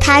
他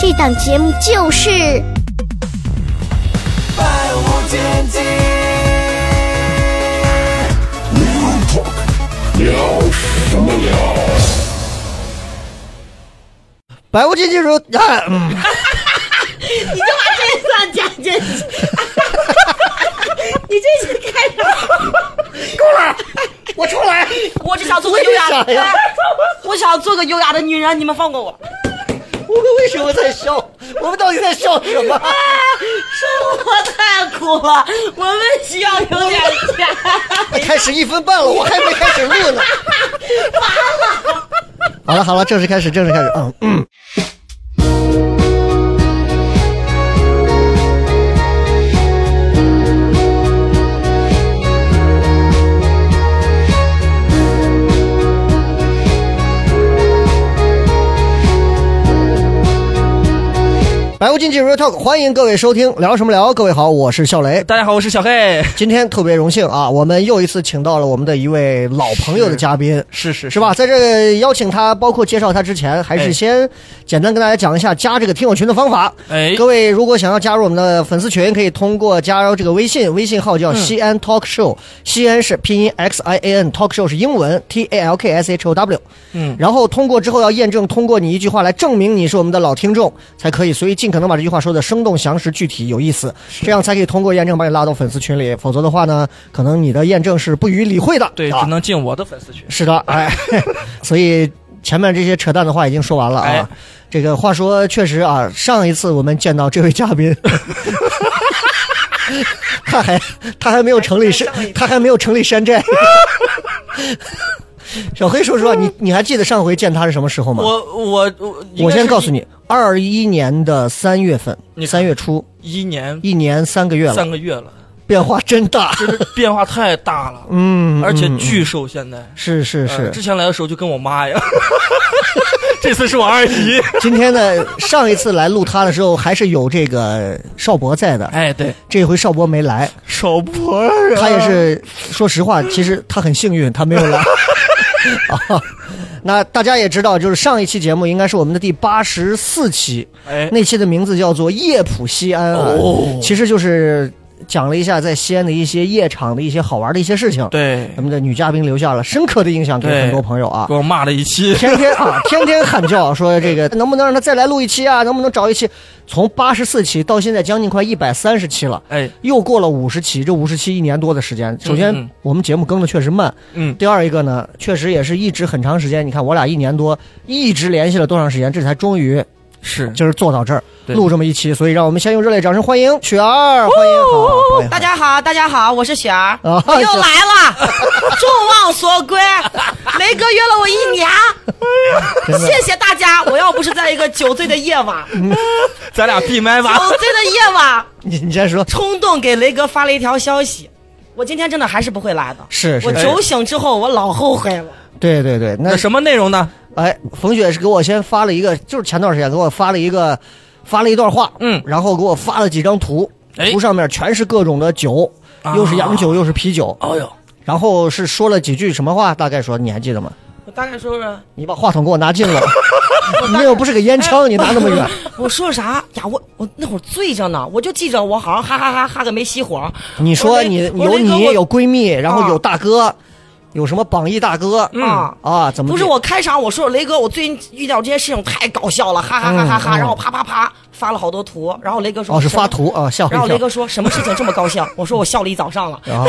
这档节目就是《百无禁忌。百无禁忌说，哎，嗯，这算加进去。你这是开场，我出来，我只想做个优雅为啥的，呀哎我想做个优雅的女人，你们放过我。我们为什么在笑？我们到底在笑什么？啊生活太苦了，我们需要有点钱。 开始一分半了，我还没开始录呢。 好了好了，正式开始，正式开始。嗯嗯，百无禁忌 Real Talk，欢迎各位收听，聊什么聊？各位好，我是笑雷。大家好，我是小黑。今天特别荣幸啊，我们又一次请到了我们的一位老朋友的嘉宾，是是是？吧？在这邀请他，包括介绍他之前，还是哎先简单跟大家讲一下加这个听友群的方法。哎各位如果想要加入我们的粉丝群，可以通过加入这个微信，微信号嗯叫西安 Talk Show，、西安是拼音 X I A N，Talk Show 是英文 T A L K S H O W。嗯，然后通过之后要验证，通过你一句话来证明你是我们的老听众，才可以。所以尽可能把这句话说的生动、详实、具体、有意思，这样才可以通过验证把你拉到粉丝群里。否则的话呢，可能你的验证是不予理会的。对，啊只能进我的粉丝群。是 的，哎， 所以前面这些扯淡的话已经说完了啊。哎这个话说确实啊，上一次我们见到这位嘉宾， 他还他还没有成立山，他还没有成立山寨。 小黑说实话，你你还记得上回见他是什么时候吗？我我我，我先告诉，你，二一年的三月份，三月初，一年一年三个月了，三个月了，变化真大。真的变化太大了，嗯，而且嗯巨瘦。现在是是呃是，之前来的时候就跟我 妈呀，这次是我二姨。今天呢，上一次来录他的时候还是有这个邵博在的，哎，啊对，这回邵博没来，少婆呀，他也是说实话，其实他很幸运，他没有 来。 啊，那大家也知道，就是上一期节目应该是我们的第八十四期，哎，那期的名字叫做《夜浦西安》啊，哦其实就是讲了一下在西安的一些夜场的一些好玩的一些事情。，对咱，们的女嘉宾留下了深刻的印象给对很多朋友啊给。我骂了一期。天天啊，天天喊叫说这个能不能让他再来录一期啊？能不能找一期？从八十四期到现在将近快一百三十期了，哎，又过了五十期，这五十期一年多的时间。首先嗯，我们节目更的确实慢。嗯，第二一个呢，确实也是一直很长时间。你看，我俩一年多一直联系了多长时间，这才终于是就是做到这儿，对录这么一期。所以，让我们先用热烈掌声欢迎雪儿，欢迎好，欢迎大家好，大家好，我是雪儿，啊我又来了，众望所归。雷哥约了我一年，谢谢大家。我要不是在一个酒醉的夜晚，咱俩闭麦吧。酒醉的夜晚，你你先说，冲动给雷哥发了一条消息，我今天真的还是不会来的。是哎我是，酒醒之后，我老后悔了。对对对，那那什么内容呢？哎，冯雪是给我先发了一个，就是前段时间给我发了一个，发了一段话，嗯然后给我发了几张图，哎图上面全是各种的酒，啊又是洋酒又是啤酒，哦呦，然后是说了几句什么话，大概说你还记得吗？我大概说说，你把话筒给我拿近 了，你又不是个烟枪，你拿那么远，我说啥呀？我我那会儿醉着呢，我就记着我好像哈哈哈哈个没熄火。你我说那你我有那个你我有闺蜜，然后啊有大哥，有什么榜一大哥，啊啊，怎么不是地我开场我说雷哥，我最近遇到这些事情太搞笑了，哈哈哈哈哈！嗯嗯然后啪啪啪发了好多图，然后雷哥说哦是发什么图啊，吓我然后一雷跳哥说什么事情这么高兴？我说我笑了一早上了。啊。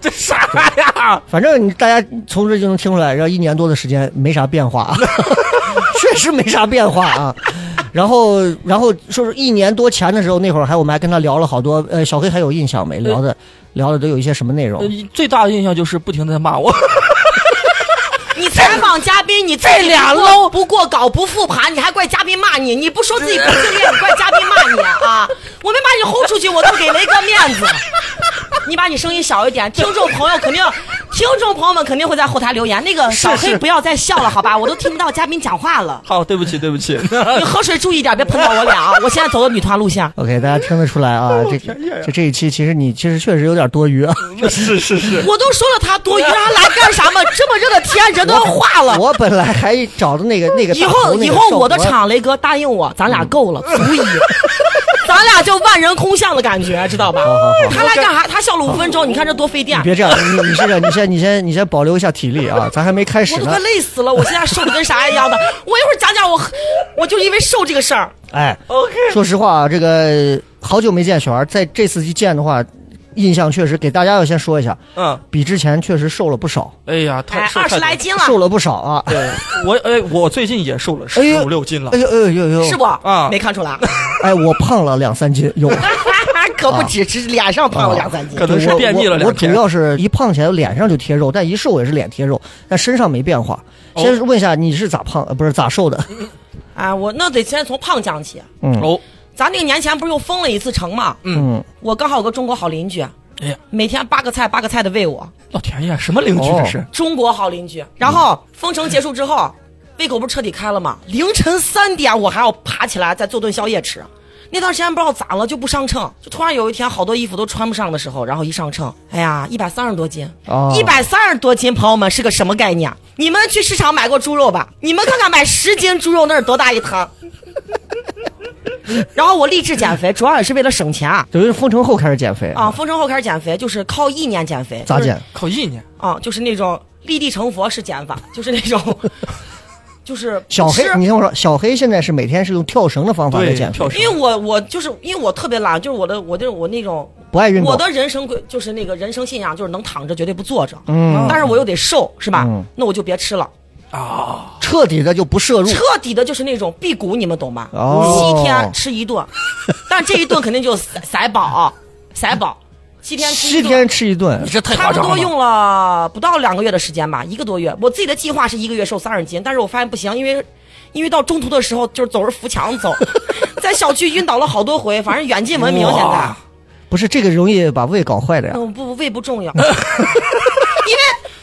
这啥呀？反正你大家从这就能听出来，然后一年多的时间没啥变 化，啊，确实没啥变化啊。然后，然后说是一年多前的时候，那会儿还我们还跟他聊了好多，呃，小黑还有印象没？聊的聊的都有一些什么内容？呃最大的印象就是不停的在骂我。你采访嘉宾，你这俩 low 不过稿不复盘，你还怪嘉宾骂你，你不说自己不自恋，你怪嘉宾骂你啊！我没把你轰出去，我都给雷哥面子。你把你声音小一点，听众朋友肯定，听众朋友们肯定会在后台留言。那个小黑不要再笑了，好吧？我都听不到嘉宾讲话了。 好，对不起，对不起。你喝水注意点，别喷到我脸啊！我现在走的女团路线。 OK，大家听得出来哎啊，这个这这一期其实你其实确实有点多 余啊。是是是，我都说了他多余，让他来干啥嘛？这么热的天，人都要化了。我本来还找的那个那个以哎大后头那以个后效我的果嗯场，雷哥答应我，咱俩够了，足矣。咱俩就万人空巷的感觉，知道吧？他来干啥？他笑了五分钟，你看这多费电你。别这样，你你这个，你先你先你先保留一下体力啊，咱还没开我始都呢快。累死了，我现在瘦的跟啥一样的。我一会儿讲讲我，我就因为瘦这个事儿。哎 OK 说实话啊，这个好久没见雪儿，在这次一见的话，印象确实给大家要先说一下，嗯，比之前确实瘦了不少，哎呀，太哎，瘦二太十多来了。斤了，瘦了不少啊。对，我哎，我最近也瘦了十哎呦五六斤了哎。呦哎呦哎呦哎呦，是不？啊没看出 来，哎，我胖了两三斤，有。可不止，只是脸上胖了两三斤可。能是对我便秘了我。我两主天要是一胖起来脸上就贴肉，但一瘦也是脸贴肉，但身上没变化。先问一下你是咋胖， 呃不是咋瘦的？哎，我那得先从胖讲起。嗯哦，咱这个年前不是又封了一次城嘛？嗯，我刚好有个中国好邻居，哎呀，每天八个菜八个菜的喂我。老天爷，什么邻居这哦是？中国好邻居。然后封城结束之后，胃口不是彻底开了吗？凌晨三点我还要爬起来再做顿宵夜吃。那段时间不知道咋了就不上秤，就突然有一天好多衣服都穿不上的时候，然后一上秤，哎呀，一百三十多斤哦，一百三十多斤，朋友们是个什么概念？啊你们去市场买过猪肉吧？你们看看买十斤猪肉那是多大一摊？然后我励志减肥，主要也是为了省钱啊。等于是封城后开始减肥啊，封城后开始减肥，就是靠意念减肥。咋就是减？靠意念，啊，就是那种立地成佛式减法，就是那 种，就是小黑吃，你听我说，小黑现在是每天是用跳绳的方法来对，减肥，跳绳因为。我我就是因为我特别懒，就是我的我的我那种不爱运动。我的人生规就是那个人生信仰就是能躺着绝对不坐着，嗯，但是我又得瘦是吧？嗯那我就别吃了，啊彻底的就不摄入。彻底的就是那种辟谷，你们懂吧？哦七天吃一顿，但这一顿肯定就 塞塞饱，塞饱，七天吃七一顿天吃一顿，这太差夸不张多了。用了不到两个月的时间吧，一个多月。我自己的计划是一个月瘦三十斤，但是我发现不行，因为 因为到中途的时候就是总是扶墙走， 在小区晕倒了好多回，反正远近闻名。现在哇，不是这个容易把胃搞坏的呀。嗯，不不胃不重要，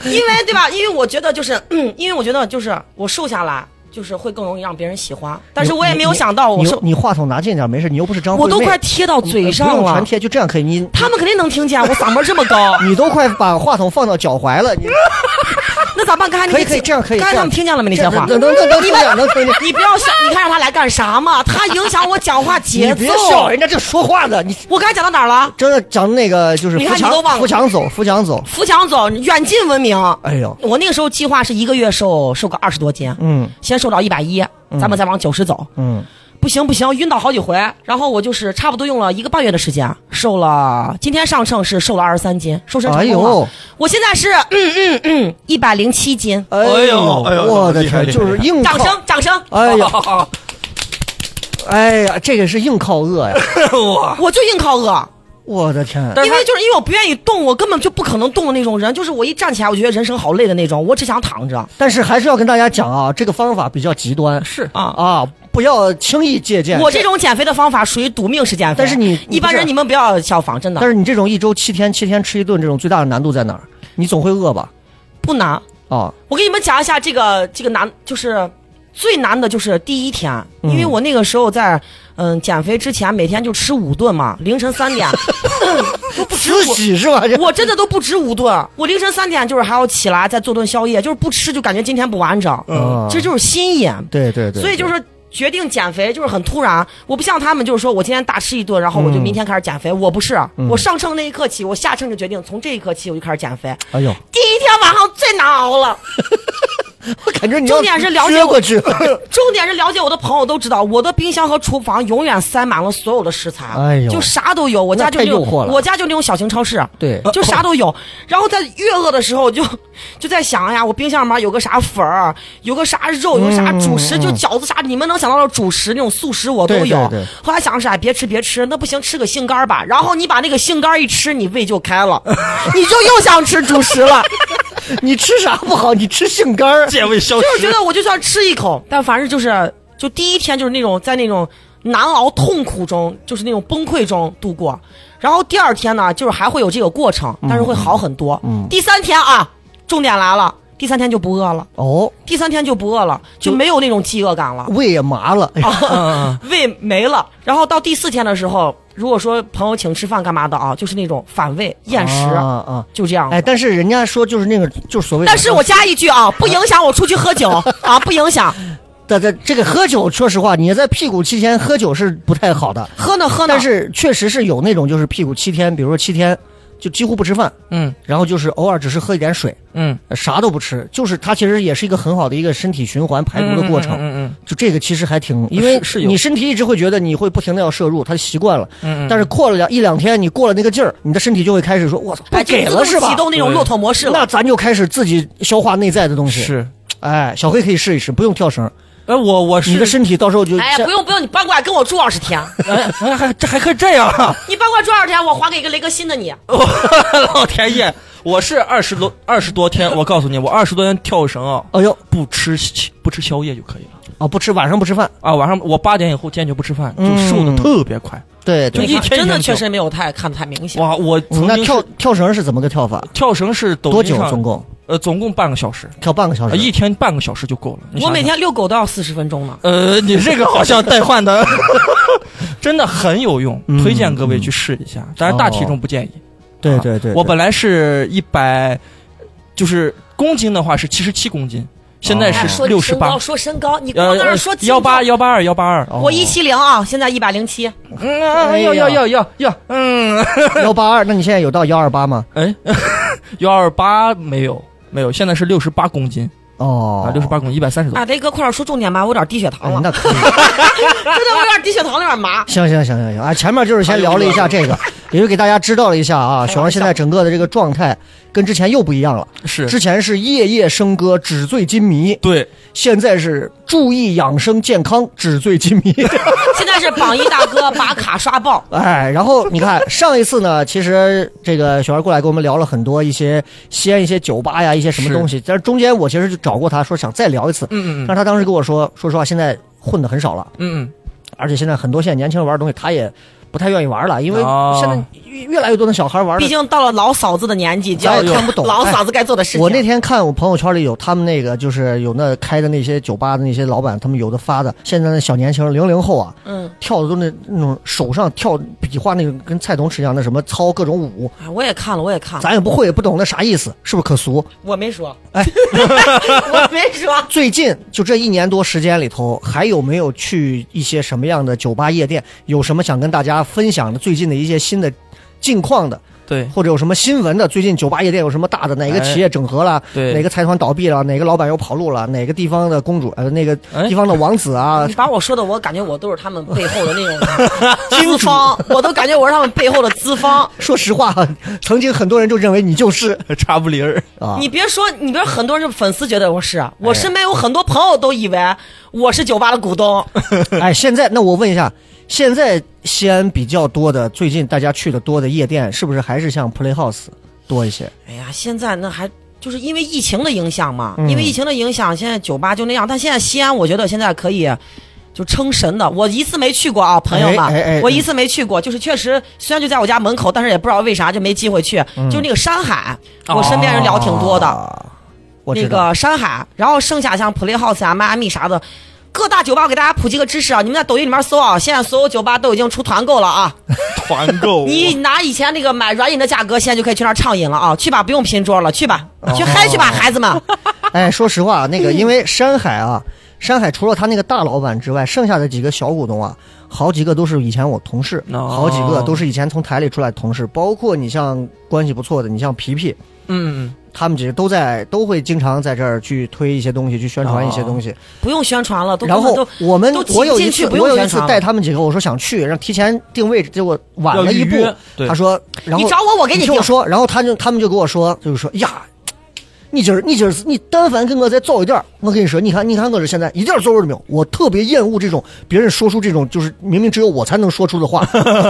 因为因为对吧？因为我觉得就是， 嗯因为我觉得就是我瘦下来就是会更容易让别人喜欢，但是我也没有想哦到我你瘦，你话筒拿近点，没事，你又不是张惠妹，呃我都快贴到嘴不上用了全，贴，就这样可以。你，他们肯定能听见，我嗓门这么高 你都快把话筒放到脚踝了，你那咋办？刚才你可以可以这样可以。刚这才他样们听见了没？那些话能能能能听见，能听见。你不要想，你看让他来干啥嘛？他影响我讲话你节奏。别笑，哎人家这说话的，你我刚才讲到哪儿了？真的讲那个就是你扶看你都忘墙了扶墙走扶墙走，扶墙走，远近闻名。哎呦，我那个时候计划是一个月瘦瘦个二十多斤，嗯先瘦到一百一，咱们再往九十走。嗯，不行不行，晕倒好几回。然后我就是差不多用了一个半月的时间，瘦了。今天上秤是瘦了二十三斤，瘦身哎成功了。呦我现在是嗯嗯嗯一百零七斤。哎哎呦呦，哎呦我的厉害天，厉害就是硬掌靠，声掌声！哎呀好好好哎呀，这个是硬靠饿呀， 哇，我就硬靠饿。我的天，但是因他为就是因为我不愿意动，我根本就不可能动的那种人，就是我一站起来，我觉得人生好累的那种，我只想躺着。但是还是要跟大家讲啊，这个方法比较极端是啊啊，不要轻易借鉴。我这种减肥的方法属于赌命式减肥，但是你一般不是人你们不要效仿，真但的是你这种一周七天七天吃一顿，这种最大的难度在哪儿？你总会饿吧？不难。啊，我给你们讲一下这个这个难，就是最难的就是第一天，啊因为我那个时候在嗯减肥之前每天就吃五顿嘛，凌晨三 点都不吃自五。己是吧？这我真的都不止五顿，我凌晨三点就是还要起来再做顿宵夜，就是不吃就感觉今天不完整，啊这嗯就是心瘾。对对对，所以就是是决定减肥就是很突然。我不像他们，就是说我今天大吃一顿，嗯然后我就明天开始减肥。我不是，我上秤那一刻起，我下秤就决定，从这一刻起我就开始减肥。哎呦，第一天晚上最难熬了，我感觉你重点是了解撅我过去。重点是了解我的朋友都知道，我的冰箱和厨房永远塞满了所有的食材，哎呦就啥都有。我家就那种那太诱惑了我家就那种小型超市， 对就啥都有。然后在越饿的时候就，就在想，哎呀，我冰箱里面有个啥粉儿，有个啥肉，有个啥主食，就饺子啥，你们能想到的主食那种素食我都有。嗯对对对后来想是，哎，别吃别吃，那不行，吃个杏干儿 吧。然后你把那个杏干儿一吃，你胃就开了，你就又想吃主食了。 你吃啥不好？你吃杏干 儿。借位消就是觉食。得我就算吃一口，但反正就是就第一天就是那种在那种难熬痛苦中，就是那种崩溃中度过。然后第二天呢，就是还会有这个过程，但是会好很多。嗯第三天啊，重点来了，第三天就不饿了，哦，第三天就不饿了，就没有那种饥饿感了。胃也麻了。哎嗯啊，胃没了。然后到第四天的时候，如果说朋友请吃饭干嘛的啊，就是那种反胃、厌食，啊啊就这样。哎，但是人家说就是那个，就是所谓的。但是我加一句啊，不影响我出去 喝酒啊，不影响，但在这个喝酒，说实话，你在屁股期间喝酒是不太好的。喝呢喝呢。但是确实是有那种就是屁股七天，比如说七天就几乎不吃饭，嗯然后就是偶尔只是喝一点水，嗯，啥都不吃，就是它其实也是一个很好的一个身体循环排毒的过程。嗯嗯就这个其实还挺，因为是是有你身体一直会觉得你会不停的要摄入，它习惯了。嗯嗯但是过了两一两天，你过了那个劲儿，你的身体就会开始说：“我操，不哎就给自了动是吧启？”动那种对骆驼模式那了。咱就开始自己消化内在的东西。，是。哎，小黑可以试一试，不用跳绳，哎，我我是你的身体到时候就哎呀，这不用不用，你搬过来跟我住二十天，哎哎还这还可以这样啊！ 你搬过来住二十天，我还给一个雷哥新的你。我老天爷，我是二十多二十多天，我告诉你，我二十多天跳绳啊，哎呦不吃不吃宵夜就可以了啊，不吃晚上不吃饭，啊。晚上我八点以后坚决不吃饭，就瘦的嗯特别快。对就对。一天真的天确就实没有太看得太明显。哇，我嗯曾那经跳是跳绳是怎么个跳法？跳绳是抖多音久上总共？呃，总共半个小时，跳半个小呃时？一天半个小时就够了。你我想每想天遛狗都要四十分钟呢。呃，你这个 好像代换的， 真的很有用，嗯哦推荐各位去试一下。当然，大体重不建议。啊对对对，我本来是一百，就是公斤的话是七十七公斤，现在哦哎，是说六你十身八高，，说身高，你光在那呃儿说，幺八幺八二幺八二，哦哎我一七零啊，现在一百零七，嗯，啊要要要要要，嗯，幺八二，那你现在有到幺二八吗？哎，幺二八没有没有，现在是六十八公斤哦啊，，六十八公斤一百三十多啊，，雷哥，快点说重点吧，我有点低血糖哎了，那可以。 真的我有点低血糖，有点麻。行行行行行啊！前面就是先聊了一下这个，也就给大家知道了一下啊，小王现在整个的这个状态跟之前又不一样了。之是前是夜夜笙歌，纸醉金迷，对，现在是注意养生健康，纸醉金迷。 现在是榜一大哥把卡刷爆，哎，然后你看上一次呢，其实这个小王过来跟我们聊了很多一些西安一些酒吧呀，一些什么是东西。但是中间我其实就找过他说想再聊一次，嗯嗯但是他当时跟我说，说实话现在混的很少了。嗯而且现在很多现在年轻人玩的东西，他也不太愿意玩了，因为哦现在越越来越多的小孩玩的。毕竟到了老嫂子的年纪，就咱要也看不懂老嫂子该做的事情。我那天看我朋友圈里有他们那个，就是有那开的那些酒吧的那些老板，他们有的发的，现在那小年轻人零零后啊，嗯，跳的都那那种手上跳比划那个跟蔡童吃一样的什么操各种舞，哎我也看了，我也看了，咱也不会也不懂那啥意思，是不是可俗？我没说，哎， 我没说。最近就这一年多时间里头，还有没有去一些什么样的酒吧夜店？有什么想跟大家分享的最近的一些新的近况的？嗯，对或者有什么新闻的？最近酒吧夜店有什么大的？哪个企业整合了？哎对哪个财团倒闭了？哪个老板又跑路了？哪个地方的公主呃，那个哎地方的王子啊 你？把我说的，我感觉我都是他们背后的 那种资方，我都感觉我是他们背后的资方。说实话，曾经很多人就认为你就是差不离儿， 啊，哎你别说，你别说很多人粉丝觉得我是，啊我身边有很多朋友都以为我是酒吧的股东。 哎，现在那我问一下，现在西安比较多的，最近大家去的多的夜店，是不是还是像 Playhouse 多一些？哎呀，现在那还就是因为疫情的影响嘛，嗯因为疫情的影响，现在酒吧就那样。但现在西安，我觉得现在可以就称神的。我一次没去过啊，朋友们，哎哎哎我一次没去过，就是确实虽然就在我家门口，但是也不知道为啥就没机会去。嗯就那个山海，我身边人聊挺多的，啊我那知道。个山海，然后剩下像 Playhouse 啊、迈阿密啥的。各大酒吧，我给大家普及个知识啊！你们在抖音里面搜啊，现在所有酒吧都已经出团购了啊！团购你拿以前那个买软饮的价格，现在就可以去那儿畅饮了啊！去吧，不用拼桌了，去吧，哦去嗨去吧，孩子们。哎，说实话，那个因为山海啊，山海除了他那个大老板之外，剩下的几个小股东啊，好几个都是以前我同事，哦好几个都是以前从台里出来的同事，包括你像关系不错的，你像皮皮，嗯，他们几个都在都会经常在这儿去推一些东西，去宣传一些东西。不用宣传了，都然都后我们都挤不我有一进去次不我用有一宣次传了带他们几个，我说想去，让提前定位置，结果晚了一步要预约。对他说，然后你找我我给你你听我定说，然后他就他们就跟我说，就是说呀。你今儿你今儿你但凡跟我再早一点儿，我跟你说，你看你看我这现在一点儿作为都没有。我特别厌恶这种别人说出这种就是明明只有我才能说出的话，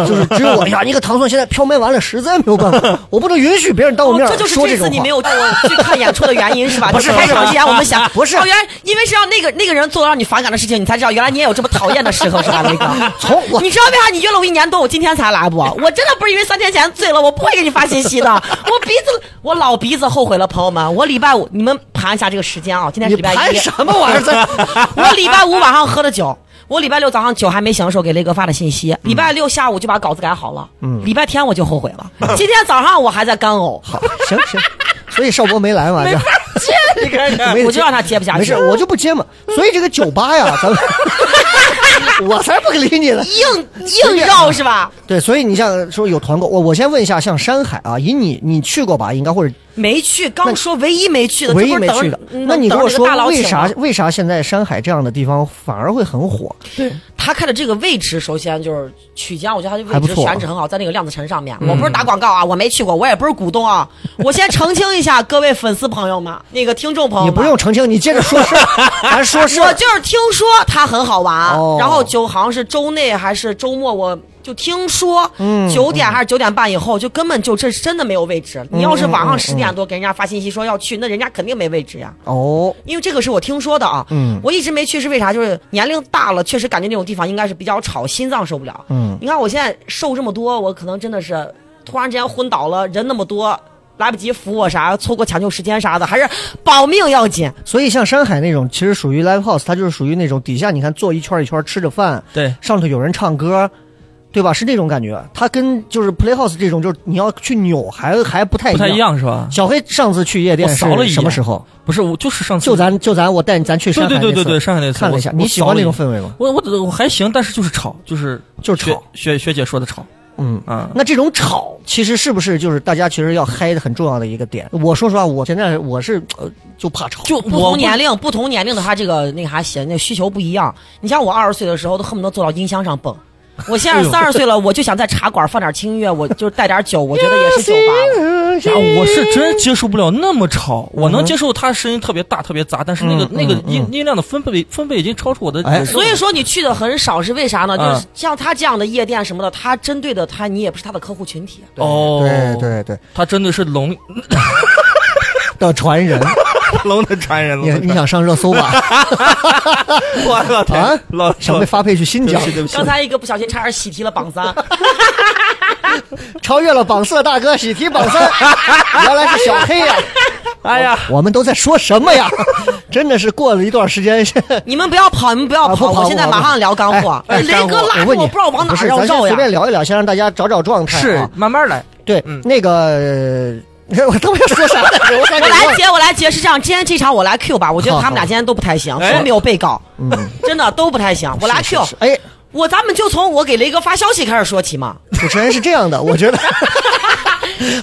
就是只 有我。哎呀，你个糖蒜现在票卖完了，实在没有办法，我不能允许别人当我哦面儿这就是说这种次话。你没有带我去看演出的原因是吧？ 不是就是开场之前我们想，不是哦，原来因为是让那个那个人做了让你反感的事情，你才知道原来你也有这么讨厌的时候是吧，雷哥？ 从我你知道为啥你约了我一年多，我今天才来不？我真的不是因为三天前醉了，我不会给你发信息的。我鼻子，我老鼻子后悔了，朋友们，我礼拜五你们盘一下这个时间啊，今天是你礼拜一。盘什么玩 意儿在？我礼拜五晚上喝的酒，我礼拜六早上酒还没醒的时候给雷哥发的信息，礼拜六下午就把稿子改好了，嗯礼拜天我就后悔了。今天早上我还在干呕，好，行行，所以少博没来嘛，这你看看没得我就接让他接不下去。没事，我就不接嘛。所以这个酒吧呀， 咱们我才不理你呢。硬硬啊绕是吧？对，所以你像说有团购，我我先问一下，像山海啊，以你你去过吧？应该或者没去，刚说唯一没去的，唯一这不没是等去的。嗯那你跟等我着说大佬，为请啥吗为啥现在山海这样的地方反而会很火？他开的这个位置，首先就是曲江，我觉得他还的不位错啊嗯置选址很好，在那个量子城上面。我不是打广告啊，我没去过，我也不是股东啊。我先澄清一下，各位粉丝朋友们，哦那个听众朋友你们，不用澄清，你接着说 事儿，咱说事我儿。就是听说它很好玩，哦然后就好像是周内还是周末，我就听说嗯九点还是九点半以后，就根本就这真的没有位置。嗯你要是晚上十点多给人家发信息说要去，那人家肯定没位置呀。哦，因为这个是我听说的啊，嗯我一直没去是为啥？就是年龄大了，确实感觉那种地方应该是比较吵，心脏受不了。嗯，你看我现在瘦这么多，我可能真的是突然之间昏倒了，人那么多，来不及扶我啥，错过抢救时间啥的，还是保命要紧。所以像山海那种，其实属于 live house，它就是属于那种底下你看坐一圈一圈吃着饭，对，上头有人唱歌，对吧？是那种感觉。它跟就是 playhouse 这种，就是你要去扭，还还不太不太一。样是吧？小黑上次去夜店我是扫了一眼什么时候？不是，我就是上次就咱就咱我带你咱去山对海对对对对，那次上海那次看了一下，你喜欢那种围？氛围吗？我我我还行，但是就是吵，就是就是学吵，学学姐说的吵嗯。啊。那这种吵，其实是不是就是大家其实要嗨的很重要的一个点？我说实话，我现在我是呃就怕吵，就不我同年龄，不同年龄的他这个那个啥写那个需求不一样。你像我二十岁的时候，都恨不得坐到音箱上蹦。我哎现在三十岁了，我就想在茶馆放点轻音乐，我就带点酒，我觉得也是 酒吧了。啊，我是真接受不了那么吵，我能接受他声音特别大、特别杂，但是那个嗯那个嗯音嗯音量的分贝分贝已经超出我的哎忍受所了。以说你去的很少是为啥呢？嗯就是像他这样的夜店什么的，他针对的他你也不是他的客户群体。哦，对，对对，他真的是龙的传人，龙的传人你你想上热搜 吧？我老啊天，老，想被发配去新疆，刚才一个不小心差点喜提了啊榜三，超越了榜四的大哥，喜提榜 三，原来是小黑呀、哎呀，我们都在说什么 呀？真的是过了一段时间，你们不要跑，你们不要啊不跑，跑我现在我马上聊干货哎。哎哎雷哥拉我着问你，我不知道往哪不是儿要咱先绕随便呀。聊一聊，先让大家找找状态、啊。是慢慢来，对，嗯那个 呃我都没有说啥来着，我感觉我来忘了接，我来接，是这样，今天这场我来 Q 吧，我觉得好他们俩好今天都不太行，哎都没有被告。嗯， 真的都不太行。 我来是 Q，是是哎，我咱们就从我给雷哥发消息开始说起嘛。主持人是这样的，我觉 得。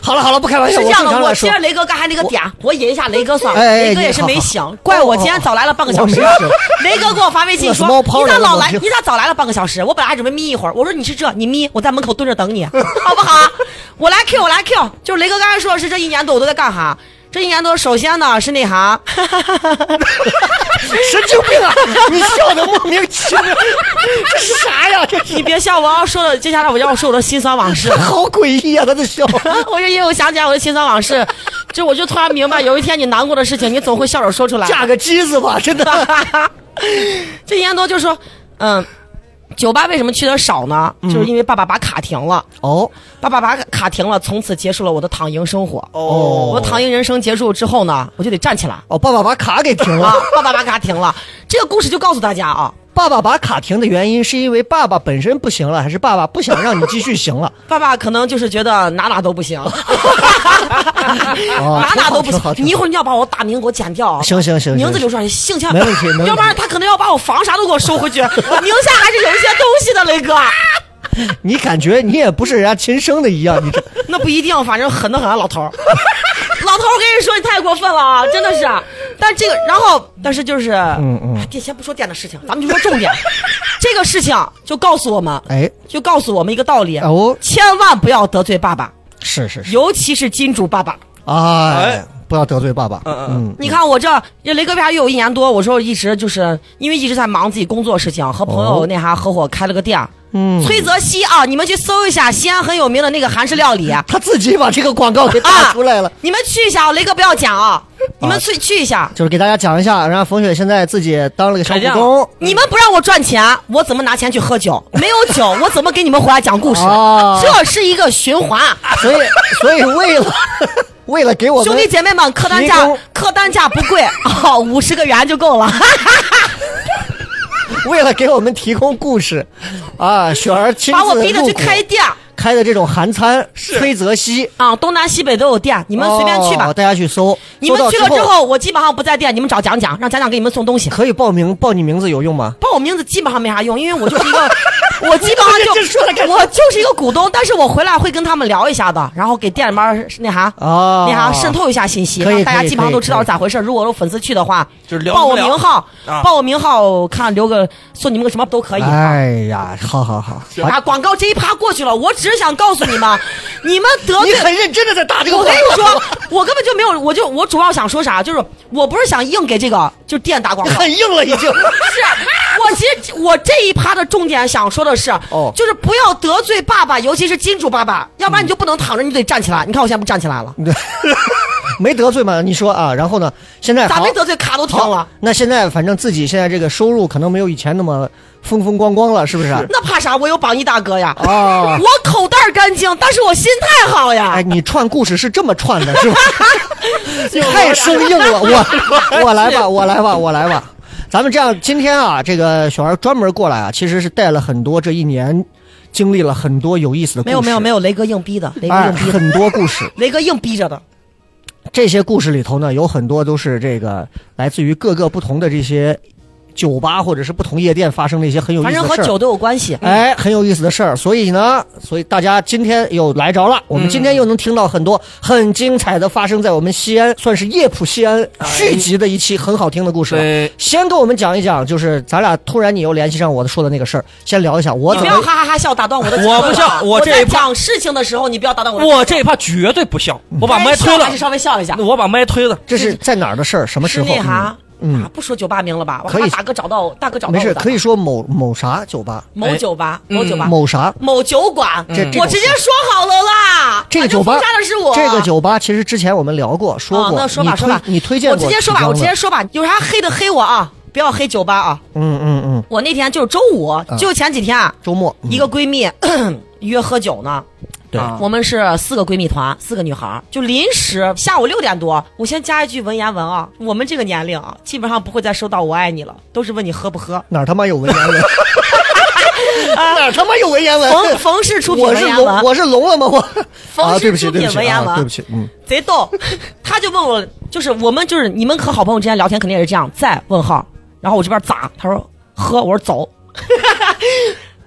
好了好了，不开玩是笑，哎这我样正的，常我来接说着。雷哥刚才那个点，我引一下雷哥算了。哎哎雷哥也是没你醒，好怪好我今天早来了半个小我时没事。雷哥给我发微信说我是猫：“泡你咋来的老我来？就你咋早来了半个小时？我本来还准备眯一会儿。”我说：“你是这，你眯，我在门口蹲着等你， 好不好？”我来 Q，我来 Q，就是雷哥刚才说的是这一年多我都在干哈？这一年多，首先呢是那啥， 神经病啊！你笑的莫名其妙，这是啥呀？这你是别笑，我要说的接下来我要说我的心酸往事。 好诡异啊！他的笑。我是因为我想起来我的心酸往事，就我就突然明白，有一天你难过的事情，你总会笑着说出来。嫁个鸡子吧， 真的。这一年多就说，嗯，酒吧为什么去的少呢？就是因为爸爸把卡停了，哦爸爸把卡停了，从此结束了我的躺赢生活。哦我躺赢人生结束之后呢，我就得站起来哦，爸爸把卡给停啊了。！爸爸把卡停了，这个故事就告诉大家啊，爸爸把卡停的原因是因为爸爸本身不行了，还是爸爸不想让你继续行了？ 爸爸可能就是觉得哪哪都不行， 哪哪哦挺好都不挺好行。挺好你一会儿你要把我大名给我剪掉啊！行行行行名字留出来，姓钱没问题没问题要不然他可能要把我房啥都给我收 回去，名下还是有一些东西的，雷哥。你感觉你也不是人家亲生的一样，你 这那不一定，反正狠的很啊，老头 儿。老头儿，我跟你说，你太过分了啊，真的是。但这个，然后，但是就是，嗯嗯嗯，先不说店的事情，咱们就说重点。 这个事情就告诉我们，哎就告诉我们一个道理，哦千万不要得罪爸爸，是是是尤其是金主爸爸。哎哎，不要得罪爸爸。嗯嗯，你看我这这雷哥为啥又有一年多？我说一直就是因为一直在忙自己工作事情，和朋友哦那啥合伙开了个店儿。嗯崔泽熙啊，你们去搜一下西安很有名的那个韩式料理，他自己把这个广告给打出来了。你们去一下，雷哥不要讲啊，你们去去一下。就是给大家讲一下，然后冯雪现在自己当了个小开店股东，你们不让我赚钱，我怎么拿钱去喝酒？没有酒，我怎么给你们回来讲故事？哦这是一个循环。啊所以 所以为 了为了给我们兄弟姐妹们，客单提价供客单价不贵啊，五、十个元就够了。为了给我们提供故事，啊，雪儿亲自把我逼的得去开店儿开的这种韩餐，崔泽熙，啊，东南西北都有店，你你们随便去吧。大家去搜，你们搜到去了之后，我基本上不在店，你们找蒋蒋，让蒋蒋给你们送东西。可以报名，报你名字有用吗？报我名字基本上没啥用，因为我 就是一个，我基本上就这说了干啥我就是一个股东，但是我回来会跟他们聊一下的，然后给店里面儿那啥哦那啥渗透一下信息，可以让大家可以基本上都知道可以是咋回事。如果有粉丝去的话，就是聊报我不了名号啊，报我名号，看留个送你们个什么都可以。哎呀，好好好，哎啊，广告这一趴过去了，我只是想告诉 你们，你们得你罪很认真的在打这个哦我广跟告你， 说，我根本就没有，我就我主要想说啥，就是我不是想硬给这个就店打广告，很硬了已 经。不是，啊我其实我这一趴的重点想说的是，哦就是不要得罪爸爸，尤其是金主爸爸，要不然你就不能躺着，你得站起来。你看我现在不站起来了，没得罪嘛？你说啊，然后呢？现在咋好没得罪卡都停好了？那现在反正自己现在这个收入可能没有以前那么风风光光了，是不啊是？那怕啥？我有榜一大哥呀，啊我口袋干净，但是我心态好呀。 哎，你串故事是这么串的，是吧？太生硬了， 我我来吧，我来吧，我来吧。咱们这样，今天啊，这个小孩专门过来啊，其实是带了很多这一年经历了很多有意思的故没事，有没有没有，有，雷哥硬逼的，雷哥哎，硬逼的，很多故事。 雷哥硬逼着的。这些故事里头呢，有很多都是这个来自于各个不同的这些酒吧或者是不同夜店发生的一些很有意思反的事正儿。和酒都有关系。哎，很有意思的事儿，所以呢，所以大家今天又来着了，我们今天又能听到很多很精彩的发生在我们西安，算是夜浦西安续集的一期很好听的故事了对。先跟我们讲一讲，就是咱俩突然你又联系上我的说的那个事儿，先聊一下我你怎不么要哈哈哈笑打断我的节奏啊。我不笑我这在一趴讲事情的时候，你不要打断我的节奏。我这一趴绝对不笑，我把麦该推笑了还是，稍微笑一下。我把麦推了。这是在哪儿的事儿，什么时是候？那啥，嗯啊，不说酒吧名了吧？我可以怕大哥找到，大哥找嗯到没我事，的可以说某某啥酒吧，某酒吧，某酒吧，某啥。某酒馆，这这我直接说好了啦。这个反正酒吧封杀的是我，这个酒吧其实之前我们聊过，说啊过，那说吧你推说吧，你推荐我过，直接说吧，我直接，说吧，有啥黑的黑我啊，不要黑酒吧啊。嗯嗯嗯，我那天就是周五，就前几天啊，周末嗯一个闺蜜 约喝酒呢。对啊我们是四个闺蜜团，四个女孩儿，就临时下午六点多，我先加一句文言文啊，我们这个年龄啊，基本上不会再收到“我爱你”了，都是问你喝 不喝。哪儿他妈有文言 文？哪儿他妈有文言文？啊冯冯氏出品我文是言聋，文，我是聋了吗？我冯啊，氏对不起，出对品不起，文言啊，文对不起，嗯，贼逗。 他就问我，就是我们就是你们和好朋友之间聊天肯定也是这样，在问号，然后我这边咋？他说喝，我说走。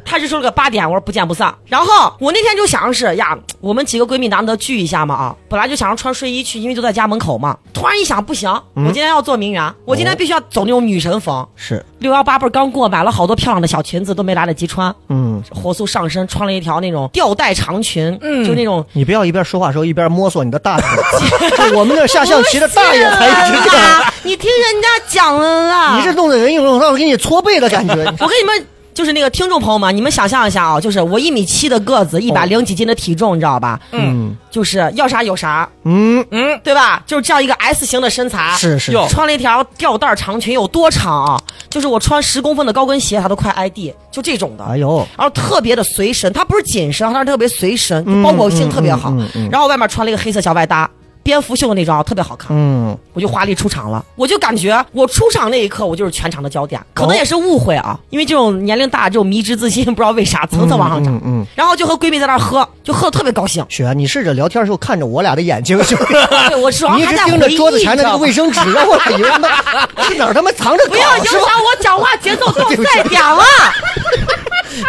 他就说了个八点，我说不见不散。然后我那天就想的是呀，我们几个闺蜜难得聚一下嘛啊，本来就想着穿睡衣去，因为就在家门口嘛。突然一想，不行，我今天要做名媛，我今天必须要走那种女神风。是，六幺八不是刚过，买了好多漂亮的小裙子，都没来得及穿。嗯，火速上身，穿了一条那种吊带长裙，就那种你不要一边说话的时候一边摸索你的大腿， 就我们那下象棋的大爷才一直这 样，啊你听人家讲了啦。你这弄得人有种让我给你搓背的感觉。 你我跟你们就是那个听众朋友们，你们想象一下啊，就是我一米七的个哦子，一百零几斤的体重，你知道吧？嗯就是要啥有啥，嗯，嗯，对吧？就是这样一个 S 型的身材，是是，哟穿了一条吊带长裙，有多长啊？就是我穿十公分的高跟鞋，它都快挨地，就这种的。哎呦，然后特别的随身，它不是紧身，啊它是特别随身，就包裹性特别好。嗯嗯嗯嗯然后外面穿了一个黑色小外搭，蝙蝠袖那种啊，特别好看。嗯，我就华丽出场了。我就感觉我出场那一刻，我就是全场的焦点。可能也是误会啊，因为这种年龄大，这种迷之自信，不知道为啥层层往上涨。嗯嗯嗯。然后就和闺蜜在那儿喝，就喝的特别高兴 雪，你试着聊天的时候看着我俩的眼睛，就 对我主要你一还直在盯着回忆桌子前的那个你知道吗卫生纸，让我俩以为他妈 是哪儿他妈藏着不要搞影是响吧？我讲话节奏对到不起赛点了。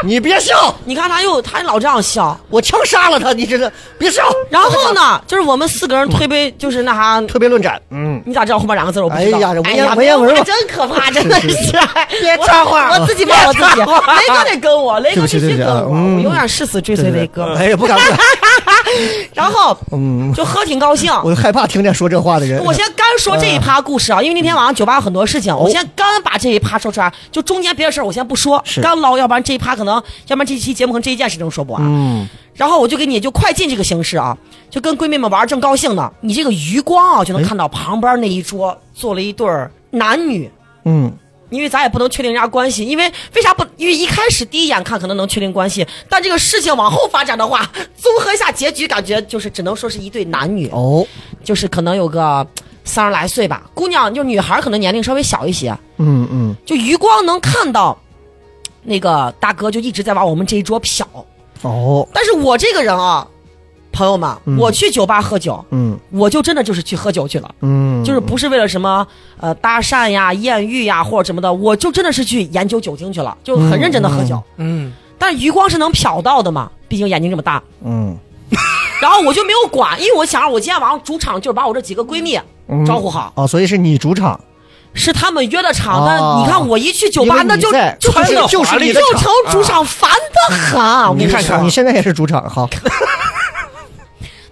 你别笑，你看他又他老这样笑。我枪杀了他，你真的别笑。然后呢，就是我们四个人推杯，就是那啥，特别论斩，嗯，你咋知道后面两个字儿我不知道？哎呀这文言呀文言文吧真可怕，真 的是是是。别我插话了我自己骂我自己。 别插话雷哥得跟我，雷对哥不起必对不起须跟啊我，嗯我永远誓死追随雷哥。 哎呀，不敢不敢，然后嗯，就喝挺高兴。我就害怕听见说这话的人。我先干说这一趴故事啊，因为那天晚上酒吧有很多事情，哦我先干把这一趴说出来，就中间别的事儿我先不说是，干唠，要不然这一趴可能，要不然这一期节目可能这一件事情说不完。嗯，然后我就给你就快进这个形式啊，就跟闺蜜们玩正高兴呢，你这个余光啊就能看到旁边那一桌坐了一对儿男女，嗯，因为咱也不能确定人家关系，因为为啥不？因为一开始第一眼看可能能确定关系，但这个事情往后发展的话，综合一下结局，感觉就是只能说是一对男女，哦，就是可能有个三十来岁吧，姑娘就女孩可能年龄稍微小一些，嗯嗯，就余光能看到那个大哥就一直在往我们这一桌瞟，哦，但是我这个人啊，朋友们，嗯我去酒吧喝酒，嗯我就真的就是去喝酒去了。嗯，就是不是为了什么呃搭讪呀、艳遇呀或者什么的，我就真的是去研究酒精去了，就很认真的喝酒。嗯，但是余光是能瞟到的嘛，毕竟眼睛这么大。嗯然后我就没有管，因为我想我今天晚上主场就是把我这几个闺蜜嗯招呼好，哦，所以是你主场，是她们约的场。哦但你看我一去酒因吧，为那你就在就就是就是就你的啊成主场，烦得很。我跟你看说看你啊现在也是主场，好，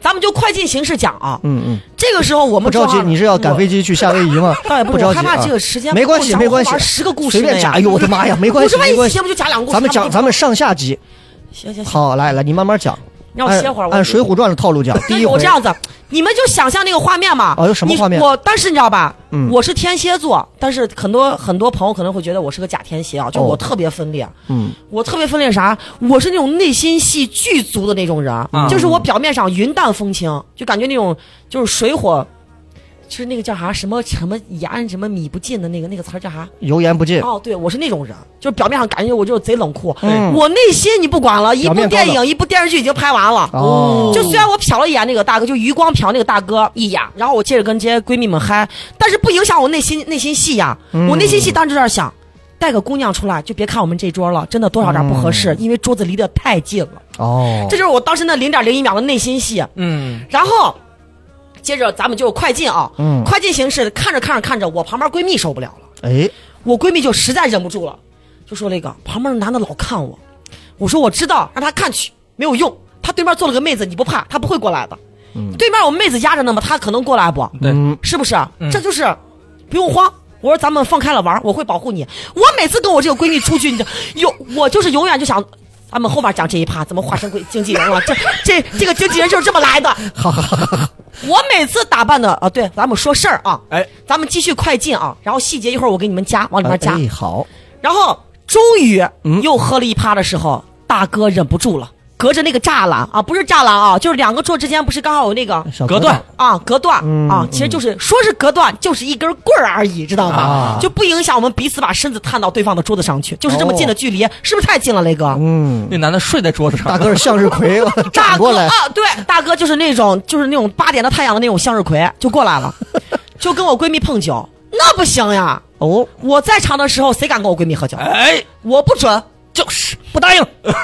咱们就快进形式讲啊。嗯嗯，这个时候我不们着急，正好你是要赶我飞机去夏威夷吗？ 倒也不不是，着我急害啊怕这个时间没关系我想没关系我玩十个故事随便呢讲哎呦我的 妈呀没关系不是万没一关系节目就讲两个故事，咱们他讲，就咱们上下集。行行行，好，来来，你慢慢讲，让我歇会儿。按按我《哎水浒传》的套路 讲，第一对我回这，样子，你们就想象那个画面嘛。哦有什么你画面我但是你知道吧？嗯我是天蝎座，但是很多很多朋友可能会觉得我是个假天蝎啊，就我哦特别分裂。嗯我特别分裂啥？我是那种内心戏巨足的那种人，嗯就是我表面上云淡风轻，就感觉那种就是水火，就是那个叫啥什么什么言什么米不尽的那个那个词儿叫啥？油盐不进，哦，对，我是那种人，就是表面上感觉我就是贼冷酷，嗯我内心你不管了，一表部面电高冷影、一部电视剧已经拍完了。哦就虽然我瞟了一眼那个大哥，就余光瞟那个大哥一眼，然后我接着跟这些闺蜜们嗨，但是不影响我内心内心戏呀、嗯我内心戏当时就在想，带个姑娘出来就别看我们这桌了，真的多少有点不合适，因为桌子离得太近了。嗯哦这，就是我当时那零点零一秒的内心戏。嗯，然后接着咱们就快进啊，嗯快进形式，看着看着看着，我旁边闺蜜受不了了。哎，我闺蜜就实在忍不住了，就说那个旁边的男的老看我，我说我知道，让他看去没有用，他对面坐了个妹子，你不怕，他不会过来的。对面有妹子压着呢嘛，他可能过来不？对，嗯是不是？啊这就是不用慌。我说咱们放开了玩，我会保护你。我每次跟我这个闺蜜出去，你就有我就是永远就想。咱们后面讲这一趴，怎么化身鬼经纪人了？这这这个经纪人就是这么来的。哈哈哈 哈，我每次打扮的啊，对，咱们说事儿啊，哎，咱们继续快进啊，然后细节一会儿我给你们加，往里面加。哎，好，然后终于又喝了一趴的时候，大哥忍不住了，隔着那个栅栏啊，不是栅栏啊，就是两个桌之间不是刚好有那个小隔断，啊隔断、嗯啊，其实就是说是隔断，就是一根棍儿而已，知道吗？啊就不影响我们彼此把身子探到对方的桌子上去，就是这么近的距离，是不是太近了，雷哥？嗯，那男的睡在桌子上，大哥是向日葵大转过哥来啊，，对，大哥就是那种就是那种八点的太阳的那种向日葵，就 过来了，就跟我闺蜜碰酒，那不行呀！哦，我在场的时候谁敢跟我闺蜜喝酒？哎，我不准，就是不答应嗯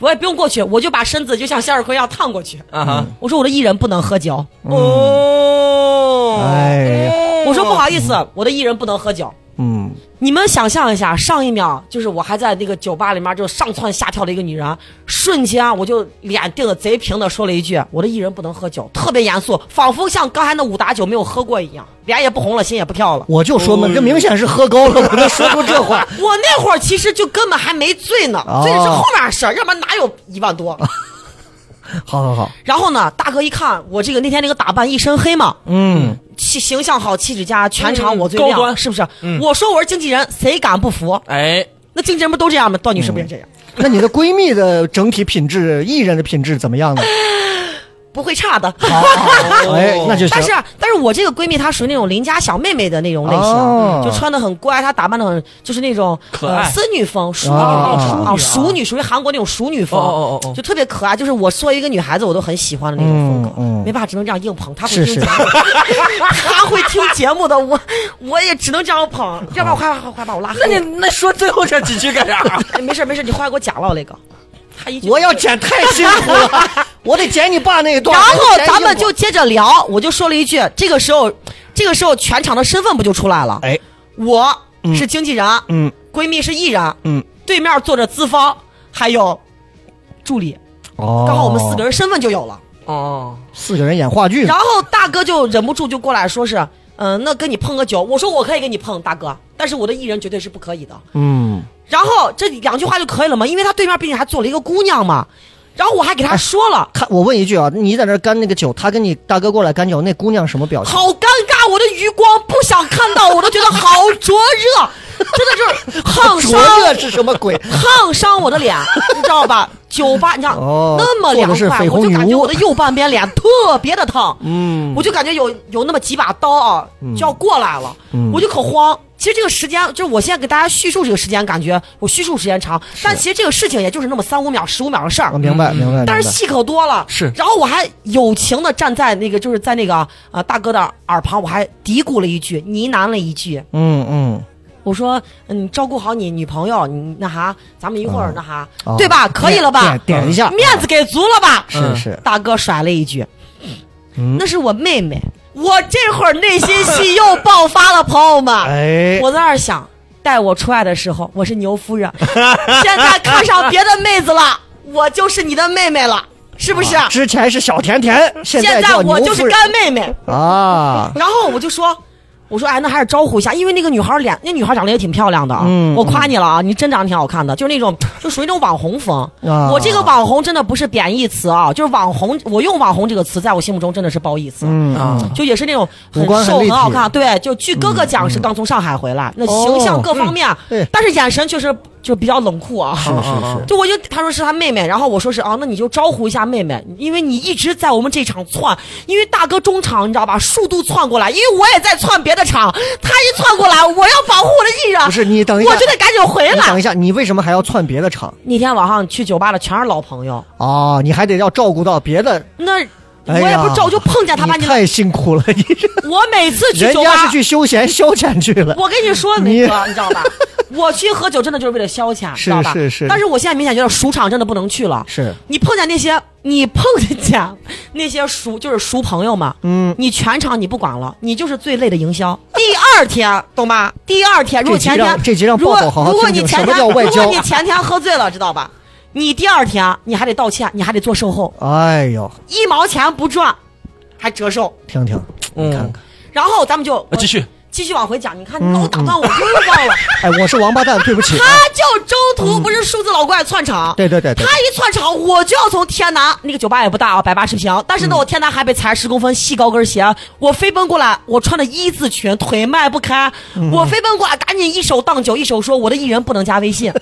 我也不用过去，我就把身子就像向日葵一样探过去。啊哈，我说我的艺人不能喝酒，哦，嗯哎呀，我说不好意思，我的艺人不能喝酒。嗯，你们想象一下，上一秒就是我还在那个酒吧里面就上蹿下跳的一个女人，瞬间啊我就脸定的贼平的说了一句：“我的艺人不能喝酒。”特别严肃，仿佛像刚才那五打酒没有喝过一样，脸也不红了，心也不 跳了。我就说嘛，这明显是喝 高了，我能说出这话，我那会儿其实就根本还没醉呢，哦醉是后面的事儿，要不然哪有一万 多？好好好，然后呢，大哥一看我这个那天那个打扮一身黑嘛，嗯，气形象好，气质佳，全场我最嗯亮，高端是不是？我说我是经纪人，谁敢不服？ 哎，那经纪人不都这样吗？段女士不也这样？嗯那你的闺蜜的整体品质，艺人的品质怎么样呢？不会差的。 哎，那就行但，是，但是我这个闺蜜她属于那种邻家小妹妹的那种类型，哦就穿的很乖，她打扮的很就是那种可爱呃孙女风，淑女哦啊，淑女啊淑女属于韩国那种淑女风，哦哦哦哦就特别可爱。就是我作为一个女孩子，我都很喜欢的那种风格。嗯嗯没办法，只能这样硬捧。她会是听节是目，她会听节目的，我我也只能这样捧，要不然我害怕害怕我拉黑。那你那说最后这几句干啥？ 哎没事儿没事儿，你话给我讲了，那个。他一句我要剪太辛苦了，我得剪你爸那一段，然后我得剪咱一会们儿就接着聊，我就说了一句，这个时候，这个时候全场的身份不就出来了？哎，我是经纪人，嗯闺蜜是艺人，嗯，对面坐着资方，还有助理，哦刚好我们四个人身份就有了。哦。四个人演话剧然，后大哥就忍不住就过来说是，嗯、那跟你碰个酒。我说我可以跟你碰，大哥，但是我的艺人绝对是不可以的。嗯，然后这两句话就可以了嘛，因为他对面毕竟还坐了一个姑娘嘛。然后我还给哎他说了，他我问一句啊，你在那儿干那个酒，他跟你大哥过来干酒，那姑娘什么表情？好尴尬，我的余光不想看到，我都觉得好灼 热，真的就是烫灼伤，热是什么 鬼？烫伤我的脸，你知道吧？酒吧，你看、哦那么凉做的是快，绯红我就感女觉巫我的右半边脸特别的烫，嗯我就感觉有有那么几把刀啊就要过来了，嗯我就可慌。其实这个时间，就是我现在给大家叙述这个时间，感觉我叙述时间长，但其实这个事情也就是那么三五秒、十五秒的事儿我。嗯明白明白。明白嗯但是戏可多了，是然后我还友情的站在那个，就是在那个啊、呃大哥的耳旁，我还嘀咕了一句，呢喃了一句，嗯嗯，我说：“嗯，照顾好你女朋友，你那啥，咱们一会儿那啥，哦对吧？可以了吧？嗯点点一下嗯面子给足了吧？是是，嗯大哥甩了一句：“那是我妹妹。”我这会儿内心戏又爆发了，朋友们。哎，我在那儿想，带我出来的时候我是牛 夫人，现在看上别的妹子了，我就是你的妹妹了，是不是？之前啊是小甜甜，现啊现在叫我牛就夫是人干妹妹。啊，然后我就说，我说哎，那还是招呼一下，因为那个女孩脸，那女孩长得也挺漂亮的啊。嗯我夸你了啊，你真长得挺好看的，就是那种就属于那种网红风。啊我这个网红真的不是贬义词啊，就是网红，我用网红这个词，在我心目中真的是褒义词。嗯啊嗯就也是那种五很官很瘦立很好体嗯哦看，对，就据哥哥讲是刚从上海回来，那形象各方面，啊对但是眼神确实就比较冷酷啊。是嗯是是，就我就他说是他妹妹，然后我说是啊，那你就招呼一下妹妹，因为你一直在我们这场窜，因为大哥中场你知道吧，速度窜过来，因为我也在窜别的场，他一窜过来，我要保护我的艺人，不是你等一下，啊我就得赶紧回你等来一。下，你为什么还要窜别的场那天晚上去酒吧的全是老朋友，啊？你还得要照顾到别的，那我哎也呀不知道，我就碰见他把你你太辛苦了，你这我每次去人酒家吧是，去休闲消遣去了，我跟你说你那个，你知道吧？ 我去喝酒真的就是为了消遣，是知道吧？是是但是我现在明显觉得熟场真的不能去了，是你碰见那些，你碰见 那些熟就是熟朋友嘛，嗯，你全场你不管了，你就是最累的营销。第二天，懂吧？第二天，如果这集前天让，这集让如果抱抱好好如果听你听前什么天，叫外如交果你前天喝醉了，知道吧？你第二天你还得道歉，你还得做售后，哎呦，一毛钱不赚，还折寿。听听，你嗯看看，然后咱们就嗯啊继续继续往回讲，你看你嗯老打断我，又忘了。哎，我是王八蛋，对不起啊，他就中途不是数字老怪窜场，嗯对对对对他一窜场，我就要从天南那个酒吧也不大啊，百八十平，但嗯是呢，我天南还被踩十公分细高跟鞋，啊我飞奔过来，我穿的一字裙，腿迈不开，嗯我飞奔过来，赶紧一手荡酒，一手说我的艺人不能加 微信，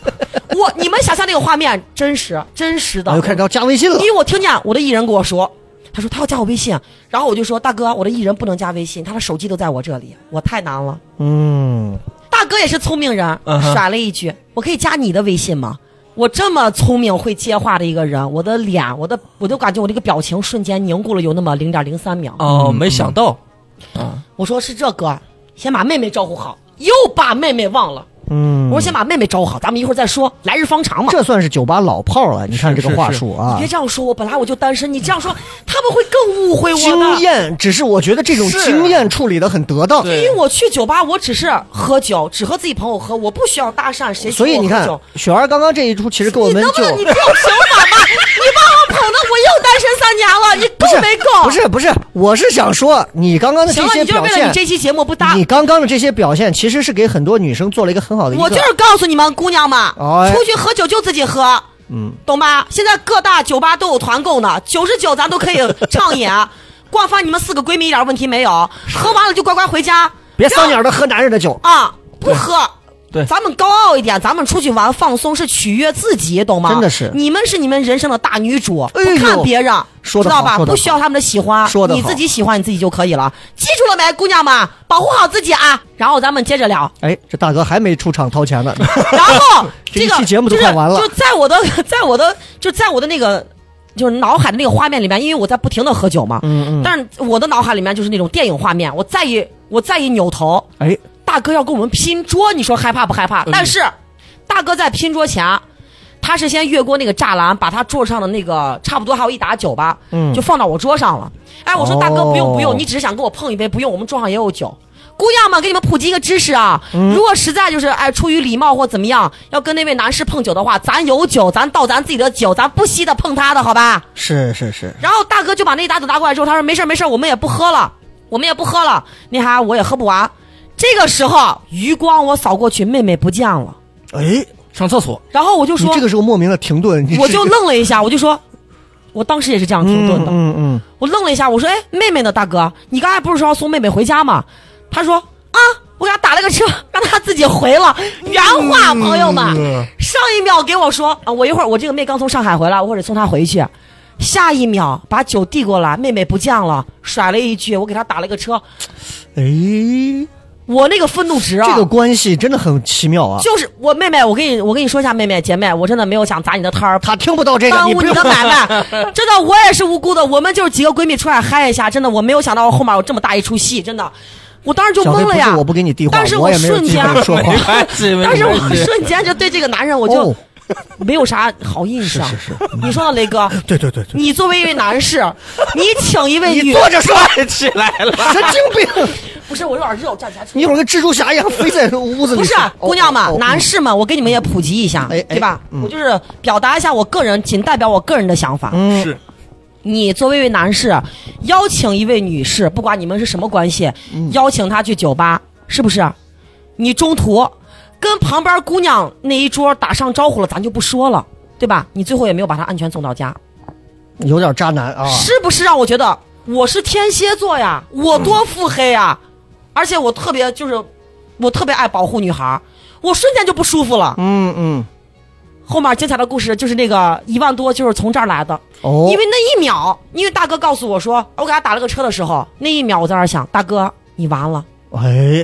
我你们想象那个画面，真实真实的，我又哎开始要加微信了因，为我听见我的艺人跟我说，他说他要加我微信，然后我就说大哥，我的艺人不能加微信，他的手机都在我这里，我太难了。嗯，大哥也是聪明人，嗯哼甩了一句：“我可以加你的微信吗？”我这么聪明会接话的一个人，我的脸，我的我都感觉我这个表情瞬间凝固了有那么零点零三嗯秒。哦，没想到，我说是这哥，先把妹妹招呼好，又把妹妹忘了。嗯我说先把妹妹招呼好，咱们一会儿再说，来日方长嘛。这算是酒吧老炮了，你看这个话术啊你别，这样说，我本来我就单身，你这样说他们会更误会我经的。验，只是我觉得这种是经验处理的很得当，因对为我去酒吧，我只是喝酒，只和自己朋友喝，我不需要搭讪谁请我喝酒。所以你看，雪儿刚刚这一出其实给我你们能不就能你给我平反吧？你把我捧的我又单身三年了，你不够是没够？不，是不是，我是想说你刚刚的这行了，些你就是表为了现你，这期节目不搭你。刚刚的这些表现其实是给很多女生做了一个很好的一个，我就是告诉你们，姑娘们，哎出去喝酒就自己喝，嗯，懂吧？现在各大酒吧都有团购呢，九十九咱都可以畅饮， 逛翻你们四个闺蜜一点问题没有，喝完了就乖乖回家，别丧鸟的喝男人的酒，啊，不喝。对咱们高傲一点，咱们出去玩放松是取悦自己，懂吗？真的是你们是你们人生的大女主，哎呦不看别人，说得知道好吧？说得好不需要他们的喜欢，说得好你自己喜欢你自己就可以了。记住了没，姑娘们，保护好自己啊！然后咱们接着聊， 哎，这大哥还没出场掏钱呢， 然后这这一个期节目都就是快完了就在我的， 在我的，就在我的那个。就是脑海的那个画面里面，因为我在不停的喝酒嘛，嗯嗯，但是我的脑海里面就是那种电影画面，我再一我再一扭头，哎，大哥要跟我们拼桌，你说害怕不害嗯怕？但是，大哥在拼桌前，啊他是先越过那个栅栏，把他桌上的那个差不多还有一打酒吧，嗯就放到我桌上了。哎，我说哦大哥不用不用，你只是想跟我碰一杯，不用，我们桌上也有酒。姑娘们，给你们普及一个知识啊，嗯如果实在就是哎，出于礼貌或怎么样，要跟那位男士碰酒的话，咱有酒，咱倒咱自己的酒，咱不惜的碰他的好吧？是是是，然后大哥就把那一打酒拿过来之后，他说没事儿没事儿，我们也不喝了，我们也不喝了，那啥我也喝不完。这个时候余光我扫过去，妹妹不见了，哎，上厕所，然后我就你说，这个时候莫名的停顿，你我是就愣了一下，我就说，我当时也是这样停顿的，嗯嗯我愣了一下，我说：“哎，妹妹呢，大哥？你刚才不是说要送妹妹回家吗？”他说：“啊，我给她打了个车，让她自己回了。”原嗯话，朋友们，上一秒给我说啊，我一会儿我这个妹刚从上海回来，我得送她回去。下一秒把酒递过来，妹妹不见了，甩了一句：“我给她打了个车。嗯，”我那个愤怒值啊，哎，这个关系真的很奇妙啊！就是我妹妹，我跟你我跟你说一下，妹妹姐妹，我真的没有想砸你的摊儿，他听不到这个，耽你误不你用的买 卖。真的，我也是无辜的。我们就是几个闺蜜出来嗨一下，真的，我没有想到后面有这么大一出戏，真的，我当时就小黑懵了不呀是。我不给你递话，但是我也没有瞬机间，会说话 没。关系，没但关系是我瞬间就对这个男 人我就哦，没有啥好印象。是是你说呢，雷哥？对对对对，你作为一位男士， 你请一位你女，坐着说，起来了。神经病！ 不是我有点热，我站起来。你一会儿跟蜘蛛侠一样飞在屋子里。不是哦姑娘哦们，哦男士们，我给你们也普及一下哎，哎对吧？嗯我就是表达一下我个人，仅代表我个人的想法。嗯是你作为一位男士，邀请一位女士，不管你们是什么关系，邀请她去酒吧，是不是？你中途跟旁边姑娘那一桌打上招呼了，咱就不说了，对吧？你最后也没有把她安全送到家，有点渣男啊，是不是让我觉得我是天蝎座呀？我多腹黑呀！而且我特别就是，我特别爱保护女孩儿，我瞬间就不舒服了。嗯嗯，后面精彩的故事就是那个一万多，就是从这儿来的。哦，因为那一秒，因为大哥告诉我说，我给他打了个车的时候，那一秒我在那儿想，大哥你完了，哎，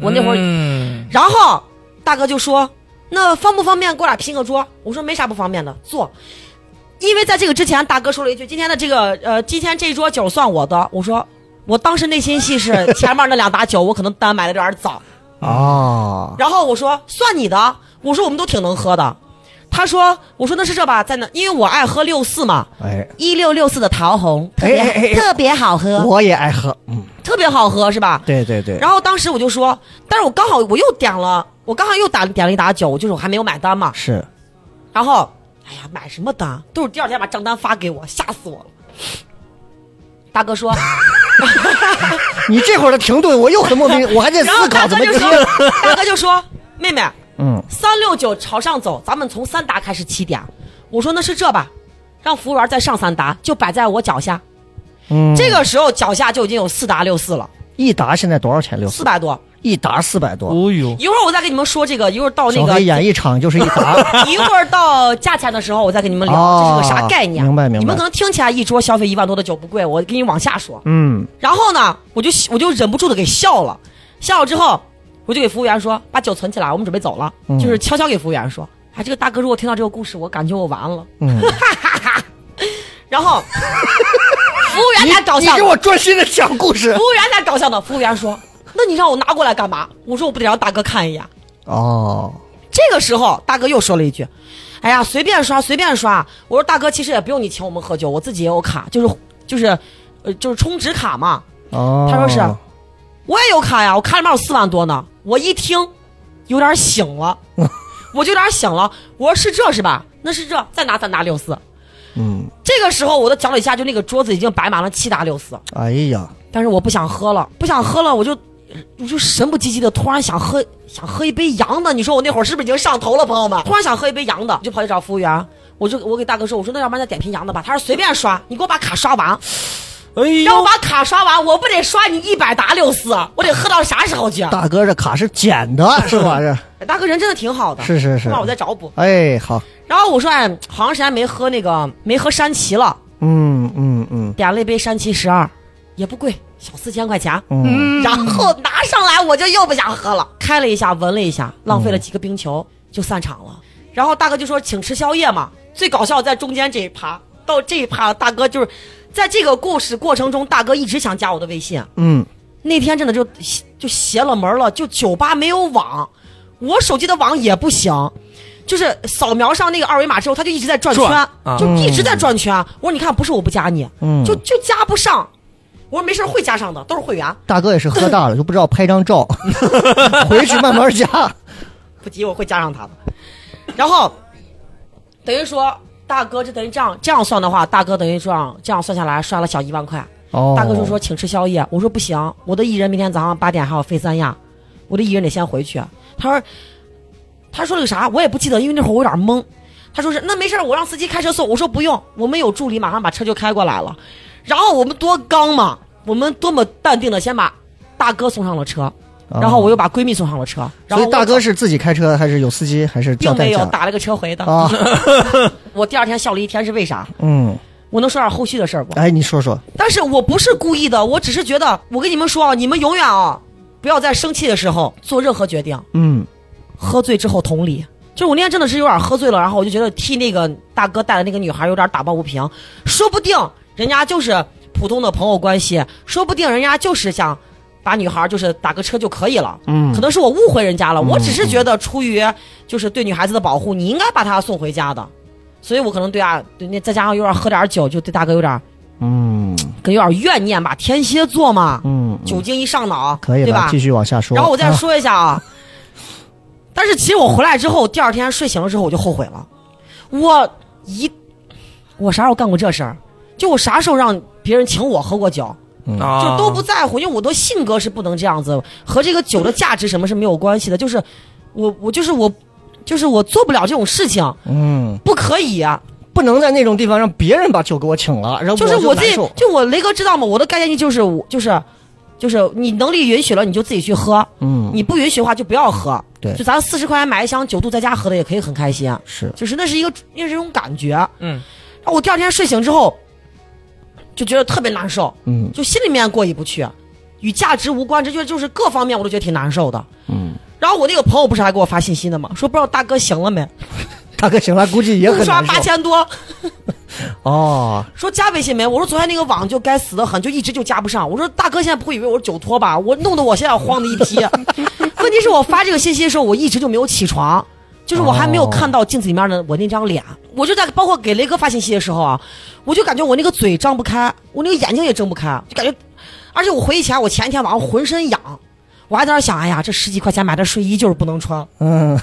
我那会儿，嗯，然后大哥就说，那方不方便给我俩拼个桌？我说没啥不方便的，坐。因为在这个之前，大哥说了一句：“今天的这个呃，今天这一桌酒算我的。”我说，我当时内心戏是前面那两打酒我可能单买的有点早，啊，然后我说算你的，我说我们都挺能喝的。他说，我说那是这吧，在那，因为我爱喝六四嘛，哎，一六六四的桃红，特别、哎哎哎特别好喝，我也爱喝，嗯，特别好喝是吧？对对对，然后当时我就说，但是我刚好我又点了，我刚好又打点了一打酒，就是我还没有买单嘛。是然后，哎呀，买什么单？都是第二天把账单发给我，吓死我了。大 哥说，你这会儿的停顿，我又很莫 名，我还在然后思大考怎哥么就接。说， 大哥就说，妹妹，嗯，三六九朝上走，咱们从三达开始起点。我说那是这吧，让服务员再上三达，就摆在我脚下。嗯这个时候脚下就已经有四达六四了，一打现在多少钱？六四百多。一打四百多。哦呦，一会儿我再跟你们说这个，一会儿到那小个黑演一场就是一 打，一会儿到价钱的时候，我再跟你们聊、哦这是个啥概念。啊明白明白你们可能听起来一桌消费一万多的酒不贵，我给你往下说。嗯，然后呢，我就我就忍不住的给笑了。笑了之后，我就给服务员说：“把酒存起来，我们准备走了。嗯就是悄悄给服务员说：“啊，这个大哥如果听到这个故事，我感觉我完了。嗯 然后服务员才搞你笑给呢，我专心的讲故事服务员才搞笑呢。服务员说：“那你让我拿过来干嘛？”我说：“我不得让大哥看一眼。”哦，这个时候，大哥又说了一句：“哎呀，随便刷，随便刷。”我说：“大哥，其实也不用你请我们喝酒，我自己也有卡，就是就是，呃，就是充值卡嘛。哦，他说是啊我也有卡呀，我卡里面有四万多呢。”我一听，有点醒了，我就有点醒了。我说：“是这是吧？那是这，再拿再拿六四。嗯，”这个时候，我的脚底下就那个桌子已经摆满了七打六四，哎呀，但是我不想喝了，不想喝了，我就我就神不唧唧的，突然想喝想喝一杯洋的。你说我那会儿是不是已经上头了，朋友们？突然想喝一杯洋的，我就跑去找服务员，我就我给大哥说，我说那要不然再点瓶洋的吧。他说随便刷，你给我把卡刷完，哎让我呦，把卡刷完，我不得刷你一百打六四，我得喝到啥时候去？大哥这卡是捡的，是 吧？这大哥人真的挺好的，是是是那我再找补。哎好，然后我说哎，好长时间没喝那个没喝山崎了，嗯嗯嗯点了一杯山崎十二，也不贵，小四千块钱。嗯，然后拿上来我就又不想喝了，嗯开了一下，闻了一下，浪费了几个冰球、就散场了。然后大哥就说请吃宵夜嘛，最搞笑在中间这一趴，到这一趴大哥就是在这个故事过程中，大哥一直想加我的微信，啊嗯，那天真的就就邪了门了，就酒吧没有网，我手机的网也不行。就是扫描上那个二维码之后，他就一直在转圈，转啊就一直在转圈。我说你看，不是我不加你，嗯就就加不上。我说没事儿会加上的，都是会员，大哥也是喝大了，就不知道拍张 照，回去慢慢加。不急，我会加上他的。然后等于说，大哥就等于这样这样算的话，大哥等于这样这样算下来刷了小一万块。哦， 大哥就说请吃宵夜，我说不行，我的艺人明天早上八点还要飞三亚，我的艺人得先回去。啊他说，他说了个啥，我也不记得，因为那会儿我有点懵。他说是那没事儿，我让司机开车送。我说不用，我们有助理，马上把车就开过来了。然后我们多刚嘛，我们多么淡定的先把大哥送上了车，啊然后我又把闺蜜送上了车。所然后以大我哥是自己开车还是有司机还是叫并代没有驾？打了个车回的。啊，我第二天笑了一天是为啥？嗯， 我能说点后续的事儿不？哎，你说说，但是我不是故意的，我只是觉得，我跟你们说啊，你们永远啊，不要在生气的时候做任何决定。嗯，喝醉之后同理，就是我那天真的是有点喝醉了，然后我就觉得替那个大哥带的那个女孩有点打抱不平，说不定人家就是普通的朋友关系，说不定人家就是想把女孩就是打个车就可以了。嗯可能是我误会人家了，我只是觉得出于就是对女孩子的保护，你应该把她送回家的。所以我可能对啊，对那再加上有点喝点酒，就对大哥有点嗯跟有点怨念吧，天蝎座嘛，嗯，酒精一上脑，可以对了吧，继？续往下说。然后我再啊，说一下啊，但是其实我回来之后，第二天睡醒了之后我就后悔了，我一我啥时候干过这事儿？就我啥时候让别人请我喝过酒？啊，就都不在乎，因为我的性格是不能这样子，和这个酒的价值什么是没有关系的。就是我我就是我就是我做不了这种事情，嗯，不可以、啊。不能在那种地方让别人把酒给我请了，然后就是我自己难受，就我雷哥知道吗？我的概念就是我就是就是你能力允许了，你就自己去喝；嗯，你不允许的话就不要喝。对就咱四十块钱买一箱酒度，在家喝的也可以很开心。啊是，就是那是一个那是一种感觉。嗯，然后我第二天睡醒之后，就觉得特别难受，嗯就心里面过意不去，啊与价值无关，这就就是各方面我都觉得挺难受的。 嗯，然后我那个朋友不是还给我发信息呢吗？说不知道大哥行了没，大哥醒来估计也误 很刷难八受。千多，哦，说加微信没？我说昨天那个网就该死的很，就一直就加不上。我说大哥现在不会以为我是酒托吧？我弄得我现在慌的一批。 问题是我发这个信息的时候，我一直就没有起床，就是我还没有哦看到镜子里面的我那张脸。我就在包括给雷哥发信息的时候啊，我就感觉我那个嘴张不开，我那个眼睛也睁不开，就感觉，而且我回忆起来，我前一天晚上浑身痒，我还在那想，哎呀，这十几块钱买的睡衣就是不能穿，嗯，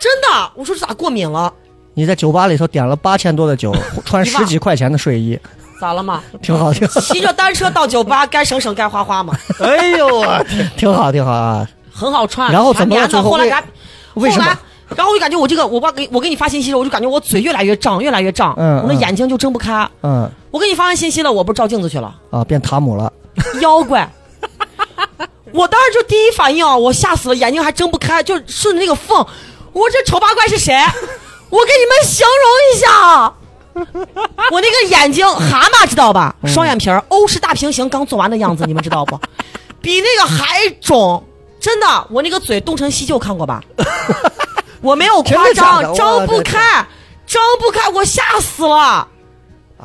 真的，我说这咋过敏了？你在酒吧里头点了八千多的 酒，穿十几块钱的睡衣，咋了嘛？挺好， 挺好，骑着单车到酒吧，该省省该花花嘛。哎呦我天， 挺好，挺好啊。很好穿，然后怎么了缠最绵的后后来为啥？为什么后来？然后我就感觉我这个，我爸给我给你发信息的时候，我就感觉我嘴越来越胀，越来越胀，嗯我的嗯眼睛就睁不开。嗯我给你发完信息了，我不是照镜子去了，啊，变塔姆了。 妖 怪！我当时就第一反应啊，我吓死了，眼睛还睁不开，就顺着那个缝，我这丑八怪 是谁？我给你们形容一下啊，我那个眼睛蛤蟆知道嗯吧？双眼皮儿，欧式大平行刚做完的样子，你们知 道不？比那个还肿，真的，我那个嘴东成西就看 过吧？我没有夸真的假的张，我张不的天开，张不开，我吓死了。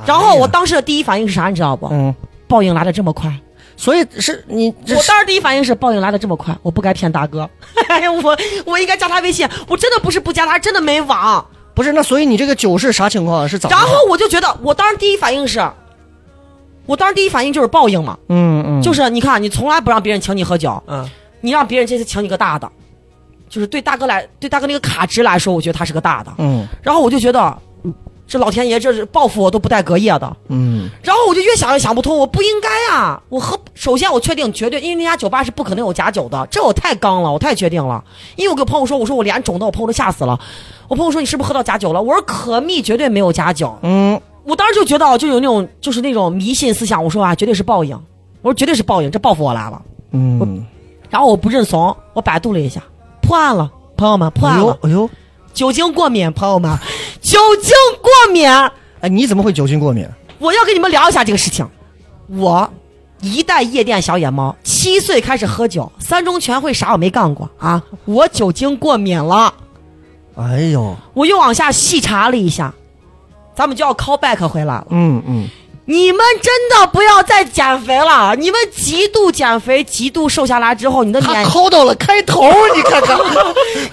然后我当时的第一反应是啥，你知道不？哎嗯，报应来的这么快。所以是你这我是当时第一反应是报应来的这么快，我不该骗大哥， 哎我我应该加他微信，我真的不是不加他，真的没网。不是那？所以你这个酒是啥情况？是咋的？然后我就觉得，我当时第一反应是，我当时第一反应就是报应嘛，嗯嗯，就是你看你从来不让别人请你喝酒，嗯你让别人这次请你个大的，就是对大哥来对大哥那个卡值来说，我觉得他是个大的。嗯然后我就觉得，这老天爷这是报复我都不带隔夜的。嗯然后我就越想越想不通，我不应该啊！我喝，首先我确定绝对，因为那家酒吧是不可能有假酒的，这我太刚了，我太确定了。因为我跟朋友说，我说我脸肿的，我朋友都吓死了。我朋友说你是不是喝到假酒了？我说可蜜绝对没有假酒。嗯，我当时就觉得就有那种就是那种迷信思想，我说啊，绝对是报应，我说绝对是报应，这报复我来了。嗯，然后我不认怂，我百度了一下，破案了，朋友们，破哎案呦了，哎呦，酒精过敏，朋友们，酒精过敏。哎，你怎么会酒精过敏？我要跟你们聊一下这个事情。我一代夜店小野猫，七岁开始喝酒，三中全会啥我没干过啊，我酒精过敏了。哎呦，我又往下细查了一下，咱们就要 call back 回来了。嗯嗯，你们真的不要再减肥了，你们极度减肥、极度瘦下来之后，你的他免抠到了开头，你看看，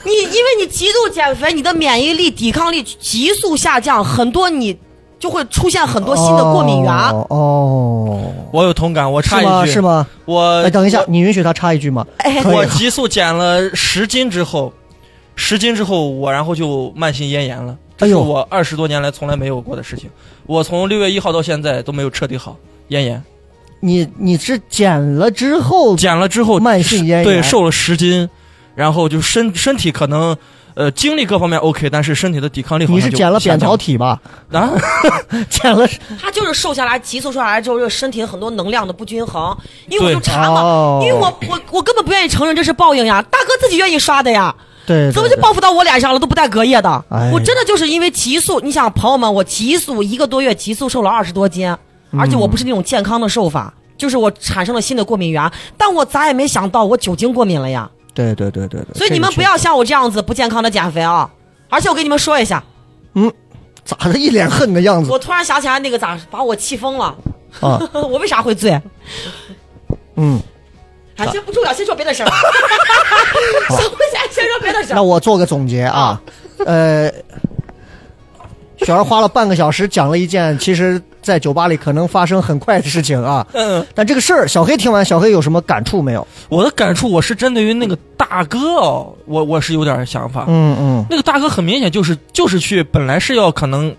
你因为你极度减肥，你的免疫力、抵抗力急速下降，很多你就会出现很 多新的过敏源。哦哦，我有同感，我插是一吗？句，呃是？吗？我哎，等一下，你允许他插一句吗？哎可以啊我急速减了十斤之后，十斤之后我然后就慢性咽炎了，这哎是呦我二十多年来从来没有过的事情。我从六月一号到现在都没有彻底好咽炎，你你是减了之后，减了之后慢性咽炎对瘦了十斤，然后就身身体可能呃精力各方面 OK，但是身体的抵抗力好像你是就减了扁下降桃体吧？啊？减了他就是瘦下来，急速瘦下来之后，这个身体很多能量的不均衡。因为我就对查嘛，哦因为我我我根本不愿意承认这是报应呀，大哥自己愿意刷的呀， 对，怎么对就报复到我脸上了，都不带隔夜的。哎我真的就是因为急速，你想朋友们，我急速一个多月急速瘦了二十多斤，嗯而且我不是那种健康的瘦法，就是我产生了新的过敏源，但我咋也没想到我酒精过敏了呀。对对对对对对，所以你们这个不要像我这样子不健康的减肥啊！而且我跟你们说一下，咋的一脸恨的样子我突然想起来那个咋把我气疯了， 啊？我为啥会醉？嗯，哎，这不重要，先说别的 事儿。 先先说别的事那儿。我做个总结啊，呃，雪儿花了半个小时讲了一件其实在酒吧里可能发生很快的事情啊， 嗯，但这个事儿小黑听完，小黑有什么感触没有？我的感触我是针对于那个大哥哦，我我是有点想法。嗯嗯，那个大哥很明显就是就是去本来是要可能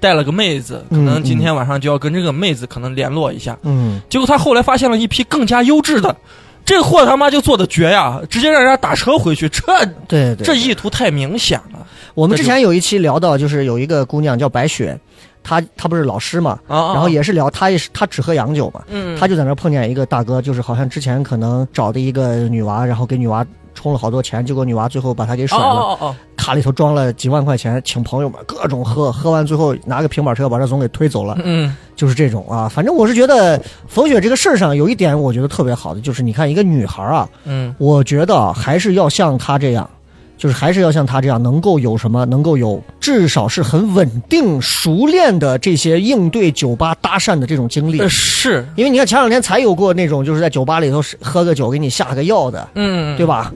带了个妹子，可嗯能今天晚上就要跟这个妹子可能联络一下，嗯，结果他后来发现了一批更加优质的，这货他妈就做的绝呀，直接让人家打车回去，这对对，这意图太明显了我们之前有一期聊到，就是有一个姑娘叫白雪，她她不是老师嘛，啊啊！然后也是聊她也是她只喝洋酒嘛，嗯，她就在那儿碰见一个大哥，就是好像之前可能找的一个女娃，然后给女娃充了好多钱，结果女娃最后把她给哦甩了。哦哦哦，卡里头装了几万块钱，请朋友们各种喝，喝完最后拿个平板车把这总给推走了，嗯，就是这种啊。反正我是觉得冯雪这个事儿上有一点我觉得特别好的，就是你看一个女孩啊，嗯我觉得啊还是要像她这样，就是还是要像她这样能够有什么，能够有至少是很稳定、熟练的这些应对酒吧搭讪的这种经历呃。是，因为你看前两天才有过那种就是在酒吧里头是喝个酒给你下个药的，嗯，对吧？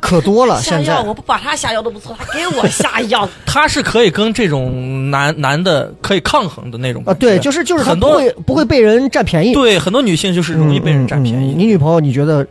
可多了，下现在药我不把他下药都不错，他给我下 药，他是可以跟这种男男的可以抗衡的那种啊，对，就是就是他很不多会不会被人占便宜，对很多女性就是容易被人占嗯嗯便宜嗯，你嗯女朋友你觉得，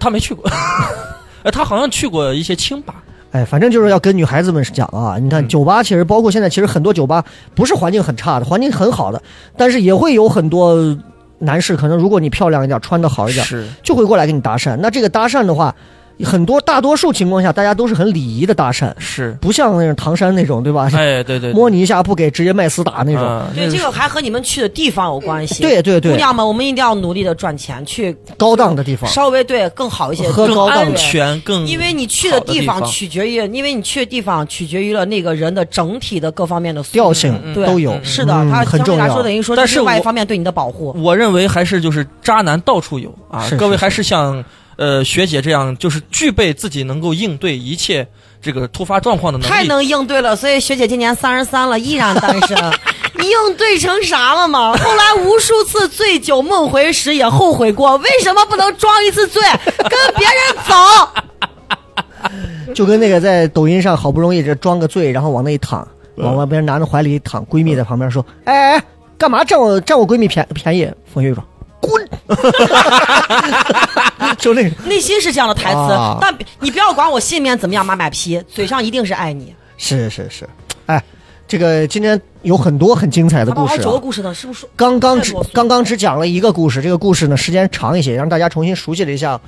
他没去过， 呃，他好像去过一些清吧，哎，反正就是要跟女孩子们讲啊，你看酒吧其实包括现在，其实很多酒吧不是环境很差的，环境很好的，但是也会有很多男士，可能如果你漂亮一点，穿的好一点，是就会过来跟你搭讪。那这个搭讪的话，很多大多数情况下，大家都是很礼仪的搭讪，是，不像那种唐山那种，对吧？哎，对 对，摸你一下不给，直接卖死打那种。啊对这个还和你们去的地方有关系。对对对姑娘们，我们一定要努力的赚钱，去高档的地方，稍微对更好一些，喝更高档安更全全更，因为你去的的地方方取决于，因为你去的地方取决于了那个人的整体的各方面的素质调性嗯对都有，是的，嗯他很相对重来说要。等于说，但是另外一我方面对你的保护。我认为还是就是渣男到处有啊，是各位是还是像呃学姐这样，就是具备自己能够应对一切这个突发状况的能力。太能应对了，所以学姐今年三十三了，依然单 身。你应对成啥了嘛？后来无数次醉酒梦回时也后悔过，为什么不能装一次醉，跟别人走？ 就跟那个在抖音上好不容易这装个醉，然后往那一躺，往外边拿着怀里一躺，闺蜜在旁边说：“哎哎，干嘛占我占我闺蜜便便宜？”冯玉说：“滚！”就那种内心是这样的台词，啊但你不要管我心里面怎么样，妈卖批，嘴上一定是爱你。是是是，哎，这个今天有很多很精彩的咱们故还事、有九个啊。故事呢，是不是说？刚刚只太啰嗦了刚刚只讲了一个故事，这个故事呢时间长一些，让大家重新熟悉了一下。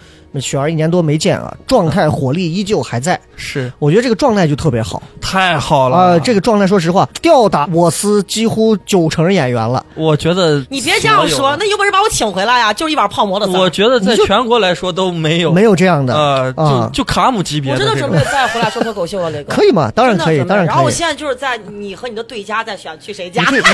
雪儿一年多没见啊，状态火力依旧还在，是我觉得这个状态就特别好太好了啊、这个状态说实话吊打我司几乎九成演员了。我觉得你别这样所啊说，有的那有本事把我请回来呀、就是一碗泡馍的事儿。我觉得在你就全国来说都没有没有这样的呃，啊就就卡姆级别我真的的这准种备。再回来说脱口秀了，雷哥。可以吗？当然可以，真的准备当然然后可我以。现在就是在你和你的对家在选去谁家你。去，你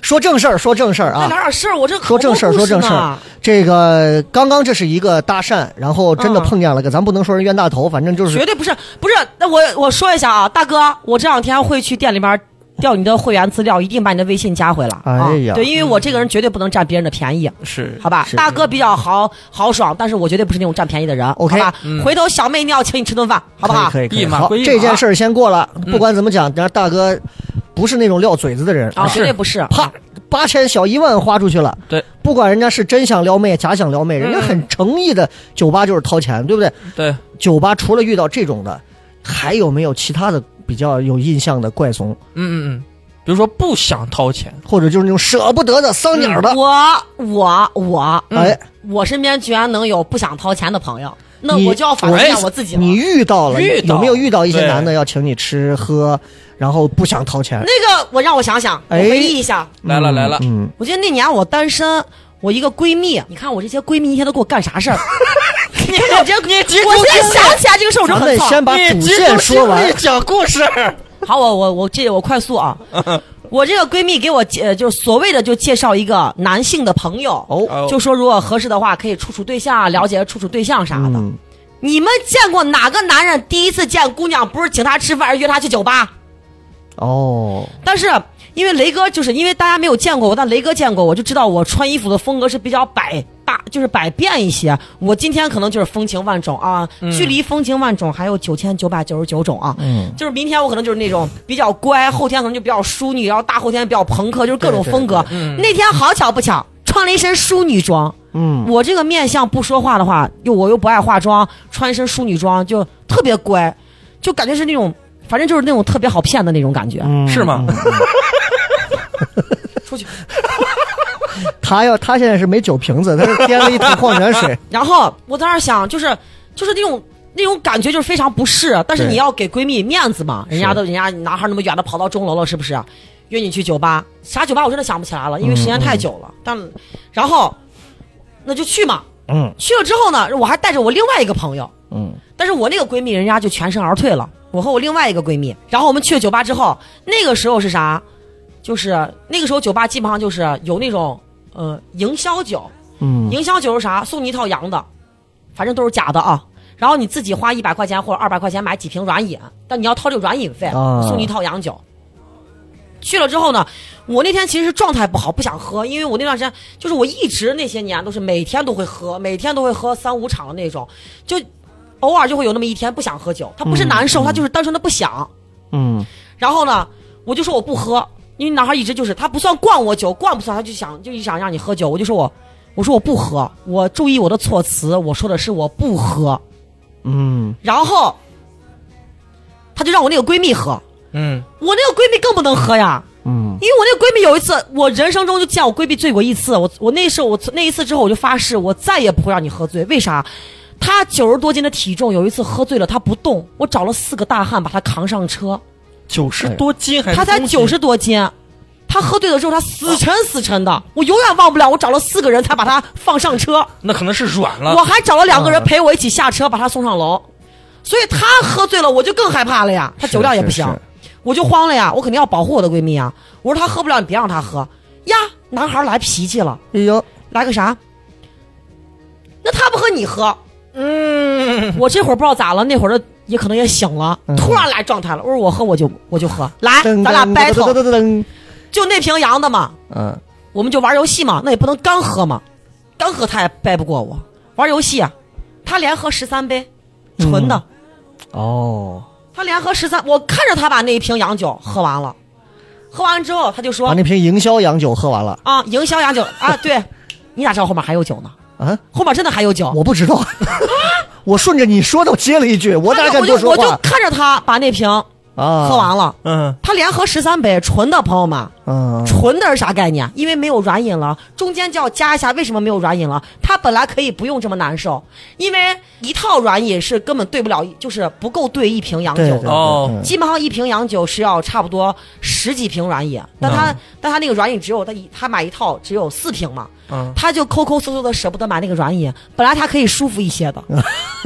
说正事儿，说正事儿再啊聊，点事儿，我这说正事儿，好多说故事正事儿呢。这个刚刚这是一个搭讪，然后真的嗯碰见了个，咱不能说人冤大头，反正就是绝对不是不是。那我我说一下啊，大哥，我这两天会去店里面调你的会员资料，一定把你的微信加回来。啊哎呀对，因为我这个人绝对不能占别人的便宜。 是好吧是，大哥比较豪豪爽，但是我绝对不是那种占便宜的人。 OK，嗯好吧，回头小妹一定要请你吃顿饭，好不好？可以可以可一以。码好归，一码这件事儿先过了，不管怎么讲，咱大哥不是那种撂嘴子的人，啊，是绝对不是，啪，八千小一万花出去了。对，不管人家是真想撩妹，假想撩妹，人家很诚意的酒吧就是掏钱，对不对？对，酒吧除了遇到这种的，还有没有其他的比较有印象的怪怂，嗯嗯嗯，比如说不想掏钱，或者就是那种舍不得的丧鸟的？我我嗯我，嗯哎，我身边居然能有不想掏钱的朋友，那你我就要反哎省我自己了。你遇到了遇到有没有遇到一些对男的要请你吃喝，然后不想掏钱？那个，我让我想想，我哎回忆一下，来了来了，嗯，我记得那年我单身，我一个闺蜜，你看我这些闺蜜一天都给我干啥 事儿？你我这我现在想起来这个事儿，我就咱很们操。先把主线说完。讲故事，好，我我我这我快速啊， 我这个闺蜜给我介，就是所谓的就介绍一个男性的朋友，哦，就说如果合适的话，可以处处对象啊，了解处处对象啥的。嗯，你们见过哪个男人第一次见姑娘不是请她吃饭，而约她去酒吧？哦，但是因为雷哥，就是因为大家没有见过我，但雷哥见过，我就知道我穿衣服的风格是比较百大，就是百变一些。我今天可能就是风情万种啊，距离风情万种还有九千九百九十九种啊。嗯，就是明天我可能就是那种比较乖，后天可能就比较淑女，然后大后天比较朋克，就是各种嗯对对风格。那天好巧不巧，穿了一身淑女装。嗯，我这个面相不说话的话，又我又不爱化妆，穿一身淑女装就特别乖，就感觉是那种，反正就是那种特别好骗的那种感觉。嗯是吗？出去。他要他现在是没酒瓶子，他是掂了一桶矿泉水。然后我在那儿想，就是就是那种那种感觉就是非常不适，但是对你要给闺蜜面子嘛，人家都人家男孩那么远的跑到钟楼了，是不是？约你去酒吧，啥酒吧我真的想不起来了，因为时间太久了。但然后那就去嘛，嗯去了之后呢，我还带着我另外一个朋友，嗯，但是我那个闺蜜人家就全身而退了，我和我另外一个闺蜜，然后我们去了酒吧之后，那个时候是啥？就是那个时候酒吧基本上就是有那种呃营销酒，嗯营销酒是啥？送你一套洋的，反正都是假的啊。然后你自己花一百块钱或者二百块钱买几瓶软饮，但你要掏这个软饮费，啊送你一套洋酒。去了之后呢，我那天其实是状态不好，不想喝，因为我那段时间就是我一直那些年都是每天都会喝，每天都会喝三五场的那种，就偶尔就会有那么一天不想喝酒，他不是难受，他就是单纯的不想。嗯然后呢，我就说我不喝，因为男孩一直就是他不算灌我酒，灌不算，他就想就一直想让你喝酒。我就说我，我说我不喝，我注意我的措辞，我说的是我不喝。嗯，然后，他就让我那个闺蜜喝，嗯，我那个闺蜜更不能喝呀，嗯，因为我那个闺蜜有一次，我人生中就见我闺蜜醉过一次，我我那时候我从那一次之后我就发誓，我再也不会让你喝醉。为啥？她九十多斤的体重，有一次喝醉了，她不动，我找了四个大汉把她扛上车。九十多斤哎还是他才东西九十多斤，他喝醉了之后，他死沉死沉的，我永远忘不了。我找了四个人才把他放上车，啊那可能是软了我。还找了两个人陪我一起下车，把他送上楼。所以他喝醉了，我就更害怕了呀。他酒量也不行，是是我就慌了呀。我肯定要保护我的闺蜜啊。我说他喝不了，你别让他喝呀。男孩来脾气了，哎呦，来个啥？那他不喝你喝，嗯，我这会儿不知道咋了，那会儿的也可能也醒了，嗯突然来状态了。我说我喝我就我就喝，来咱俩噔 battle，噔噔噔噔噔就那瓶洋的嘛，嗯，我们就玩游戏嘛，那也不能干喝嘛，干喝他也掰不过我。玩游戏啊，他连喝十三杯，嗯纯的，哦，他连喝十三，我看着他把那一瓶洋酒喝完了，喝完之后他就把说那瓶营销洋酒喝完了啊，营销洋酒啊，对，你咋知道后面还有酒呢？啊？后面真的还有酒，我不知道， 我顺着你说的我接了一句，我哪反正敢我多就说我就话看着他把那瓶啊？喝完了，嗯，他连喝十三杯，纯的，朋友们。嗯，纯的是啥概念？因为没有软饮了，中间就要加一下。为什么没有软饮了？他本来可以不用这么难受，因为一套软饮是根本兑不了，就是不够兑一瓶洋酒对的。对对嗯哦对基本上一瓶洋酒是要差不多十几瓶软嗯饮，但他、但他那个软饮只有他一他买一套只有四瓶嘛，嗯他就抠抠搜搜的舍不得买那个软饮，本来他可以舒服一 些的，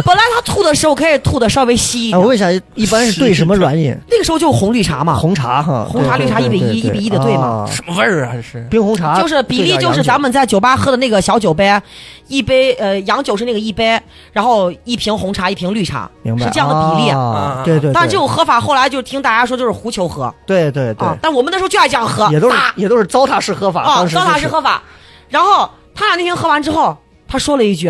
本来他吐的时候可以吐的稍微稀一哎，点，我问一下，一般是兑什么软饮？那个时候就是红绿茶嘛，红茶哈，啊红茶对绿茶对对一比一对一比一的兑嘛啊什么味儿啊？这是冰红茶就是比例兑点就是洋酒咱们在酒吧喝的那个小酒杯，一杯呃洋酒是那个一杯，然后一瓶红茶一瓶绿茶，明白是这样的比例。啊对对，对但这种喝法后来就听大家说就是胡球喝对对对啊，，但我们那时候就爱这样喝，也都是大也都是糟蹋式喝法，啊当时糟就蹋是式喝法。然后他俩那天喝完之后，他说了一句：“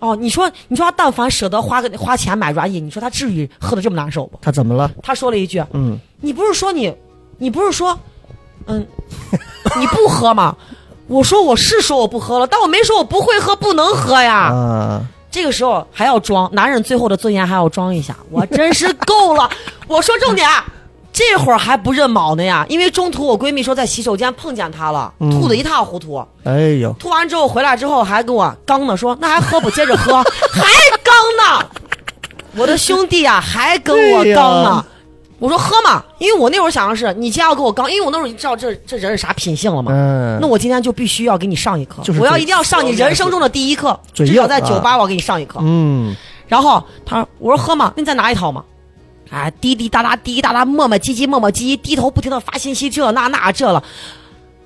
哦，你说你说他但凡舍得花个花钱买软饮，你说他至于喝的这么难受不他怎么了？？”他说了一句嗯，：“你不是说你你不是说，嗯，你不喝吗？我说我是说我不喝了，但我没说我不会喝，不能喝呀。啊，这个时候还要装，男人最后的尊严还要装一下，我真是够了。我说重点，啊这会儿还不认毛呢呀，因为中途我闺蜜说在洗手间碰见他了，吐的一塌糊涂。哎呦，吐完之后回来之后还跟我刚呢，说那还喝不？接着 喝，还刚呢。我的兄弟呀、还跟我刚对呢呀。我说喝嘛，因为我那会儿想的是你既要跟我刚，因为我那会儿已经知道这这人是啥品性了嘛。嗯那我今天就必须要给你上一课，就是我要嘴一定要上你人生中的第一课，嘴至少硬在酒吧啊我要给你上一课。嗯，然后他说：“我说喝嘛，那你再拿一套嘛。”哎，滴滴答答，滴滴答答，磨磨唧唧，磨磨唧唧，低头不停的发信息，这那那这了。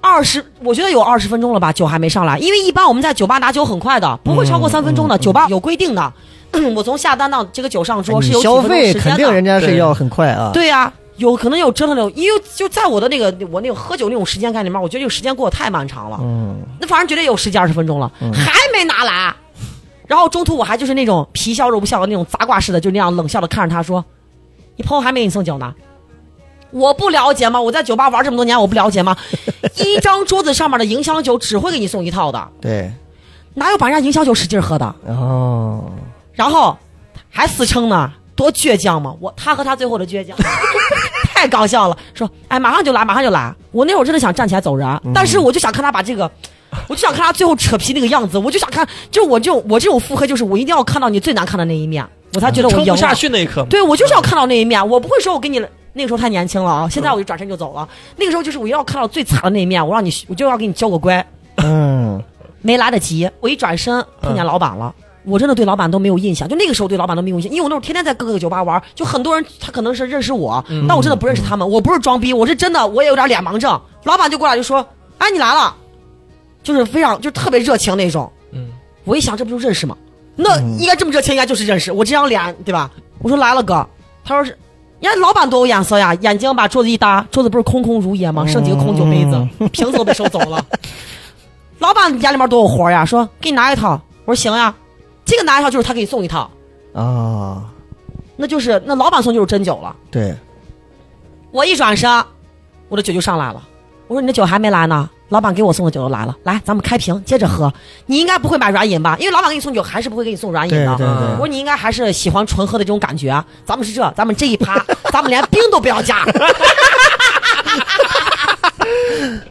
二十，我觉得有二十分钟了吧，酒还没上来，因为一般我们在酒吧拿酒很快的，不会超过三分钟嗯的。酒吧有规定的， 我从下单到这个酒上桌是哎你有几消分钟费时肯间定的人。家是要很快啊，对呀、有可能有折腾的，因为就在我的那个我那个喝酒那种时间概念里面，我觉得这个时间过得太漫长了。嗯，那反正绝对有十几二十分钟了，还没拿来。然后中途我还就是那种皮笑肉不笑的那种杂挂式的，就那样冷笑的看着他说：“你朋友还没给你送酒呢？”我不了解吗？我在酒吧玩这么多年，我不了解吗？ 一张桌子上面的迎香酒只会给你送一套的，对，哪有把人家迎香酒使劲喝的？哦，然后还死撑呢，多倔强嘛！我他和他最后的倔强， 太搞笑了。说，哎，马上就来，马上就来。我那会儿真的想站起来走人，啊嗯但是我就想看他把这个，我就想看他最后扯皮那个样子，我就想看，就我这种我这种腹黑，就是我一定要看到你最难看的那一面，我才觉得我撑赢不了。下去那一刻嘛，对我就是要看到那一面，我不会说我跟你那个时候太年轻了啊，现在我就转身就走了。那个时候就是我要看到最惨的那一面，我让你我就要给你交个乖。嗯，没来得及，我一转身碰见老板了。我真的对老板都没有印象，就那个时候对老板都没有印象，因为我那会儿天天在各个酒吧玩，就很多人他可能是认识我，但我真的不认识他们，我不是装逼，我是真的，我也有点脸盲症。老板就过来就说：“哎，你来了。”就是非常就是特别热情那种。嗯，我一想这不就认识吗？嗯那应该这么热情，应该就是认识。我这张脸对吧？我说来了哥，他说是，人家老板多有眼色呀，眼睛把桌子一搭，桌子不是空空如也嗯吗？剩几个空酒杯子，瓶子都被收走了。 老板家里面多有活呀，说给你拿一套，我说行呀，这个拿一套就是他给你送一套，啊，那就是那老板送就是真酒了。对，我一转身，我的酒就上来了。我说你的酒还没来呢，老板给我送的酒都来了，来咱们开瓶接着喝。你应该不会买软饮吧？因为老板给你送酒还是不会给你送软饮的。对对对我说你应该还是喜欢纯喝的这种感觉。啊咱们是这，咱们这 一趴，咱们连冰都不要加。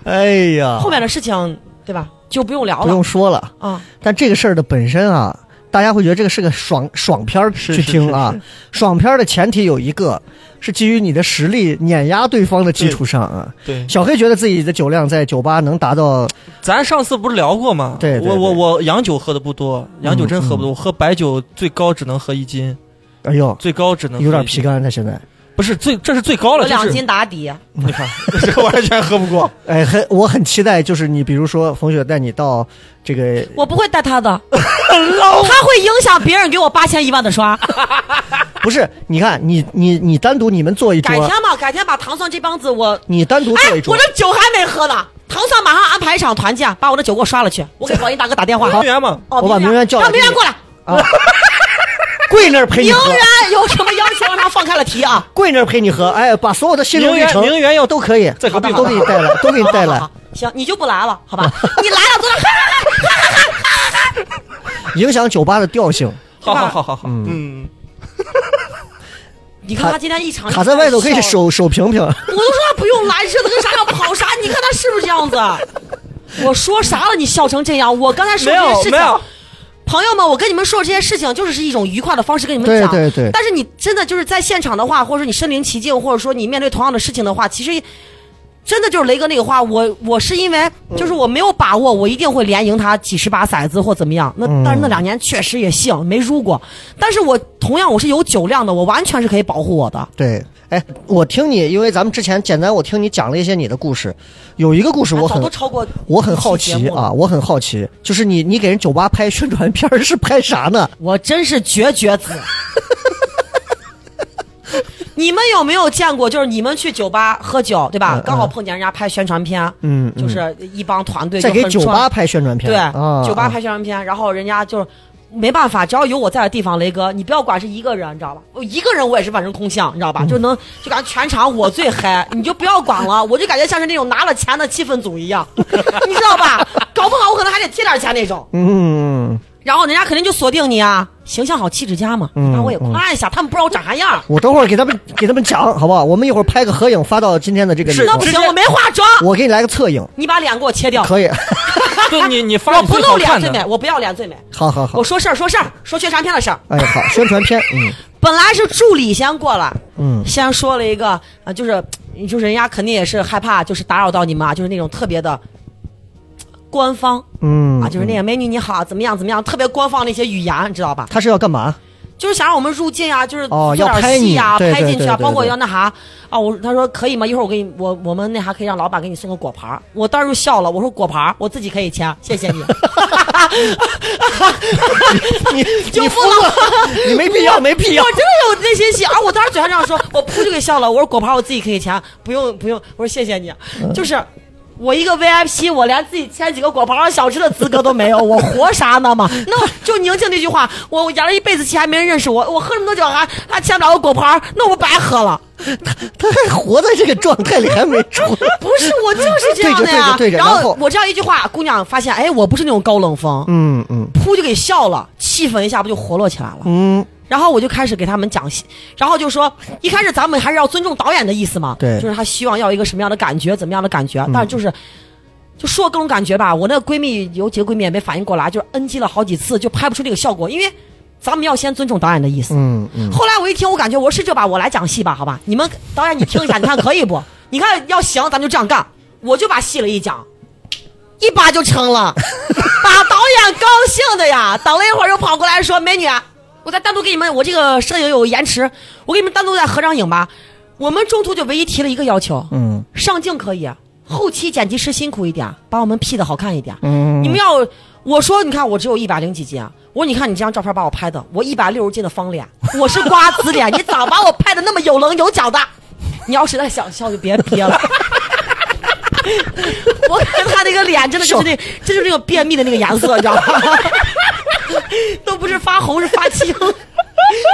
哎呀后，面的事情对吧？就不用聊不了用说了。啊。但这个事儿的本身啊，大家会觉得这个是个爽爽片儿去听啊。爽片儿的前提有一个是基于你的实力碾压对方的基础上啊。对，小黑觉得自己的酒量在酒吧能达到，咱上次不是聊过吗？对对我我对嗯我洋酒喝的不多，洋酒真喝不多，我喝白酒最高只能喝一斤，哎呦，最高只能有点喝一皮斤，干他现在。不是最这是最高我了，就两是斤打底，你 看这个完全喝不 过，哎，很我很期待，就是你比如说冯雪带你到这个，我不会带 他的，他会影响别人给我八千一万 的刷。不是，你看你你你单独你们坐一改桌天，吧，改天把糖蒜这帮子我你单独哎坐一，桌我，这酒还没喝呢，糖蒜马上安排一场团建，把我的酒给我刷 了去。我给王一大哥打电话，名媛嘛，哦，我把明明媛叫来让明媛过来。跪那儿陪你明喝，媛有什么要求，让他放开了提啊。跪那儿陪你喝，哎，把所有的心路历程名媛名媛要都可以，在隔壁都给你带来， 都给你带 好来好。好行，你就不来了， 好吧？你来了，坐那儿嗨嗨嗨影响酒吧的调性。好吧好好好好，嗯，你看他今天一场卡在外头可以收。手手平平，我都说他不用来，这的跟啥要跑啥？你看他是不是这样子？我说啥了？你笑成这样？我刚才说没这些有事没情，有，朋友们，我跟你们说这些事情，就是是一种愉快的方式跟你们讲。对对对但是你真的就是在现场的话，或者说你身临其境，或者说你面对同样的事情的话，其实真的就是雷哥那个话，我我是因为嗯就是我没有把握，我一定会连赢他几十把骰子或怎么样。那嗯但是那两年确实也幸没输过，但是我同样我是有酒量的，我完全是可以保护我的。对，哎，我听你，因为咱们之前简单我听你讲了一些你的故事，有一个故事我哎早很都超过我很好一期奇节目了啊，我很好奇，就是你你给人酒吧拍宣传片儿是拍啥呢？我真是绝绝子。 你们有没有见过？就是你们去酒吧喝酒，对吧？嗯嗯刚好碰见人家拍宣传片，嗯嗯就是一帮团队在就给很酒壮吧拍宣传片？对、啊，酒吧啊拍宣传片，然后人家就是没办法，只要有我在的地方，雷哥，你不要管是一个人，你知道吧？我一个人我也是反正空巷，你知道嗯吧？就能就感觉全场我最嗨，你就不要管了，我就感觉像是那种拿了钱的气氛组一样， 你知道吧？搞不好我可能还得贴点钱那种。嗯，然后人家肯定就锁定你啊，形象好，气质佳嘛。嗯那我也夸一下，他们不知道我长啥样儿，我等会儿给他们给他们讲，好不好？我们一会儿拍个合影发到今天的这个里头。那不直行，接我没化妆，我给你来个侧影，你把脸给我切掉，可以。 就你你发我你不最露好脸看最美，的，我不要脸最美。好好好我，说事儿说事儿，说宣传片的事儿。哎，好，宣传 片，嗯本来是助理先过来，嗯先说了一个啊、呃就是就是人家肯定也是害怕，就是打扰到你们啊，就是那种特别的官方嗯啊，就是那个美女你好，怎么样怎么样，特别官方那些语言，你知道吧？他是要干 嘛？就是想让我们入境啊，就是哦要做拍点你戏啊，对对进去对对啊，包括对要那啥啊，我他说可以吗？一会儿我给你，我我们那啥可以让老板给你送个果盘儿我当时就笑了，我说果盘儿我自己可以签，谢谢你。 你就你不了， 你没必要，没必 要我。真的有内心戏啊！我当时嘴上这样说，我噗就给笑了。我说果盘我自己可以签，不用不用。我说谢谢你，嗯就是我一个 VIP，我连自己签几个果盘小吃的资格都没有，我活啥呢嘛？ 那我就宁静那句话，我我演了一辈子戏还没人认识我，我喝这么多酒还还签不了个果盘，那我不白喝了。他还活在这个状态里，还没出来。不是，我就是这样的呀。对着对着对着然然后我这样一句话，姑娘发现，哎，我不是那种高冷风，嗯嗯噗就给笑了，气氛一下不就活络起来了？嗯，然后我就开始给他们讲戏，然后就说一开始咱们还是要尊重导演的意思嘛，对嗯就是他希望要一个什么样的感觉，怎么样的感觉，但是就是。就说各种感觉吧，我那个闺蜜有几个闺蜜也没反应过来，就是 NG 了好几次，就拍不出这个效果，因为咱们要先尊重导演的意思。嗯嗯后来我一听，我感觉我是这吧，我来讲戏吧，好吧？你们导演你听一下，你看可以 不？你看要行，咱就这样干。我就把戏了一讲，一把就成了， 把导演高兴的呀。等了一会儿又跑过来说：“美女，啊我再单独给你们，我这个摄影有延迟，我给你们单独再合张影吧。”我们中途就唯一提了一个要求，嗯，上镜可以，后期剪辑师辛苦一点，把我们 P 的好看一点。嗯你们要我说，你看我只有一百零几斤啊，我说你看你这张照片把我拍的，我一百六十斤的方脸，我是瓜子脸，你咋把我拍的那么有棱有角的？ 你要实在想笑就别憋了。我看他那个脸真的就是那，这就是那个便秘的那个颜色，你知道吗？ 都不是发红是发青。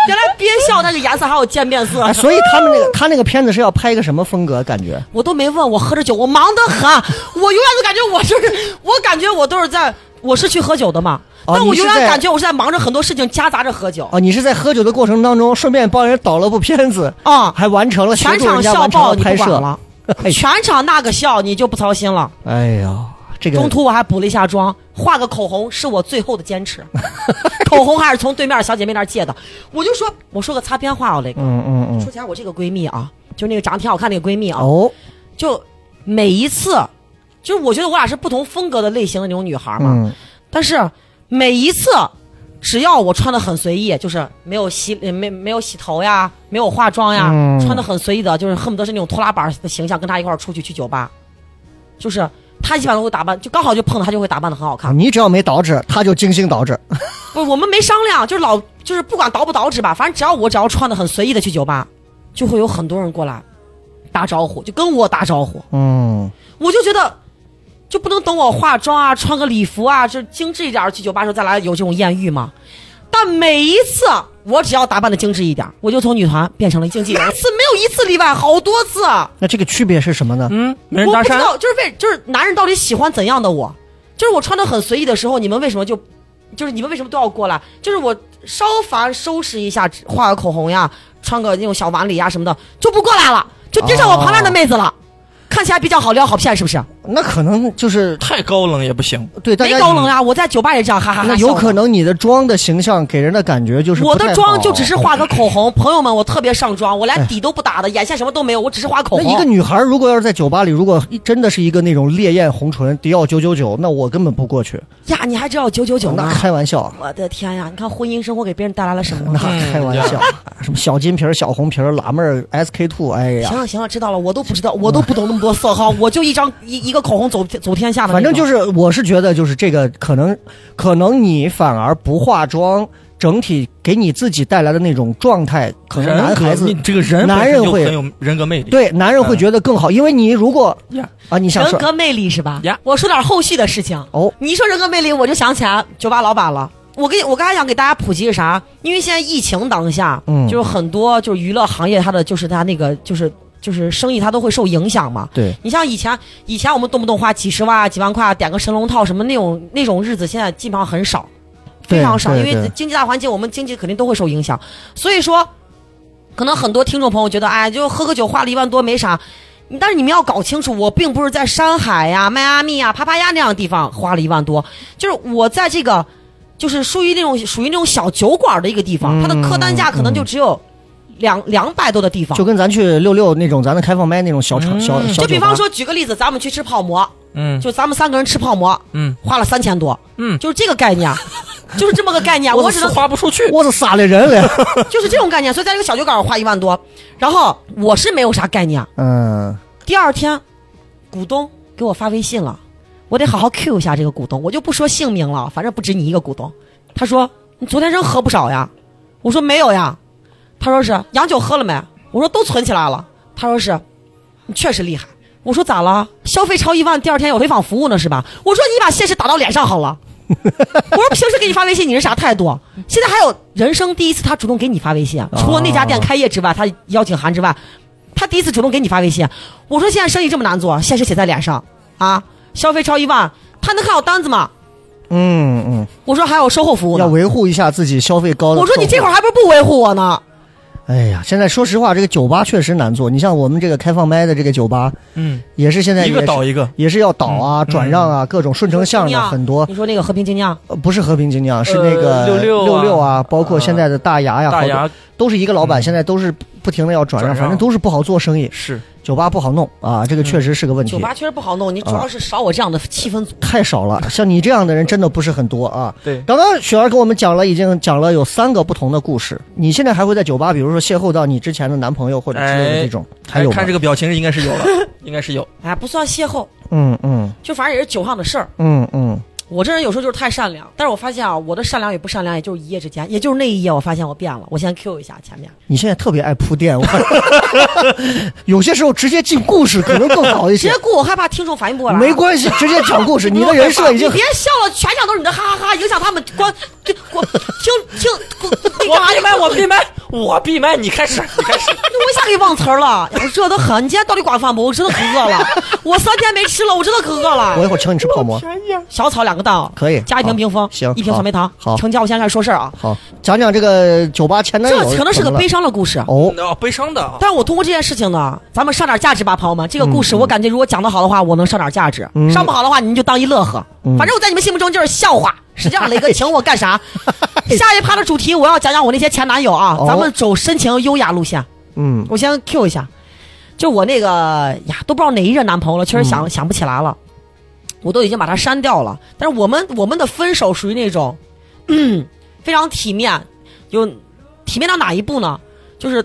原来憋笑那个颜色还有渐变色，哎，所以他们那个他那个片子是要拍一个什么风格？感觉我都没问，我喝着酒，我忙得很，我永远都感觉我就是，我感觉我都是在，我是去喝酒的嘛，哦但我你是永远在感觉我是在忙着很多事情，夹杂着喝酒。哦，你是在喝酒的过程当中顺便帮人导了部片子啊哦还完成了全协助场人家笑完成爆，了 你拍不管摄了。哎呀全场那个笑，你就不操心了。哎呀，这个中途我还补了一下妆，画个口红是我最后的 坚持，口红还是从对面小姐妹那儿借的。我就说，我说个擦边话哦，雷哥，嗯嗯嗯说起来我这个闺蜜啊，就那个长得挺好看那个闺蜜啊，哦就每一次，就是我觉得我俩是不同风格的类型的那种女孩嘛，嗯但是每一次，只要我穿的很随意，就是没有洗呃没没有洗头呀，没有化妆呀，嗯穿的很随意的，就是恨不得是那种拖拉板的形象，跟她一块儿出去去酒吧，就是她基本上都会打扮，就刚好就碰到她就会打扮的很好看啊，。你只要没导致，他就精心导致。不是我们没商量，就是老就是不管捯不捯饬吧，反正只要我只要穿的很随意的去酒吧，就会有很多人过来打招呼，就跟我打招呼。嗯，我就觉得就不能等我化妆啊，穿个礼服啊，就是精致一点儿去酒吧时候再来有这种艳遇吗？但每一次我只要打扮的精致一点儿，我就从女团变成了经纪人，是没有一次例外，好多次。那这个区别是什么呢？嗯，没人我搭不知讪，道，就是为就是男人到底喜欢怎样的我？就是我穿的很随意的时候，你们为什么就，就是你们为什么都要过来？就是我稍凡收拾一下，画个口红呀，穿个那种小晚礼呀什么的，就不过来了，就盯上我旁边哦的妹子了，看起来比较好撩好骗，是不是？那可能就是太高冷也不行。对大没家高冷呀，我在酒吧也这样，哈哈哈。那有可笑能你的妆的形象给人的感觉就是我。我不的太妆好啊就只是画个口红，朋友们，我特别上妆，我连底都不打的，眼线什么都没有，我只是画口哎那一个红。女孩如果要是在酒吧里，如果真的是一个那种烈焰红唇迪奥九九九，那我根本不过去。呀，你还知道九九九那呢？开玩笑，我的天呀，你看婚姻生活给别人带来了什么那？嗯开玩笑，嗯什么小金瓶儿、小红瓶儿、喇妹儿、SK two，哎行呀，了行了，知道了，我都不知道，我都不懂那么多 色号，我就一张一一个口红走走天下的那反种。正就是，我是觉得就是这个可能，可能你反而不化妆，整体给你自己带来的那种状态，可能男人格孩子你这个人男人本身就会很有人格魅力。对男人会觉得更好，因为你如果嗯呀，啊，你想人说格魅力是吧呀我说点后续的事情。哦你一说人格魅力，我就想起来酒吧老板了。我给我刚才想给大家普及是啥？因为现在疫情当下，嗯就是很多就是娱乐行业，它的就是它那个就是就是生意，它都会受影响嘛。对，你像以前以前我们动不动花几十万啊、几万块啊点个神龙套什么那种那种日子，现在基本上很少，对非常少，对因为对经济大环境，我们经济肯定都会受影响。所以说，可能很多听众朋友觉得，哎，就喝个酒花了一万多没啥。但是你们要搞清楚，我并不是在上海呀、迈阿密呀、帕帕亚那样的地方花了一万多，就是我在这个，就是属于那种属于那种小酒馆的一个地嗯方，它的客单价可能就只有两两百多的地方就。跟咱去六六那种咱的开放麦那种小场、小小就比方酒吧说，举个例子，咱们去吃泡馍，嗯就咱们三个人吃泡馍，嗯花了三千多，嗯，就是这个概 念，就是这么个概念。我只能花不出去。我是傻的人 嘞，就是这种概念，所以在这个小酒馆花一万多，然后我是没有啥概念。嗯，第二天，股东给我发微信了，我得好好 Q 一下这个股东，我就不说姓名了，反正不止你一个股东。他说你昨天真喝不少呀，我说没有呀，他说是洋酒喝了没？我说都存起来了，他说是，你确实厉害。我说咋了？消费超一万，第二天有回访服务呢是吧？我说你把现实打到脸上好了。 我说平时给你发微信你是啥态度？现在还有人生第一次他主动给你发微信，啊哦除了那家店开业之外，他邀请函之外，他第一次主动给你发微信。啊我说现在生意这么难做，现实写在脸上啊！消费超一万，他能看我单子吗？嗯我说还有售后服务嗯，要呢。维护一下自己消费高的。我说你这会儿，还不是不维护我呢？哎呀，现在说实话，这个酒吧确实难做。你像我们这个开放麦的这个酒吧，嗯，也是现在一个也是倒一个也是要倒啊、嗯转让啊，各种顺成像精的酿很多，你说那个和平精酿，呃不是和平精酿，是那个呃66啊六六啊，包括现在的大牙呀，大好多牙嗯都是一个老板，现在都是不停的要转让，转让反正都是不好做生意，是酒吧不好弄啊，这个确实是个问题。嗯酒吧确实不好弄，你哦主要是少我这样的气氛组。太少了，像你这样的人真的不是很多啊。对刚刚雪儿跟我们讲了，已经讲了有三个不同的故事。你现在还会在酒吧，比如说邂逅到你之前的男朋友或者之类的这种， 还有吗哎看这个表情应该是有了，应该是 有。哎，不算邂逅，嗯嗯就反正也是酒上的事儿。嗯嗯，我这人有时候就是太善良，但是我发现啊，我的善良与不善良，也就是一夜之间，也就是那一夜，我发现我变了。我先 Q 一下前面，你现在特别爱铺垫，我 有些时候直接进故事可能更好一直些 接。过我害怕听众反应不过来。没关系，直接讲故 事，你的人设已经你别笑了，全场都是你的哈哈哈，影响他们观对我听听我我闭麦，我闭麦，我闭麦，你开始，你开始。我一下给忘词儿了，哎我热得很。你今天到底管饭不？我真的可饿了，我三天没吃了，我真的可饿我一了。会儿请你吃泡 馍。小炒两个蛋啊，可以加一瓶好冰峰，行一瓶好草莓糖。好成交，我先开始说事儿啊。好，讲讲这个酒吧前男这友怎么了，可能是个悲伤的故事。哦。哦，悲伤 的啊，但是我通过这件事情呢，咱们上点价值吧，朋友们。这个故嗯事我感觉，如果讲得好的话，我能上点价值；上不好的话，你们就当一乐呵。嗯反正我在你们心目中就是笑 话。是这样，雷哥请我干啥？下一趴的主题我要讲讲我那些前男友啊，哦咱们走深情优雅路线。嗯，我先 Q 一下，就我那个呀，都不知道哪一任男朋友了，确实嗯想、想不起来了，我都已经把他删掉了。但是我们我们的分手属于那种，嗯，非常体面，有体面到哪一步呢？就是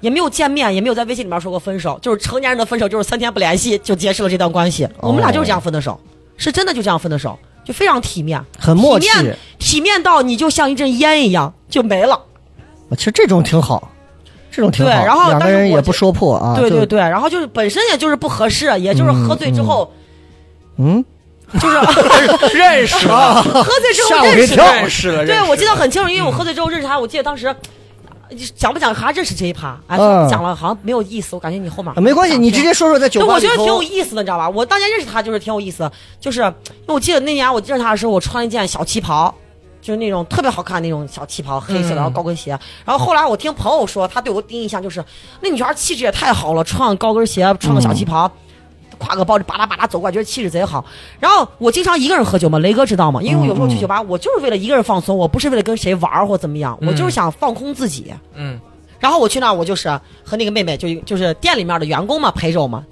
也没有见面，也没有在微信里面说过分手，就是成年人的分手，就是三天不联系就结束了这段关系。我们俩就是这样分的手，是真的就这样分的手，就非常体面，很默契体面体面到你就像一阵烟一样就没了。其实这种挺好，这种挺好，对然后两个但是人我也不这说破啊，对就对对，然后就是本身也就是不合适，也就是喝醉之后，嗯，就是认识 了，喝醉之吓后我一认识跳的。认识了。对，认识我记得了很清楚，因为我嗯喝醉之后认识他，我记得当时。讲不讲还认识这一趴？哎，嗯讲了好像没有意思，我感觉你后面 啊没关系，你直接说说在对，酒吧我里觉得挺有头，意思的，你知道吧？我当年认识他就是挺有意思的，就是因为我记得那年我认识他的时候，我穿了一件小旗袍，就是那种特别好看的那种小旗袍，黑色的，然嗯后高跟鞋。然后后来我听朋友说，他对我第一印象就是那女孩气质也太好了，穿个高跟鞋，穿个小嗯旗袍。挎个包，吧嗒吧嗒走过来，觉得气质贼好。然后我经常一个人喝酒嘛，雷哥知道吗？因为我有时候嗯去酒吧，我就是为了一个人放松，我不是为了跟谁玩儿或怎么样，我嗯就是想放空自己。嗯，然后我去那儿，我就是和那个妹妹就就是店里面的员工嘛陪着我们，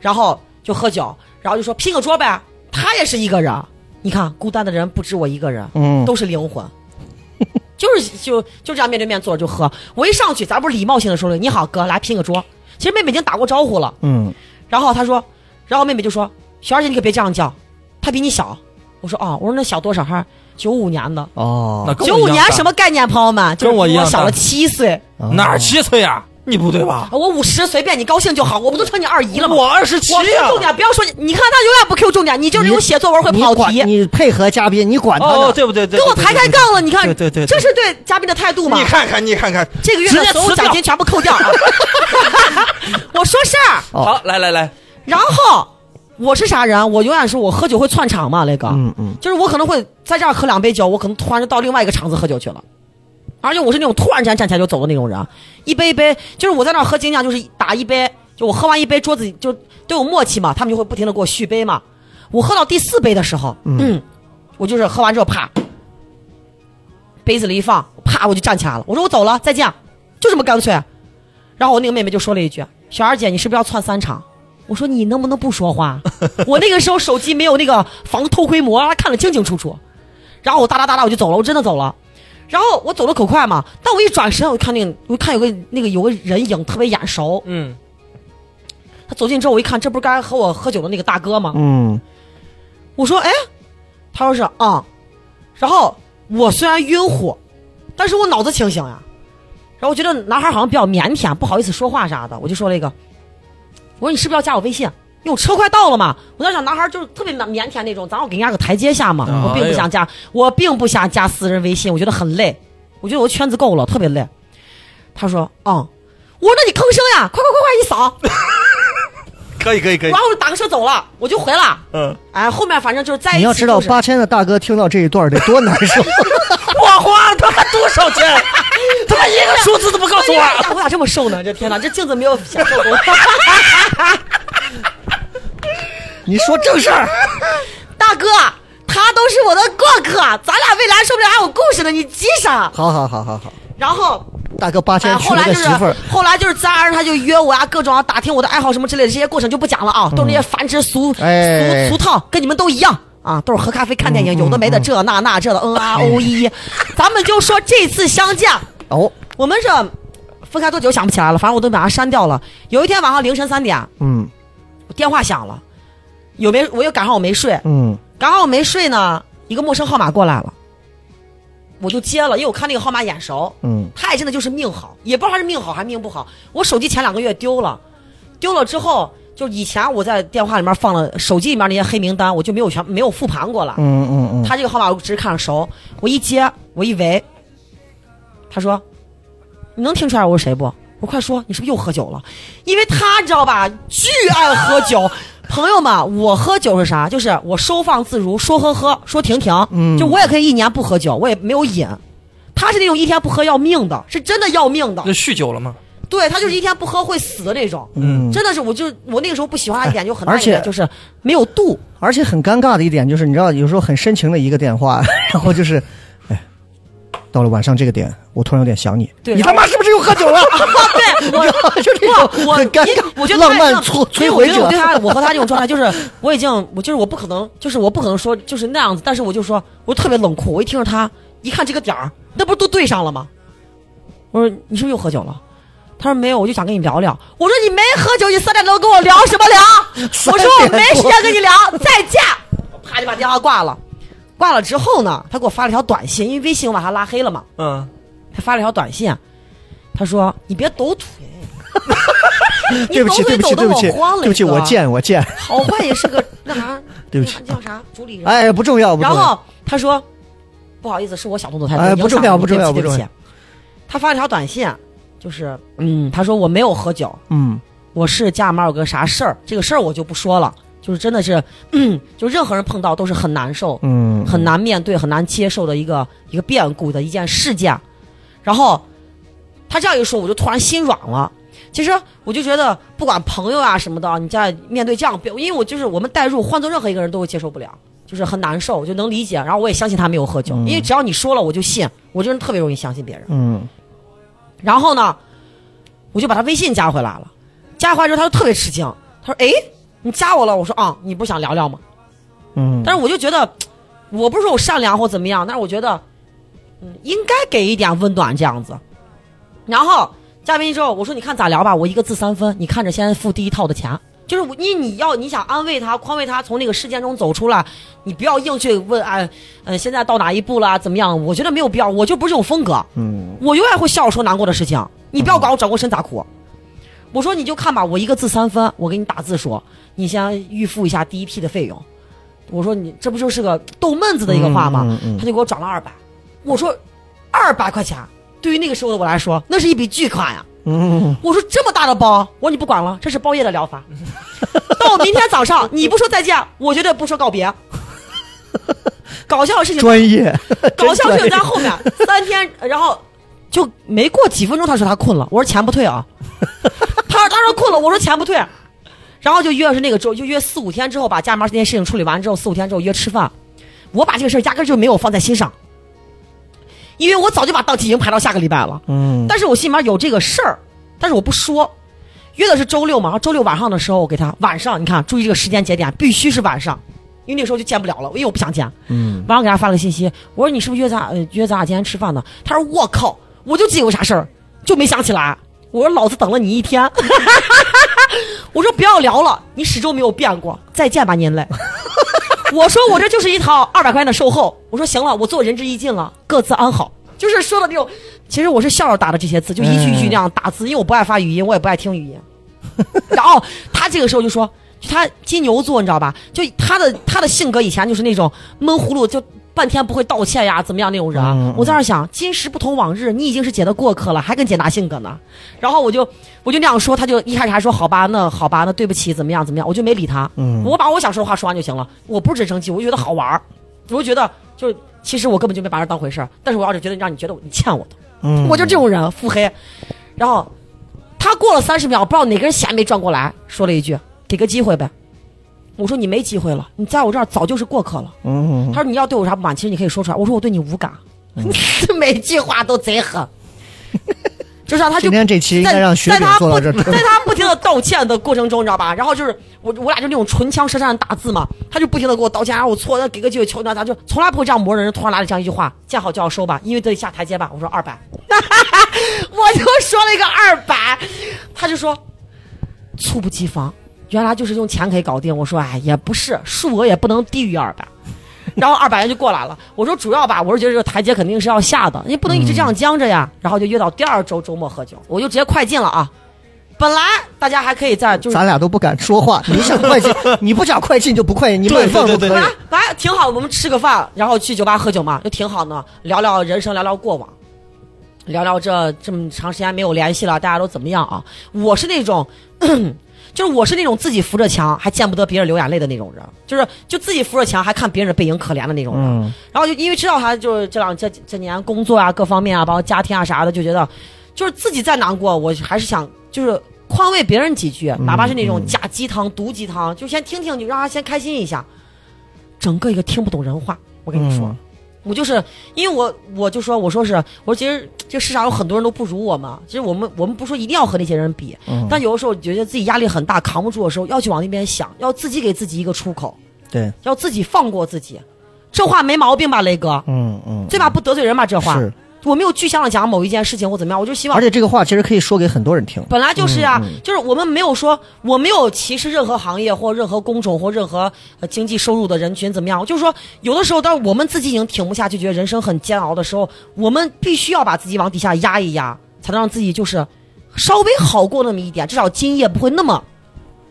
然后就喝酒，然后就说拼个桌呗。她也是一个人，你看孤单的人不止我一个人，嗯都是灵魂。就是就就这样面对面坐着就喝，我一上去，咱不是礼貌性的说了你好哥，来拼个桌。其实妹妹已经打过招呼了，嗯，然后她说，然后妹妹就说小二姐你可别这样叫，她比你小。我说哦，我说那小多少哈？九五年的，哦那，跟九我一五样年大什么概念，朋友们？就是跟我一比样小了大七岁。哦哪儿？七岁啊？你不对吧？哦我五十随便你高兴就好，我不都成你二姨了吗？我27啊我说重点不要说你，你看他永远不 Q 重点，你就是有写作文会你跑管题，你配合嘉宾，你管他呢？哦，对不对？对跟我对抬对抬杠了，你看，对对对，对这是对嘉宾的态度吗？你看看，你看看，这个月直的接所有辞奖掉金全部扣掉啊！ 我说事儿，哦好，来来来，然后我是啥人？我永远是我喝酒会窜场嘛，雷哥，嗯嗯，就是我可能会在这儿喝两杯酒，我可能突然就到另外一个场子喝酒去了。而且我是那种突然间站起来就走的那种人，一杯一杯，就是我在那儿喝精酿，就是打一杯，就我喝完一杯，桌子就都有默契嘛，他们就会不停的给我续杯嘛。我喝到第四杯的时候，嗯我就是喝完之后啪，杯子里一放，啪我就站起来了，我说我走了，再见，就这么干脆。然后我那个妹妹就说了一句：“小二姐，你是不是要窜三场？”我说：“你能不能不说话？” 我那个时候手机没有那个防偷窥膜，看得清清楚楚。然后我哒哒哒哒我就走了，我真的走了。然后我走的可快嘛，但我一转身，我看那个，我看有个那个有个人影特别眼熟。嗯，他走近之后，我一看，这不是刚才和我喝酒的那个大哥吗？嗯，我说：“哎。”他说是啊、嗯然后我虽然晕乎，但是我脑子清醒呀。然后我觉得男孩好像比较腼腆，不好意思说话啥的，我就说了一个，我说你是不是要加我微信？因为我车快到了嘛，我在想男孩就是特别腼腆那种，咱要给人家个台阶下嘛。啊我并不想加，我并不想加私人微信，我觉得很累，我觉得我圈子够了，特别累。他说，嗯，我说那你吭声呀，快快快快，你扫，可以可以可以然，后我就打个车走了，我就回了。嗯，哎，后面反正就是在一起你要知道就是八千的大哥听到这一段得多难 受。 我花了他妈多少 钱？他妈一个数字都不告诉哎我。呀，我咋这么瘦呢？这天哪，这镜子没有享受过。你说正事儿， 大哥，他都是我的过客，咱俩未来说不定还有故事呢，你急啥？好好好好好，然后，大哥八哎，千娶后了来个就是媳妇儿，后来就是自然而然他就约我呀、各种啊打听我的爱好什么之类的，这些过程就不讲了啊，都是那些繁殖俗、哎俗俗套，跟你们都一样。啊，都是喝咖啡、看电影，有的没的，这那那这的，嗯啊哦一，咱们就说这次相见，哦，我们是分开多久想不起来了，反正我都把它删掉了。有一天晚上凌晨三点，啊嗯电话响了，有没我又赶上我没睡，嗯，赶上我没睡呢，一个陌生号码过来了，我就接了，因为我看那个号码眼熟，嗯，他也真的就是命好，也不知道他是命好还是命不好。我手机前两个月丢了，丢了之后，就以前我在电话里面放了手机里面那些黑名单，我就没有全没有复盘过了。嗯嗯嗯，他这个号码我只是看着熟，我一接，我一喂，他说：“你能听出来我是谁不？”我快说，你是不是又喝酒了？因为他你知道吧，巨爱喝 酒。朋友们，我喝酒是啥？就是我收放自如，说喝喝，说停停。嗯就我也可以一年不喝酒，我也没有瘾。他是那种一天不喝要命的，是真的要命的。那酗酒了吗？对他就是一天不喝会死的那种。嗯真的是，我就我那个时候不喜欢他一点，就很大而一点且就是没有 度。而且很尴尬的一点就是，你知道，有时候很深情的一个电话， 然后就是，哎，到了晚上这个点，我突然有点想你，对你他妈是不是又喝 酒了？ 对，我就这种我很尴因尬我觉得浪漫他摧因为摧我毁觉得者我对他，我和他这种状态就是，我已经我就是我不可能，就是我不可能说就是那样子，但是我就说我特别冷酷，我一听着他一看这个点儿，那不是都对上了吗？我说你是不是又喝酒了？他说没有，我就想跟你聊聊。我说你没喝酒，你三点多跟我聊什么聊？ 我说我没时间跟你聊，再见。我啪就把电话挂了。挂了之后呢，他给我发了条短信，因为微信我把他拉黑了嘛。嗯，他发了条短信，啊他说：“你别抖 腿，你对抖不起，对不起，腿抖得对不我起，慌了，对不起，你知我道吧。贱，我贱，好坏也是个那啥， 对不起那叫啥主理人。哎，不重要，不然重要，后他说：“不好意思，是我小动作太多，哎影响不重要你不重要对不起不重对不起。”他发了条短信，啊就是嗯，他说我没有喝酒，嗯我是家里面有个啥事儿，这个事儿我就不说了，就是真的是，嗯，就任何人碰到都是很难受，嗯，很难面对、很难接受的一个一个变故的一件事件。然后他这样一说，我就突然心软了。其实我就觉得，不管朋友啊什么的，你在面对这样变，因为我就是我们代入，换做任何一个人都会接受不了，就是很难受，我就能理解。然后我也相信他没有喝酒，因为只要你说了，我就信。我这人特别容易相信别人。嗯然后呢，我就把他微信加回来了。加回来之后，他就特别吃惊，他说：“哎，你加我了？”我说：“啊、你不是想聊聊吗？”嗯，但是我就觉得，我不是说我善良或怎么样，但是我觉得，嗯，应该给一点温暖这样子。然后嘉宾之后，我说你看咋聊吧，我一个字三分，你看着先付第一套的钱。就是我因为你要你想安慰他、宽慰他，从那个事件中走出来，你不要硬去问哎，呃，现在到哪一步了，怎么样？我觉得没有必要，我就不是这种风格，嗯我永远会笑着说难过的事情。你不要管我转过身咋哭，我说你就看吧，我一个字三分，我给你打字说，你先预付一下第一批的费用。我说你这不就是个逗闷子的一个话吗？嗯嗯嗯他就给我转了二百，我说二百块钱对于那个时候的我来说，那是一笔巨款呀、嗯，我说这么大的包，我说你不管了，这是包夜的 疗法。到我明天早上你不说再见，我绝对不说告别。搞笑的事情专业， 搞笑真专就业在后面三天，然后就没过几分钟，他说他困了，我说钱不 退啊，他说他说困了，我说钱不退，然后就约是那个周，就约四五天之后把家里面这件事情处理完之后，四五天之后约吃饭，我把这个事儿压根儿就没有放在心上，因为我早就把档期已经排到下个礼拜了，嗯，但是我心里面有这个事儿，但是我不说。约的是周六嘛，然后周六晚上的时候，我给他晚上，你看，注意这个时间节点，必须是晚上，因为那个时候就见不了了，因为我不想见。嗯，晚上给他发了个信息，我说你是不是约咱呃约咱俩今天吃饭呢？他说我靠，我就记有啥事儿，就没想起来。我说老子等了你一天， 我说不要聊了，你始终没有变过，再见吧您嘞。我说我这就是一套二百块钱的售后，我说行了，我做仁至义尽了，各自安好。就是说的那种，其实我是笑着打的这些字，就一句一句那样打字，因为我不爱发语音，我也不爱听语音。然后他这个时候就说，就他金牛座，你知道吧？就他的他的性格以前就是那种闷葫芦，就半天不会道歉呀，怎么样那种人啊。嗯嗯我在那儿想，今时不同往日，你已经是姐的过客了，还跟姐拿性格呢。然后我就我就那样说，他就一开始还说好吧，那好吧，那对不起，怎么样怎么样，我就没理他。嗯我把我想说的话说完就行了，我不是真生气，我就觉得好玩儿，我就觉得就是其实我根本就没把这当回事儿，但是我要是觉得让你觉得你欠我的。嗯我就这种人，腹黑。然后他过了三十秒，不知道哪根弦没转过来，说了一句：“给个机会呗。”我说：“你没机会了，你在我这儿早就是过客了。”嗯，他说：“你要对我有啥不满，其实你可以说出来。”我说：“我对你无感。 每句话都贼狠， 就是让他就今天这期应该在让学在姐他做不到这儿 在他不停的道歉的过程中，你知道吧？然后就是我我俩就那种唇枪舌战的打字嘛，他就不停的给我道歉，然后我错了，给个机会求你，他就从来不会这样磨人。突然来了这样一句话，见好就要收吧，因为得下台阶吧。我说二百， 我就说了一个二百，他就说猝不及防，原来就是用钱可以搞定。我说哎，也不是，数额也不能低于二百。然后二百人就过来了，我说主要吧，我是觉得这个台阶肯定是要下的，你不能一直这样僵着呀。然后就约到第二周周末喝酒，我就直接快进了啊。本来大家还可以在就是咱俩都不敢说话。你想快进，你不想快进就不快进，你对乱放对都对可对以对。本来挺好，我们吃个饭，然后去酒吧喝酒嘛，就挺好呢，聊聊人生，聊聊过往，聊聊这这么长时间没有联系了，大家都怎么样啊？我是那种。 就是我是那种自己扶着墙还见不得别人流眼泪的那种人，就是就自己扶着墙还看别人的背影可怜的那种人。嗯然后就因为知道他就是这两这这年工作啊各方面啊，包括家庭啊啥的，就觉得就是自己再难过，我还是想就是宽慰别人几句，哪怕是那种假鸡汤、毒鸡汤，就先听听，就让他先开心一下。整个一个听不懂人话，我跟你说，嗯我就是因为我我就说我说是我说其实这世上有很多人都不如我们，其实我们我们不说一定要和那些人比，嗯，但有的时候觉得自己压力很大扛不住的时候，要去往那边想，要自己给自己一个出口，对，要自己放过自己，这话没毛病吧，雷哥？嗯嗯，对吧？不得罪人吧？这话是，我没有具象的讲某一件事情或怎么样，我就希望而且这嗯个话其实可以说给很多人听。本来就是呀、就是我们没有说我没有歧视任何行业或任何工种或任何呃经济收入的人群怎么样，就是说有的时候，当我们自己已经挺不下去，觉得人生很煎熬的时候，我们必须要把自己往底下压一压，才能让自己就是稍微好过那么一点，至少今夜不会那么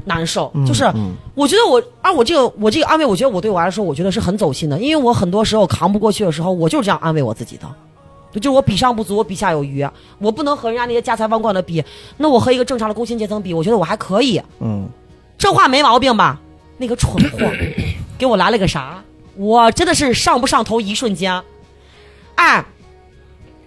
难受。嗯就是我觉得我按、我这个我这个安慰，我觉得我对我来说，我觉得是很走心的，因为我很多时候扛不过去的时候，我就是这样安慰我自己的。就是我比上不足，我比下有余，我不能和人家那些家财万贯的比，那我和一个正常的工薪阶层比，我觉得我还可以，嗯，这话没毛病吧？那个蠢货给我来了个啥？我真的是上不上头一瞬间，哎，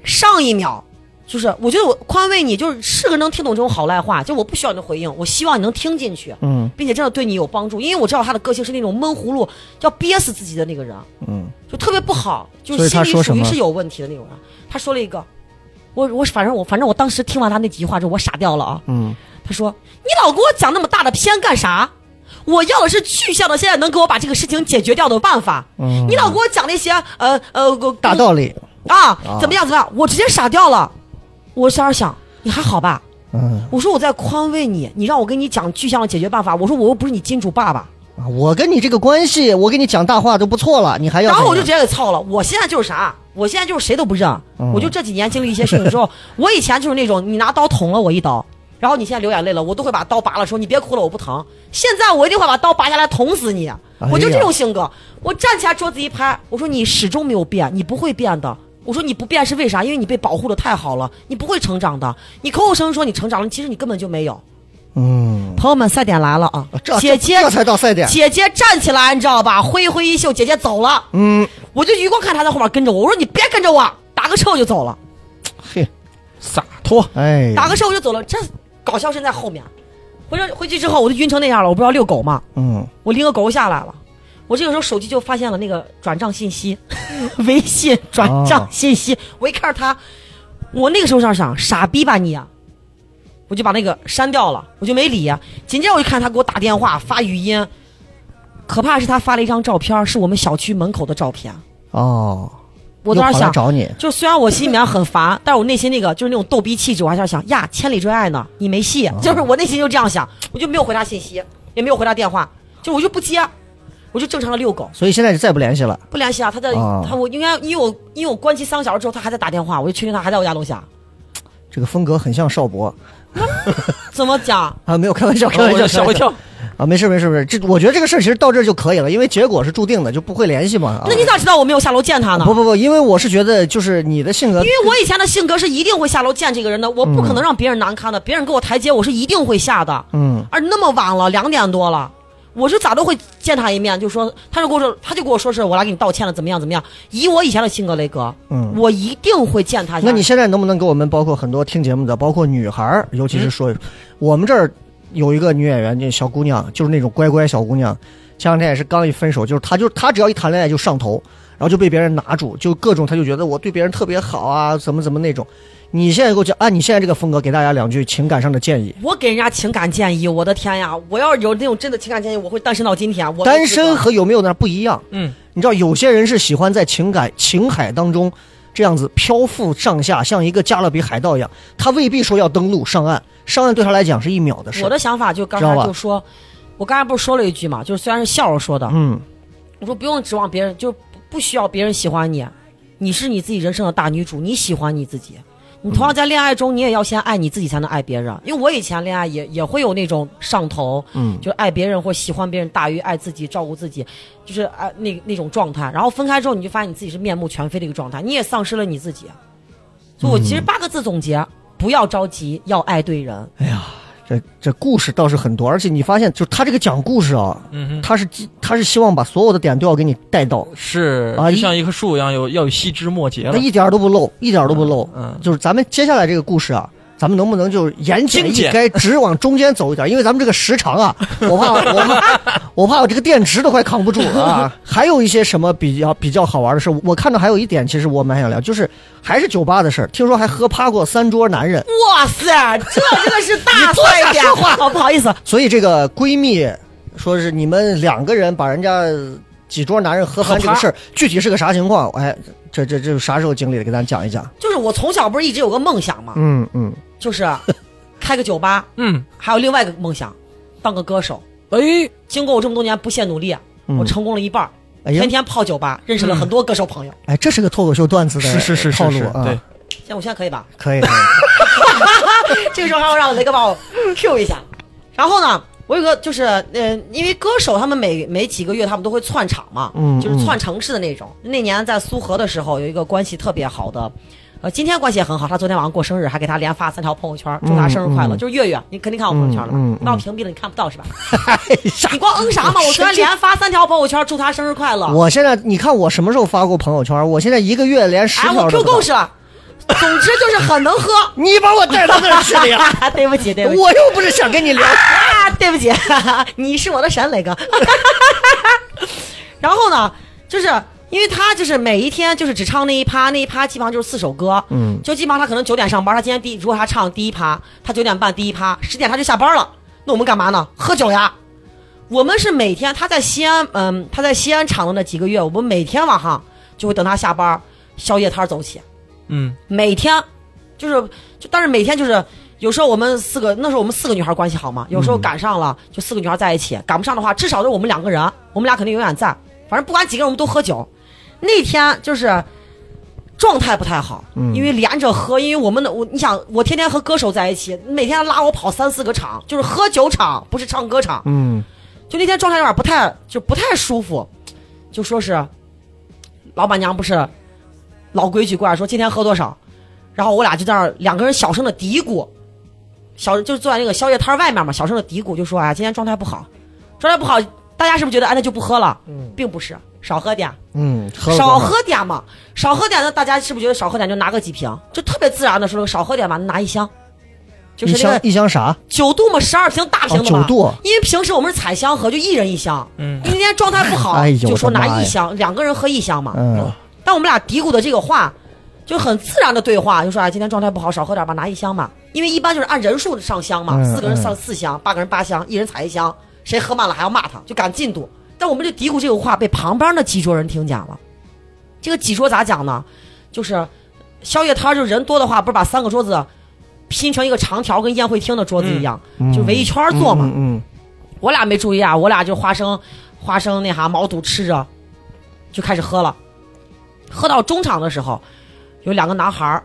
上一秒就是我觉得我宽慰你，就是是个能听懂这种好赖话，就我不需要你的回应，我希望你能听进去，嗯并且真的对你有帮助，因为我知道他的个性是那种闷葫芦要憋死自己的那个人，嗯，就特别不好，就所是以心他里说属什于么是有问题的那种人。他说了一个，我我反正我反正我当时听完他那几句话之后，我傻掉了啊。嗯，他说：“你老给我讲那么大的偏干啥？我要的是具象的，现在能给我把这个事情解决掉的办法。嗯你老给我讲那些呃呃我大道理。啊啊，怎么样怎么样？我直接傻掉了。我在那儿想，你还好吧？嗯我说我在宽慰你，你让我跟你讲具象的解决办法。我说我又不是你金主爸爸。”啊我跟你这个关系，我给你讲大话都不错了，你还要然怎样？后我就直接给操了。我现在就是啥？我现在就是谁都不认。嗯 我就这几年经历一些事情之后，我以前就是那种你拿刀捅了我一刀，然后你现在流眼泪了，我都会把刀拔了，说你别哭了，我不疼。现在我一定会把刀拔下来捅死你。哎呀我就这种性格，我站起来桌子一拍，我说你始终没有变，你不会变的。我说你不变是为啥？因为你被保护的太好了，你不会成长的。你口口声声说你成长了，其实你根本就没有。嗯，朋友们，赛点来了啊！这姐姐这这才到赛点姐姐站起来，你知道吧？挥一挥衣袖，姐姐走了。嗯，我就余光看她在后面跟着我，我说你别跟着我，打个车我就走了，嘿，洒脱，哎，打个车我就走了。这搞笑是在后面，回去回去之后我就晕成那样了，我不知道遛狗嘛，嗯，我拎个狗下来了。我这个时候手机就发现了那个转账信息， 微信转账信息。我一看着他，我那个时候上想傻逼吧你、啊，我就把那个删掉了，我就没理。啊紧接着我就看他给我打电话发语音，可怕的是他发了一张照片，是我们小区门口的照片。哦，我当又时跑来想，找你，就虽然我心里面很烦，但是我内心那个就是那种逗逼气质，我还是想呀，千里追爱呢，你没啊戏，就是我内心就这样想，我就没有回他信息，也没有回他电话，就我就不接，我就正常的遛狗，所以现在就再不联系了。不联系啊。他在、哦他我应该因为我因为我关机三个小时之后，他还在打电话，我就确定他还在我家楼下。这个风格很像邵博怎么讲？啊，没有开玩哦笑，开玩哦我笑，吓开我一玩笑跳。啊，没事没事没事，这我觉得这个事儿其实到这儿就可以了，因为结果是注定的，就不会联系嘛。啊那你咋知道我没有下楼见他呢？不不不，因为我是觉得就是你的性格因，为我以前的性格是一定会下楼见这个人的，我不可能让别人难堪的。别人给我台阶，我是一定会下的。嗯，而啊那么晚了，两点多了，我是咋都会见他一面，就说，他就跟我说，他就跟我说是我来给你道歉了，怎么样怎么样？以我以前的性格，雷哥，嗯我一定会见他一下。那你现在能不能给我们包括很多听节目的，包括女孩儿，尤其是说、我们这儿有一个女演员，那小姑娘就是那种乖乖小姑娘，前两天也是刚一分手，就是她就她只要一谈恋爱就上头，然后就被别人拿住，就各种她就觉得我对别人特别好啊，怎么怎么那种。你现在给我讲，按你现在这个风格，给大家两句情感上的建议。我给人家情感建议，我的天呀！我要是有那种真的情感建议，我会单身到今天。我单身和有没有那不一样，嗯，你知道有些人是喜欢在情感情海当中这样子漂浮上下，像一个加勒比海盗一样，他未必说要登陆上岸，上岸对他来讲是一秒的事。我的想法就刚知道才吧就说，我刚才不是说了一句嘛，就是虽然是笑着说的，嗯，我说不用指望别人，就不不需要别人喜欢你，你是你自己人生的大女主，你喜欢你自己。你同样在恋爱中，你也要先爱你自己，才能爱别人。因为我以前恋爱也也会有那种上头，嗯，就是爱别人或喜欢别人大于爱自己、照顾自己，就是爱那那种状态。然后分开之后，你就发现你自己是面目全非的一个状态，你也丧失了你自己。所以我其实八个字总结：不要着急，要爱对人。哎呀，这这故事倒是很多，而且你发现，就他这个讲故事啊，嗯哼，他是他是希望把所有的点都要给你带到，是啊就一像一棵哎树一样，有要有细枝末节他了。一点儿都不漏，一点儿都不漏。嗯就是咱们接下来这个故事啊。咱们能不能就言简精意简赅，直往中间走一点？因为咱们这个时长啊，我怕我怕我怕我这个电池都快扛不住了啊！还有一些什么比较比较好玩的事，我看到还有一点，其实我蛮想聊，就是还是酒吧的事儿。听说还喝趴过三桌男人，哇塞，这真的 是大赛点啊话！好不好意思，所以这个闺蜜说是你们两个人把人家几桌男人喝翻这个事儿，具体是个啥情况？哎，这这这啥时候经历的？给咱讲一讲。就是我从小不是一直有个梦想嘛，嗯嗯，就是开个酒吧，嗯，还有另外一个梦想，当个歌手。哎，经过我这么多年不懈努力，啊嗯我成功了一半儿，哎呀天，天泡酒吧，认识了很多歌手朋友。哎，这是个脱口秀段子的是是是套是路是，啊，对，现在我现在可以吧？ 可以，可以这个时候还要让雷哥把我 Q 一下。然后呢，我有个就是，呃，因为歌手他们每每几个月他们都会窜场嘛，嗯就是窜城市的那种。那年在苏荷的时候，有一个关系特别好的，呃，今天关系也很好。他昨天晚上过生日，还给他连发三条朋友圈，祝他生日快乐。就是月月，你肯定看我朋友圈了吧？嗯嗯嗯把我屏蔽了，你看不到是吧？哎啥你光嗯啥嘛？我昨天连发三条朋友圈，祝他生日快乐。我现在你看我什么时候发过朋友圈？我现在一个月连十哎，条我都不 Q 到够。是吧？总之就是很能喝。你把我带到 那儿去了呀？ 对不起，对不起。我又不是想跟你聊。啊，对不起， 你是我的神，雷哥。 然后呢，就是因为他就是每一天就是只唱那一趴，那一趴基本上就是四首歌，嗯，就基本上他可能九点上班，他今天第如果他唱第一趴，他九点半第一趴，十点他就下班了。那我们干嘛呢？喝酒呀。我们是每天他在西安，嗯，他在西安厂的那几个月，我们每天晚上就会等他下班，宵夜摊儿走起。嗯，每天，就是就但是每天就是有时候我们四个那时候我们四个女孩关系好嘛，有时候赶上了就四个女孩在一起，赶不上的话至少是我们两个人，我们俩肯定永远在。反正不管几个人我们都喝酒。那天就是状态不太好，因为连着喝，因为我们的我，你想我天天和歌手在一起，每天拉我跑三四个场，就是喝酒场，不是唱歌场。嗯，就那天状态有点不太，就不太舒服，就说是，老板娘不是老规矩过来说今天喝多少，然后我俩就在那儿两个人小声的嘀咕，小就是坐在那个宵夜摊儿外面嘛，小声的嘀咕就说啊今天状态不好，状态不好，大家是不是觉得哎那就不喝了？并不是，少喝点。嗯，喝了少喝点嘛，少喝点呢，大家是不是觉得少喝点就拿个几瓶，就特别自然的说少喝点嘛，拿一箱，就一是那箱个一箱啥？九度嘛，十二瓶大瓶的哦嘛，九度因为平时我们是采箱喝，就一人一箱，嗯那天状态不好，哎呦就说我的妈拿呀一箱，两个人喝一箱嘛，嗯，但我们俩嘀咕的这个话，就很自然的对话，就说啊，今天状态不好，少喝点吧，拿一箱嘛。因为一般就是按人数上箱嘛，嗯四个人上四箱，八个人八箱，一人采一箱，谁喝慢了还要骂他，就赶进度。但我们这嘀咕这个话被旁边的几桌人听见了。这个几桌咋讲呢？就是宵夜摊儿，就是人多的话，不是把三个桌子拼成一个长条，跟宴会厅的桌子一样，就围一圈儿坐嘛。嗯，我俩没注意啊，我俩就花生花生那啥毛肚吃着，就开始喝了。喝到中场的时候，有两个男孩儿，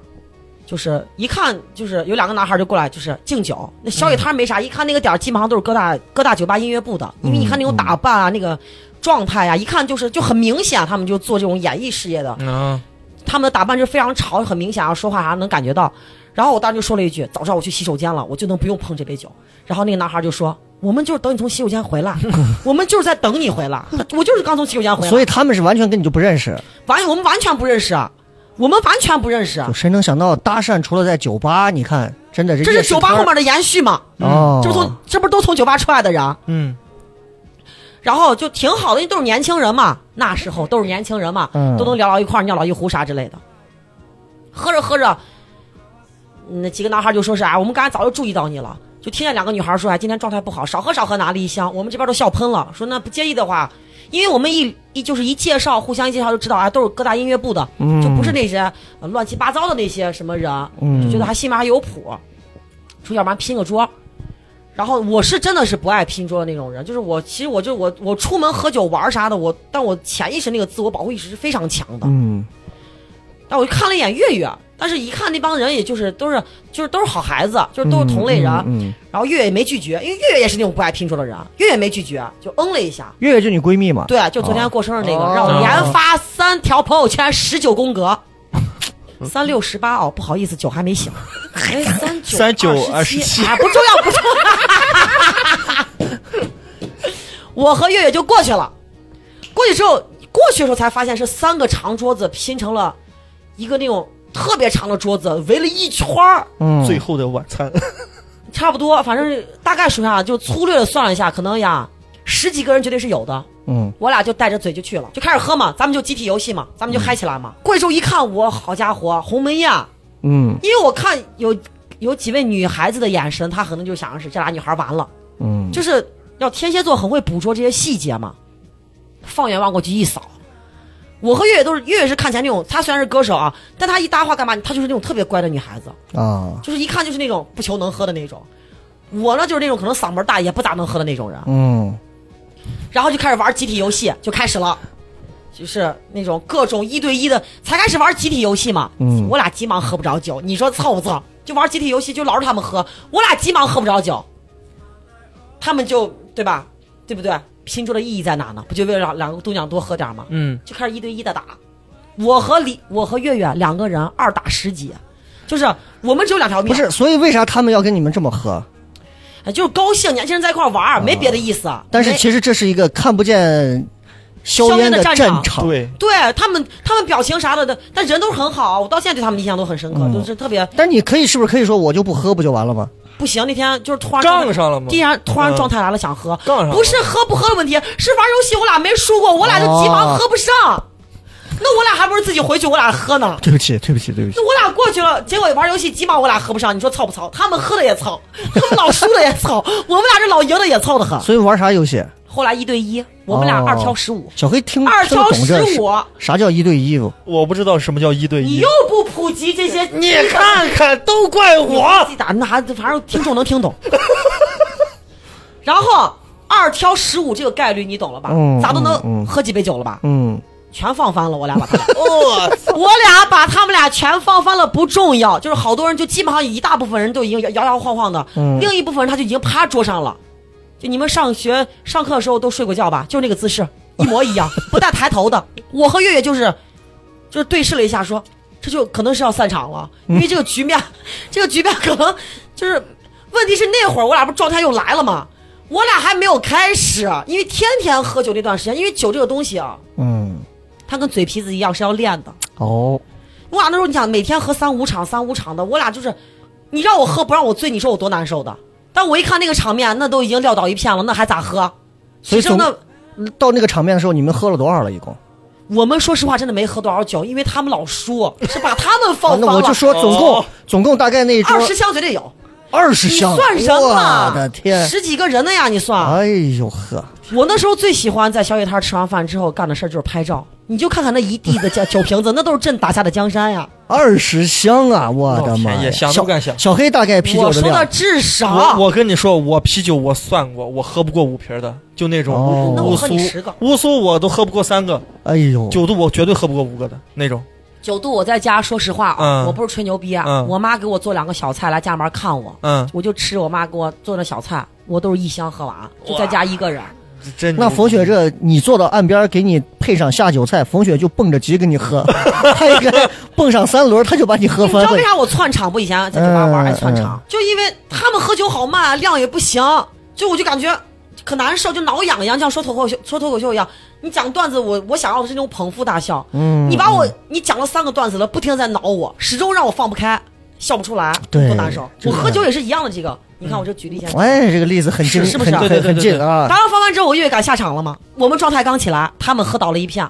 就是一看就是有两个男孩儿就过来就是敬酒。那宵夜摊儿没啥，一看那个点儿基本上都是各大各大酒吧音乐部的，因为你看那种打扮啊，那个状态啊，一看就是就很明显，啊他们就做这种演艺事业的。嗯，他们的打扮就非常潮，很明显啊，说话啥、能感觉到。然后我当时就说了一句：“早知道我去洗手间了，我就能不用碰这杯酒。”然后那个男孩就说：“我们就是等你从洗手间回来， 我们就是在等你回来。我就是刚从洗手间回来， 所以他们是完全跟你就不认识。完我们完全不认识，啊，我们完全不认识啊就，谁能想到搭讪除了在酒吧，你看真的这夜是市酒吧摊儿后面的延续嘛？哦，这不从这不是都从酒吧出来的人？嗯，然后就挺好的，因为都是年轻人嘛，那时候都是年轻人嘛，嗯都能聊到一块儿，尿到一壶啥之类的。喝着喝着，那几个男孩就说是啊，我们刚才早就注意到你了，就听见两个女孩说啊，今天状态不好，少喝少喝，拿了一箱，我们这边都笑喷了，说那不介意的话，因为我们一一就是一介绍，互相一介绍就知道啊，都是各大音乐部的，就不是那些呃乱七八糟的那些什么人，嗯就觉得还心里面还有谱，说要不然拼个桌。然后我是真的是不爱拼桌的那种人，就是我其实我就我我出门喝酒玩啥的，我但我潜意识那个自我保护意识是非常强的。嗯但我就看了一眼月月，但是一看那帮人也就是都是就是都是好孩子，就是都是同类人。嗯嗯嗯然后月月也没拒绝，因为月月也是那种不爱拼桌的人，月月没拒绝，就嗯了一下。月月就你闺蜜嘛？，对，啊就昨天过生日那个，哦让我连发三条朋友圈，十九宫 格，三六十八哦，不好意思，酒还没醒，哎，三九三九二27啊，不重要，不重要。 我和月月就过去了，过去之后，过去的时候才发现是三个长桌子拼成了一个那种特别长的桌子，围了一圈儿，嗯，最后的晚餐，差不多，反正大概数下，就粗略的算了一下，可能呀，十几个人绝对是有的。嗯我俩就带着嘴就去了，就开始喝嘛，咱们就集体游戏嘛，咱们就嗨起来嘛。贵州一看，我好家伙，鸿门宴，嗯因为我看有有几位女孩子的眼神，她可能就想的是这俩女孩完了，嗯，就是要天蝎座很会捕捉这些细节嘛。放眼望过去一扫，我和月月都是月月是看起来那种，她虽然是歌手啊，但她一搭话干嘛，她就是那种特别乖的女孩子，啊，就是一看就是那种不求能喝的那种。我呢就是那种可能嗓门大也不咋能喝的那种人，嗯然后就开始玩集体游戏，就开始了，就是那种各种一对一的，才开始玩集体游戏嘛。嗯我俩急忙喝不着酒，你说凑不凑？就玩集体游戏，就老是他们喝，我俩急忙喝不着酒，他们就对吧？对不对？拼桌的意义在哪呢？不就为了让两个姑娘多喝点吗？嗯，就开始一对一的打。我和李，我和月月两个人二打十几，就是我们只有两条命，不是，所以为啥他们要跟你们这么喝？哎，就是高兴，年轻人在一块儿玩儿，没别的意思。啊啊但是没其实这是一个看不见硝硝烟的的战场场，对，对他们，他们表情啥的的，但人都是很好，我到现在对他们印象都很深刻，就是特别但你可以是不是可以说我就不喝不就完了吗？不行。那天就是突然杠上了吗突然突然嗯状态来了，想喝，杠上了不是喝不喝的问题，是玩游戏我俩没输过，我俩就急忙哦喝不上，那我俩还不是自己回去我俩喝呢？对不起，对不起，对不起。那我俩过去了，结果玩游戏急忙我俩喝不上，你说操不操？他们喝的也操，他们老输的也操，我们俩这老赢的也操的很。所以玩啥游戏？后来一对一，我们俩哦二挑十五，小黑听二听得挑懂这十是五，啥叫一对一嗯不？我不知道什么叫一对你一又，不普及这些，你看看，都怪我，自，己打那还反正听众能听懂。 然后二挑十五这个概率你懂了吧？嗯咋都嗯嗯能喝几杯酒了吧？嗯全放翻了，我俩把 他俩哦，我俩把他们俩全放翻了不重要，就是好多人就基本上一大部分人都已经摇摇摇晃晃的，嗯另一部分人他就已经趴桌上了。就你们上学上课的时候都睡过觉吧？就是那个姿势一模一样， 不带抬头的。我和月月就是就是对视了一下说，这就可能是要散场了，因为这个局面， 这个局面可能就是问题是那会儿我俩不是状态又来了吗？我俩还没有开始，因为天天喝酒那段时间，因为酒这个东西啊，嗯，它跟嘴皮子一样是要练的。哦，我俩那时候你想每天喝三五场三五场的，我俩就是，你让我喝不让我醉，你说我多难受的。但我一看那个场面，那都已经撂倒一片了，那还咋喝？所以真的，到那个场面的时候，你们喝了多少了？一共？我们说实话真的没喝多少酒，因为他们老输，是把他们啊放那方我了就。说总哦共总共大概那一桌二十箱绝对有，二十你箱，算什么？啊我的天！十几个人的呀，你算。哎呦呵，我那时候最喜欢在小野摊吃完饭之后干的事儿就是拍照，你就看看那一地的酒 酒瓶子，那都是朕打下的江山呀。二十箱啊！我的妈老哦天呀！爷想都小不敢想小黑大概啤酒我的说的量，至少，我我跟你说，我啤酒我算过，我喝不过五瓶的，就那种哦那乌我乌喝苏你十个，乌苏我都喝不过三个，哎呦，九度我绝对喝不过五个的那种。九度我在家，说实话啊，嗯我不是吹牛逼啊，嗯我妈给我做两个小菜来家门看我，嗯，我就吃我妈给我做的小菜，我都是一箱喝完，啊就在家一个人。真那冯雪这，你坐到岸边，给你配上下酒菜，冯雪就蹦着急给你 喝，他应该蹦上三轮，他就把你喝你知翻道了为。啥我窜场不？以前在酒吧嗯玩爱窜场，就因为他们喝酒好慢，量也不行，就我就感觉可难受，就挠痒痒，像说脱口秀说脱口秀一样。你讲段子，我我想要的是那种捧腹大笑，嗯，你把我你讲了三个段子了，不停地在挠我，始终让我放不开，笑不出来，对多难受。这我个喝酒也是一样的，这个你看我这举例一下。哎，这个例子很近，是是不是很对很对很对近啊当？然翻完之后，我越敢下场了嘛。我们状态刚起来，他们喝倒了一片，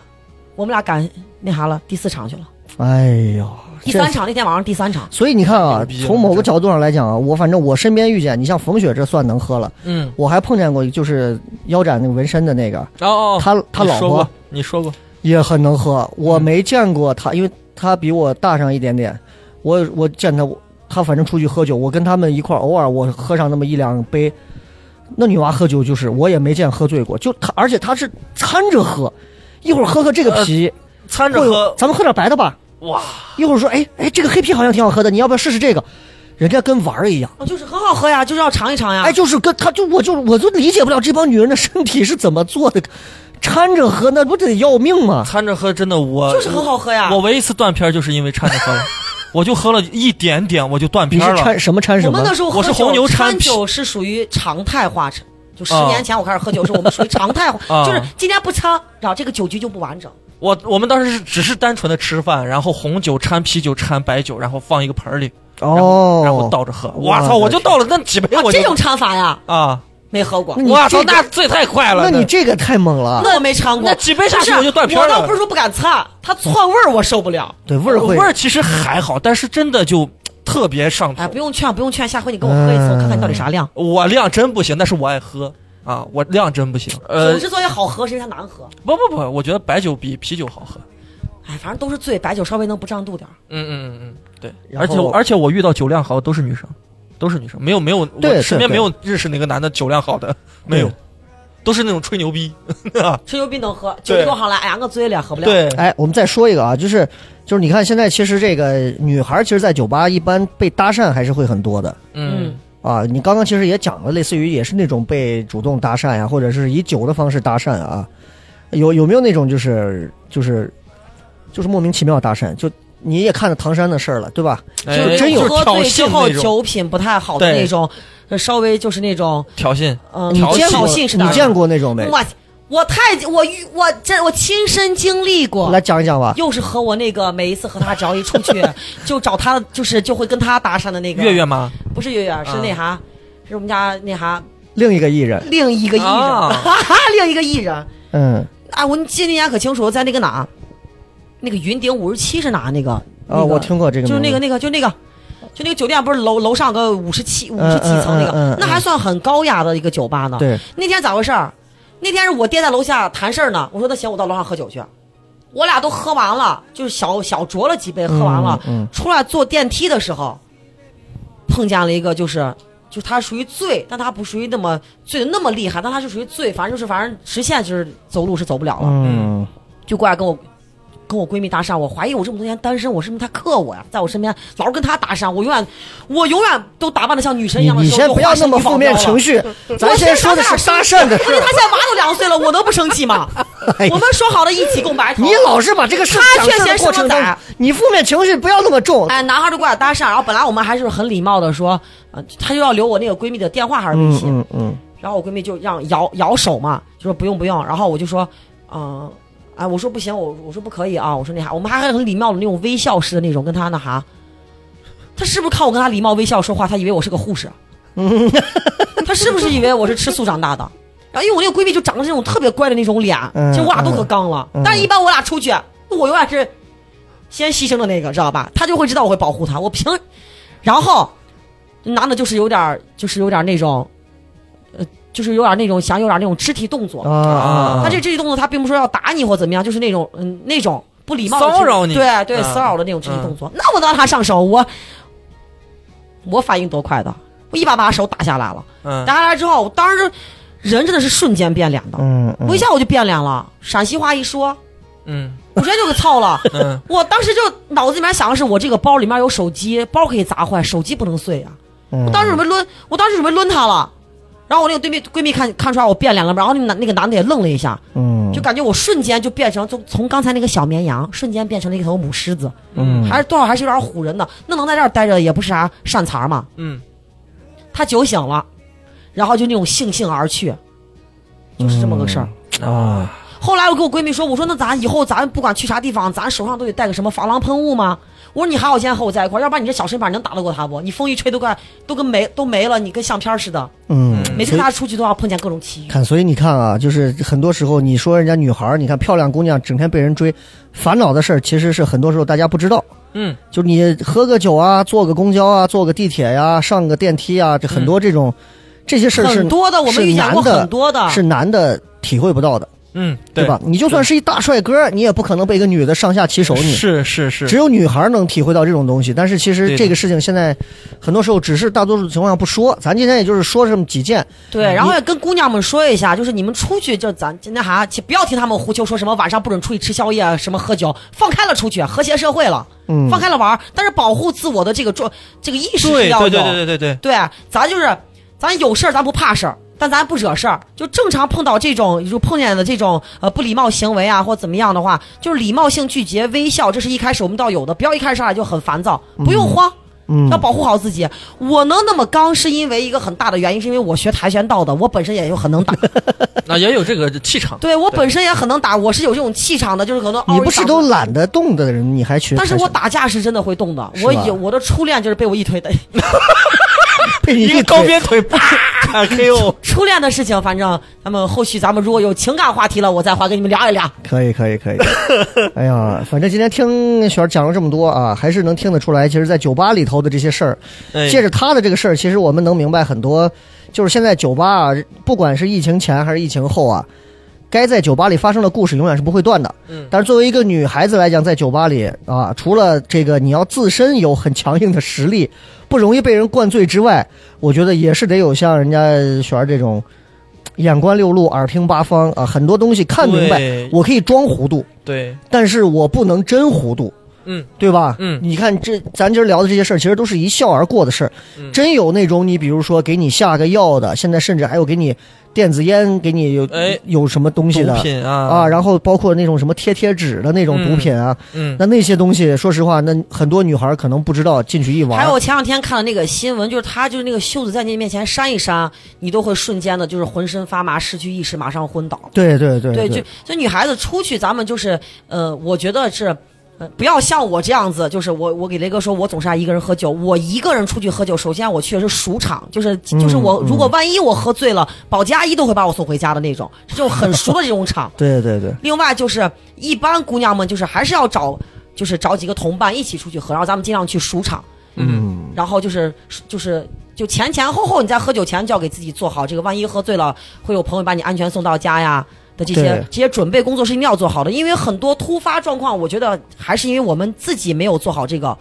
我们俩赶那啥了，第四场去了。哎呦，第这三场那天晚上第三场，所以你看啊牛逼，了从某个角度上来讲啊，我反正我身边遇见，你像冯雪这算能喝了，嗯我还碰见过就是腰斩那个纹身的那个，哦哦，他他你老说婆过你说过，也很能喝，我嗯没见过他，因为他比我大上一点点，我我见他，他反正出去喝酒，我跟他们一块儿，偶尔我喝上那么一两杯，那女娃喝酒就是我也没见喝醉过，就他，而且他是掺着喝，一会儿喝喝这个啤，掺着过一会儿呃喝咱们喝点白的吧，哇，一会儿说哎哎这个黑啤好像挺好喝的，你要不要试试这个？人家跟玩儿一样，哦，就是很好喝呀，就是要尝一尝呀。哎，就是跟他就我就我就理解不了这帮女人的身体是怎么做的，掺着喝那不得要命吗？掺着喝真的我就是很好喝呀。我唯一一次断片儿就是因为掺着喝 了，我就喝了一点点我就断你片是儿了掺。什么掺什我么？们那时候喝我是酒红牛掺掺啤酒是属于常态化吃，就十啊年前我开始喝酒是我们属于常态化，啊就是今天不掺，然后这个酒局就不完整。我我们当时是只是单纯的吃饭，然后红酒掺啤酒掺白酒，然后放一个盆儿里，哦，然后倒着喝。我哇操，我就倒了那几杯啊，哎我就这种掺法呀，啊，没喝过那，你我这操，个那醉太快了。那你这个太猛了，那我没掺过。那几杯下不去是我就断片我儿倒不是了。说不敢掺，它窜味儿我受不了。对味儿会味儿其实还好，但是真的就特别上头。哎，不用劝，不用劝，下回你跟我喝一次，我看看你到底啥量。我量真不行，但是我爱喝啊，我量真不行。呃酒，之所以好喝，是因为它难喝。不不不，我觉得白酒比啤酒好喝。哎，反正都是醉，白酒稍微能不胀肚点儿。嗯嗯嗯嗯，对。然而且后我而且我遇到酒量好的都是女生，都是女生，没有没有，对我身边对没有认识哪个男的酒量好的，没有对，都是那种吹牛逼。吹牛逼能喝，酒啊对一弄上来，哎呀，我醉了，喝不了。对，哎，我们再说一个啊，就是就是你看现在其实这个女孩儿其实，在酒吧一般被搭讪还是会很多的嗯嗯，啊。你刚刚其实也讲了，类似于也是那种被主动搭讪呀、啊或者是以酒的方式搭讪啊。有有没有那种就是就是就是莫名其妙搭讪？就你也看着唐山的事儿了，对吧？哎是真有喝挑醉之衅后那种酒品不太好的对那种，呃稍微就是那种，挑衅。嗯，你挑见衅过挑衅是你哪儿见过那种没？我我太我遇我这我亲身经历过来。讲一讲吧。又是和我那个每一次和他只要一出 去，就找他就是就会跟他搭讪的那个月月吗？啊不是月月是那啥，是我们家那啥另一个艺人，另一个艺人，啊哈哈， 另一个艺人。嗯，啊，我记得那年可清楚，在那个哪，那个云顶五十七是哪那个？那啊，个我听过这个名字，就是那个那个就那个。就那个酒店不是楼楼上个五十七五十嗯几层那个，嗯嗯嗯嗯那还算很高雅的一个酒吧呢。对，那天咋回事儿？那天是我爹在楼下谈事儿呢，我说那行，我到楼上喝酒去。我俩都喝完了，就是小小酌了几杯，喝完了，嗯嗯出来坐电梯的时候，碰见了一个就是。就是他属于醉，但他不属于那么醉的那么厉害，但他是属于醉，反正就是反正直线就是走路是走不了了，嗯就过来跟我跟我闺蜜搭讪，我怀疑我这么多年单身，我是不是他克我呀？在我身边老是跟他搭讪，我永远我永远都打扮的像女神一你样的你时候，先就不化要身那么女保负面镖了情。 绪，咱我先说的是哪生搭 讪的气事因为儿？他。现在娃都两岁了，我能不生气吗 哎呀我们说好的一起共白头。你老是把这个事儿他讲却事儿的嫌过生程当了崽中，你负面情绪不要那么重。哎，男孩就过来搭讪，然后本来我们还是很礼貌的说，呃，他就要留我那个闺蜜的电话还是微嗯信，嗯嗯，然后我闺蜜就让摇摇手嘛，就说不用不用，然后我就说，嗯、哎，我说不行，我我说不可以啊，我说那啥，我们还很礼貌的那种微笑式的那种跟他那啥，他是不是看我跟他礼貌微笑说话，他以为我是个护士？ 他是不是以为我是吃素长大的？然后因为我那个闺蜜就长得是那种特别乖的那种脸，嗯其实我俩都可刚了，嗯嗯但是一般我俩出去，我永远是先牺牲的那个，知道吧？他就会知道我会保护他，我凭，然后男的就是有点儿，就是有点儿那种，呃，就是有点儿那种想有点儿那种肢体动作，啊啊，他这肢体动作他并不是说要打你或怎么样，就是那种嗯那种不礼貌的骚肢体扰你对对、嗯骚扰的那种肢体动作，那我能让他上手，我我反应多快的，我一把把他手打下来了。嗯打下来之后，我当时人真的是瞬间变脸的，嗯嗯我一下我就变脸了。陕西话一说，嗯我直接就给操了。 嗯，我当时就脑子里面想的是，我这个包里面有手机，包可以砸坏，手机不能碎啊。嗯我当时准备抡，我当时准备抡他了。然后我那个闺蜜闺蜜看看出来我变脸了，然后那个男那个男的也愣了一下，嗯就感觉我瞬间就变成从从刚才那个小绵羊，瞬间变成了一头母狮子，嗯还是多少还是有点唬人的。那能在这儿待着也不是啥善茬儿嘛。嗯，他酒醒了，然后就那种悻悻而去，就是这么个事儿。啊，后来我跟我闺蜜说，我说那咱以后咱不管去啥地方，咱手上都得带个什么防狼喷雾吗？我说你还好，今天和我在一块儿，要不然你这小身板能打得过他不？你风一吹都快都跟没都没了，你跟相片似的。嗯，每所以次跟他出去都要碰见各种奇遇。看，所以你看啊，就是很多时候你说人家女孩儿，你看漂亮姑娘整天被人追，烦恼的事儿其实是很多时候大家不知道。嗯，就是你喝个酒啊，坐个公交啊，坐个地铁呀、上个电梯啊，这很多这种、这些事儿是嗯很多啊的我们是遇见过男的很多的是男的体会不到的，嗯，对吧？你就算是一大帅哥，你也不可能被一个女的上下其手你。是是只是，有女孩儿能体会到这种东西，但是其对实的这个事情现在很多时候只是大多数情况下不说，咱今天也就是说这么几件，对，然后也跟姑娘们说一下，就是你们出去就咱那啥，且不要听他们胡求说什么晚上不准出去吃宵夜啊，什么喝酒，放开了出去，啊和谐社会了，嗯放开了玩儿，但是保护自我的这个状这个意识是对要有。对对对对对对，对，啊咱就是咱有事儿咱不怕事儿，但咱不惹事儿。就正常碰到这种就碰见的这种呃不礼貌行为啊，或怎么样的话，就是礼貌性拒绝、微笑，这是一开始我们都要有的，不要一开始上来就很烦躁，不用慌。嗯要保护好自己。我能那么刚，是因为一个很大的原因，是因为我学跆拳道的，我本身也就很 能打。那也有这个气场，对我本身也很能打，我是有这种气场的，就是可能嗷你一不是嗓都子懒得动的人，你还去？但是还我打架是真的会动的，是我吧有我的初恋就是被我一腿打，被 你一个一高推鞭腿啊啪 KO，初恋的事情，反正咱们后续咱们如果有情感话题了，我再还给你们聊一聊。可以可以可以，哎呀，反正今天听雪儿讲了这么多啊，还是能听得出来，其实，在酒吧里头的这些事儿，哎借着他的这个事儿，其实我们能明白很多，就是现在酒吧啊，不管是疫情前还是疫情后啊，该在酒吧里发生的故事永远是不会断的。嗯但是作为一个女孩子来讲，在酒吧里啊，除了这个你要自身有很强硬的实力，不容易被人灌醉之外，我觉得也是得有像人家雪儿这种。眼观六路，耳听八方啊，很多东西看明白对，我可以装糊涂，对，但是我不能真糊涂，嗯，对吧？嗯你看这咱今儿聊的这些事儿，其实都是一笑而过的事儿。嗯真有那种你比如说给你下个药的，现在甚至还有给你电子烟，给你有、哎有什么东西的毒品啊啊，然后包括那种什么贴贴纸的那种毒品啊，嗯那那些东西，说实话，那很多女孩儿可能不知道进去一玩，还有我前两天看的那个新闻，就是他就是那个袖子在你面前扇一扇，你都会瞬间的，就是浑身发麻，失去意识，马上昏倒。对对对对就就女孩子出去，咱们就是呃，我觉得是。呃不要像我这样子，就是我，我给雷哥说，我总是爱一个人喝酒。我一个人出去喝酒，首先我去的是熟场， 就是就是我，如果万一我喝醉了，保洁阿姨都会把我送回家的那种，这种很熟的这种场。对对对，另外就是，一般姑娘们就是还是要找，就是找几个同伴一起出去喝，然后咱们尽量去熟场，嗯然后就是就是就前前后后你在喝酒前就要给自己做好这个，万一喝醉了会有朋友把你安全送到家呀的这些对这些准备工作是一定要做好的，因为很多突发状况，我觉得还是因为我们自己没有做好这个。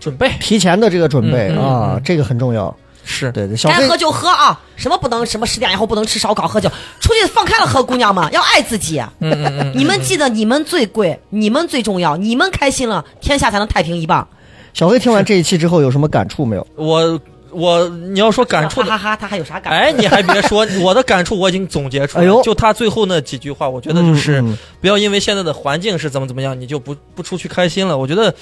准备提前的这个准备、嗯嗯啊，这个很重要。是对对，小该黑喝就喝啊，什么不能什么十点以后不能吃烧烤喝酒，出去放开了喝，姑娘们要爱自己。嗯你们记得你们最贵，你们最重要，你们开心了，天下才能太平一棒。小黑听完这一期之后有什么感触没有？我我你要说感触哈 啊的，哈哈，他还有啥感？哎，你还别说，我的感触我已经总结出来哎呦了。就他最后那几句话，我觉得就是嗯嗯不要因为现在的环境是怎么怎么样，你就不不出去开心了。我觉得，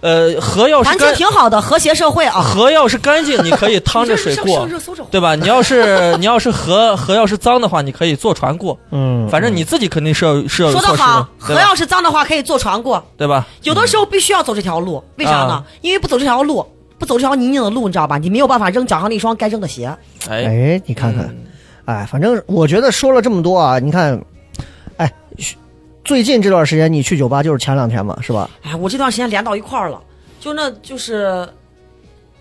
呃，河要是环境干挺好的，和谐社会啊。河要是干净，你可以趟着水过，对吧？你要是你要是河河要是脏的话，你可以坐船过。嗯，反正你自己肯定是要是要有说措得施的好，，对河吧要是脏的话可以坐船过，对吧？有的时候必须要走这条路，为啥呢啊？因为不走这条路，不走这条泥泞的路，你知道吧？你没有办法扔脚上那双该扔的鞋。哎，哎，你看看，嗯哎，反正我觉得说了这么多啊，你看，哎，最近这段时间你去酒吧就是前两天嘛，是吧？哎，我这段时间连到一块儿了，就那就是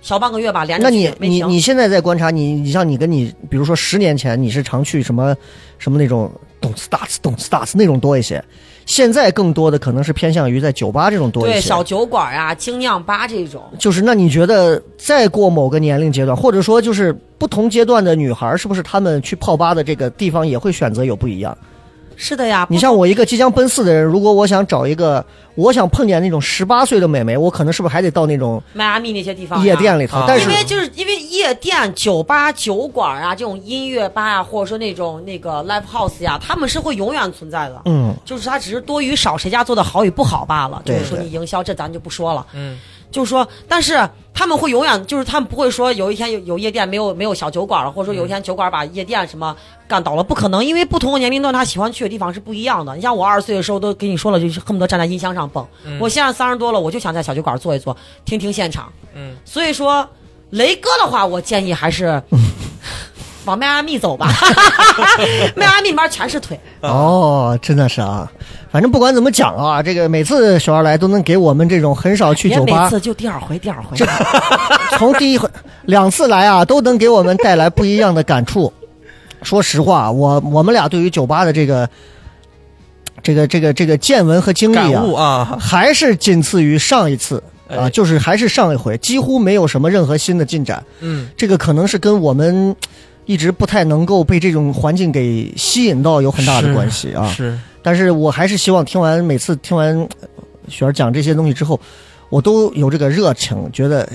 小半个月吧，连着那去你没你停你现在在观察你，你像你跟你，比如说十年前你是常去什么什么那种懂次大次懂次大次那种多一些，现在更多的可能是偏向于在酒吧这种多一对些。小酒馆啊、精酿吧这种，就是那你觉得再过某个年龄阶段，或者说就是不同阶段的女孩，是不是她们去泡吧的这个地方也会选择有不一样？是的呀。你不像我一个即将奔四的人，如果我想找一个，我想碰见那种十八岁的美眉，我可能是不是还得到那种迈阿密那些地方呀夜店里头？啊但是因为就是因为夜店、酒吧、酒馆啊，这种音乐吧啊，或者说那种那个 live house 呀、他们是会永远存在的。嗯，就是它只是多与少，谁家做的好与不好罢了。就对是说对你营销这咱就不说了，嗯，就是说，但是他们会永远就是他们不会说有一天有有夜店没有没有小酒馆了，或者说有一天酒馆把夜店什么干倒了，不可能，因为不同的年龄段他喜欢去的地方是不一样的。你像我二十岁的时候都给你说了，就是恨不得站在音箱上蹦，我现在三十多了，我就想在小酒馆坐一坐，听听现场。嗯，所以说雷哥的话，我建议还是往迈阿密走吧，迈阿密里面全是腿。啊哦，真的是啊，反正不管怎么讲啊，这个每次小二来都能给我们这种很少去别酒吧每次，就第二回，第二回。从第一回两次来啊，都能给我们带来不一样的感触。说实话，我我们俩对于酒吧的这个这个这个这个见闻和经感历啊悟，啊，还是仅次于上一次啊，哎就是还是上一回，几乎没有什么任何新的进展。嗯，这个可能是跟我们一直不太能够被这种环境给吸引到有很大的关系啊。是但是我还是希望听完每次听完呃雪儿讲这些东西之后，我都有这个热情，觉得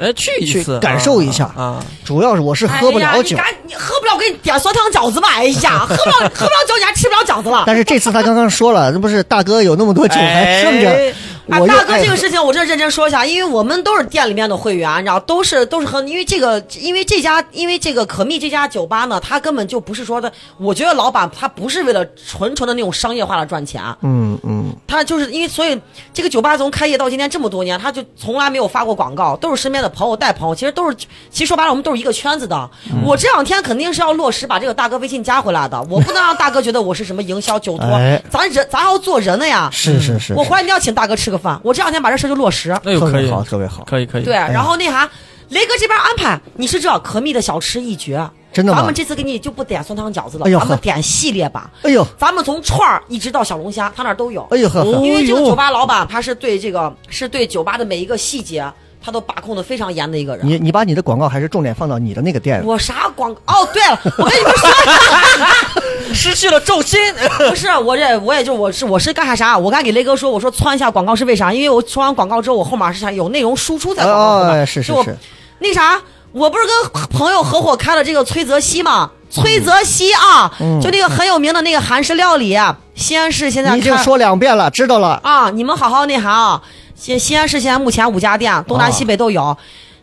哎，去一次去感受一下啊啊，主要是我是喝不了酒哎，呀、你赶你喝不了，我给你点酸汤饺子吧。哎 呀，喝不了，喝不了酒，你还吃不了饺子了。但是这次他刚刚说了，这不是大哥有那么多酒还剩着，哎啊，我又大哥，爱这个事情我这认真说一下，因为我们都是店里面的会员，你知道，都是都是喝，因为这个，因为这家，因为这个可蜜这家酒吧呢，他根本就不是说的，我觉得老板他不是为了纯纯的那种商业化的赚钱，啊嗯嗯，他就是因为所以这个酒吧从开业到今天这么多年，他就从来没有发过广告，都是身边的朋友带朋友，其实都是其实说白了我们都是一个圈子的。嗯我这两天肯定是要落实把这个大哥微信加回来的，我不能让大哥觉得我是什么营销酒托哎，咱人咱还要做人的呀。是是是，我回来一定要请大哥吃个饭，我这两天把这事儿就落实。那就特可以别好，特别好。可以可以，对，，啊然后那啥，雷哥这边安排，你是知道可蜜的小吃一绝，真的吗咱们这次给你就不点酸汤饺子了，哎呦咱们呵点系列吧，哎呦咱们从串儿一直到小龙虾，他那儿都有。哎呦呵呵，因为这个哦呦酒吧老板他是对这个是对酒吧的每一个细节他都把控的非常严的一个人。你你把你的广告还是重点放到你的那个店里。啊我啥广哦，对了，我跟你们说，失去了 重心。不是我这我也就我是我是干啥啥，我刚给雷哥说，我说窜一下广告是为啥？因为我说完广告之后，我后面是啥有内容输出在广告后面哦，是是就我是，那啥，我不是跟朋友合伙开了这个崔泽熙吗？崔泽熙啊，就那个很有名的那个韩式料理，西安市现在你已经开说两遍了，知道了。啊，你们好好那啥啊，西西安市现在目前五家店，东南西北都有，啊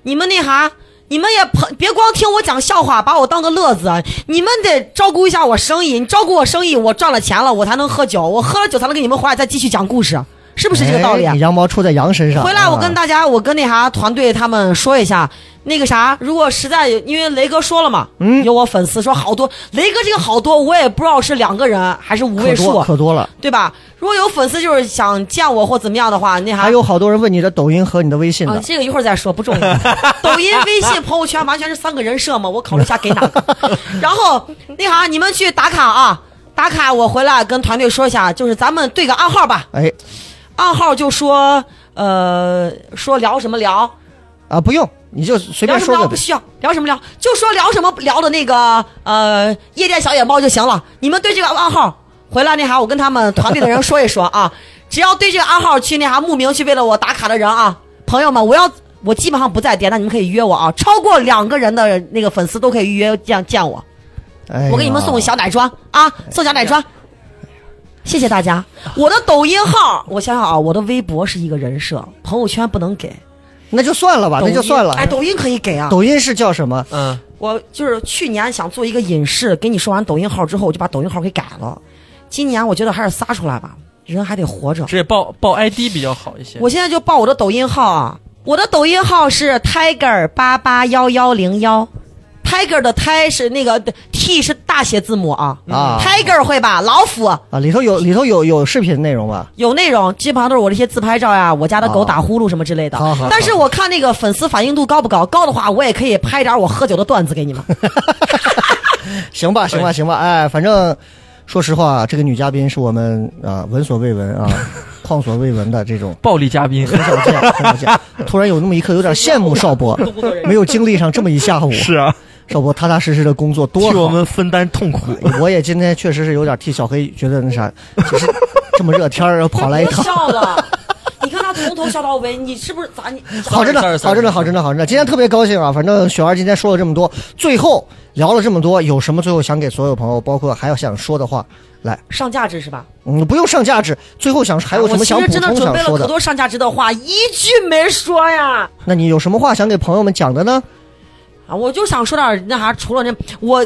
你们那啥。你们也捧，别光听我讲笑话，把我当个乐子。你们得照顾一下我生意，你照顾我生意，我赚了钱了，我才能喝酒，我喝了酒才能给你们回来再继续讲故事，是不是这个道理？啊哎你羊毛出在羊身上。啊回来我跟他大家，我跟那啥团队他们说一下，那个啥，如果实在有因为雷哥说了嘛，嗯，有我粉丝说好多，雷哥这个好多，我也不知道是两个人还是五可位多数，可多了，对吧？如果有粉丝就是想见我或怎么样的话，那啥还有好多人问你的抖音和你的微信啊呢，。这个一会儿再说，不重 要。抖音、微信、朋友圈完全是三个人设嘛，我考虑一下给哪 个。然后那啥，你们去打卡啊，打卡我回来跟团队说一下，就是咱们对个暗号吧，哎暗号就说呃说聊什么聊。啊，不用，你就随聊便什么说聊个不呗。需要聊什么聊，就说聊什么聊的那个呃夜店小野猫就行了。你们对这个暗号回来那啥，我跟他们团里的人说一说啊，只要对这个暗号去那啥慕名去为了我打卡的人啊，朋友们，我要我基本上不在点，那你们可以约我啊，超过两个人的那个粉丝都可以预约见见我，哎呀我给你们送小奶砖啊，送小奶砖。谢谢大家，我的抖音号，我想想啊，我的微博是一个人设，朋友圈不能给，那就算了吧，抖啊那音就算了。哎，抖音可以给啊，抖音是叫什么？嗯，我就是去年想做一个隐士，给你说完抖音号之后，我就把抖音号给改了。今年我觉得还是撒出来吧，人还得活着。直接报报 ID 比较好一些。我现在就报我的抖音号啊，我的抖音号是 tiger 八八幺幺零幺，tiger 的 t 是那个 t 是大写字母啊啊，tiger 会吧？老虎啊，里头有里头有有视频内容吧？有内容，基本上都是我这些自拍照呀，我家的狗哦打呼噜什么之类的。好好好但是我看那个粉丝反应度高不高，高的话我也可以拍点我喝酒的段子给你们。行吧，行吧，行吧，哎，反正说实话，这个女嘉宾是我们啊闻所未闻 啊旷所未闻的这种。暴力嘉宾，很 少见，很少见。突然有那么一刻，有 点羡慕少博，没有经历上这么一下午。是啊，少博踏踏实实的工作替多好。我们分担痛 苦。我也今天确实是有点替小黑觉得那啥，就是这么热天儿跑来一趟 我，笑了。你看他从头笑到尾，你是不是咋你？好着呢，好着 sorry，sorry，呢，好着呢，好着呢。今天特别高兴啊！反正雪儿今天说了这么多，最后聊了这么多，有什么最后想给所有朋友，包括还有想说的话，来，上价值是吧？嗯，不用上价值。最后想还有什么想啊我补其实真的充准想备了说可的？多上价值的话，一句没说呀。那你有什么话想给朋友们讲的呢？啊，我就想说点那啥，除了那我，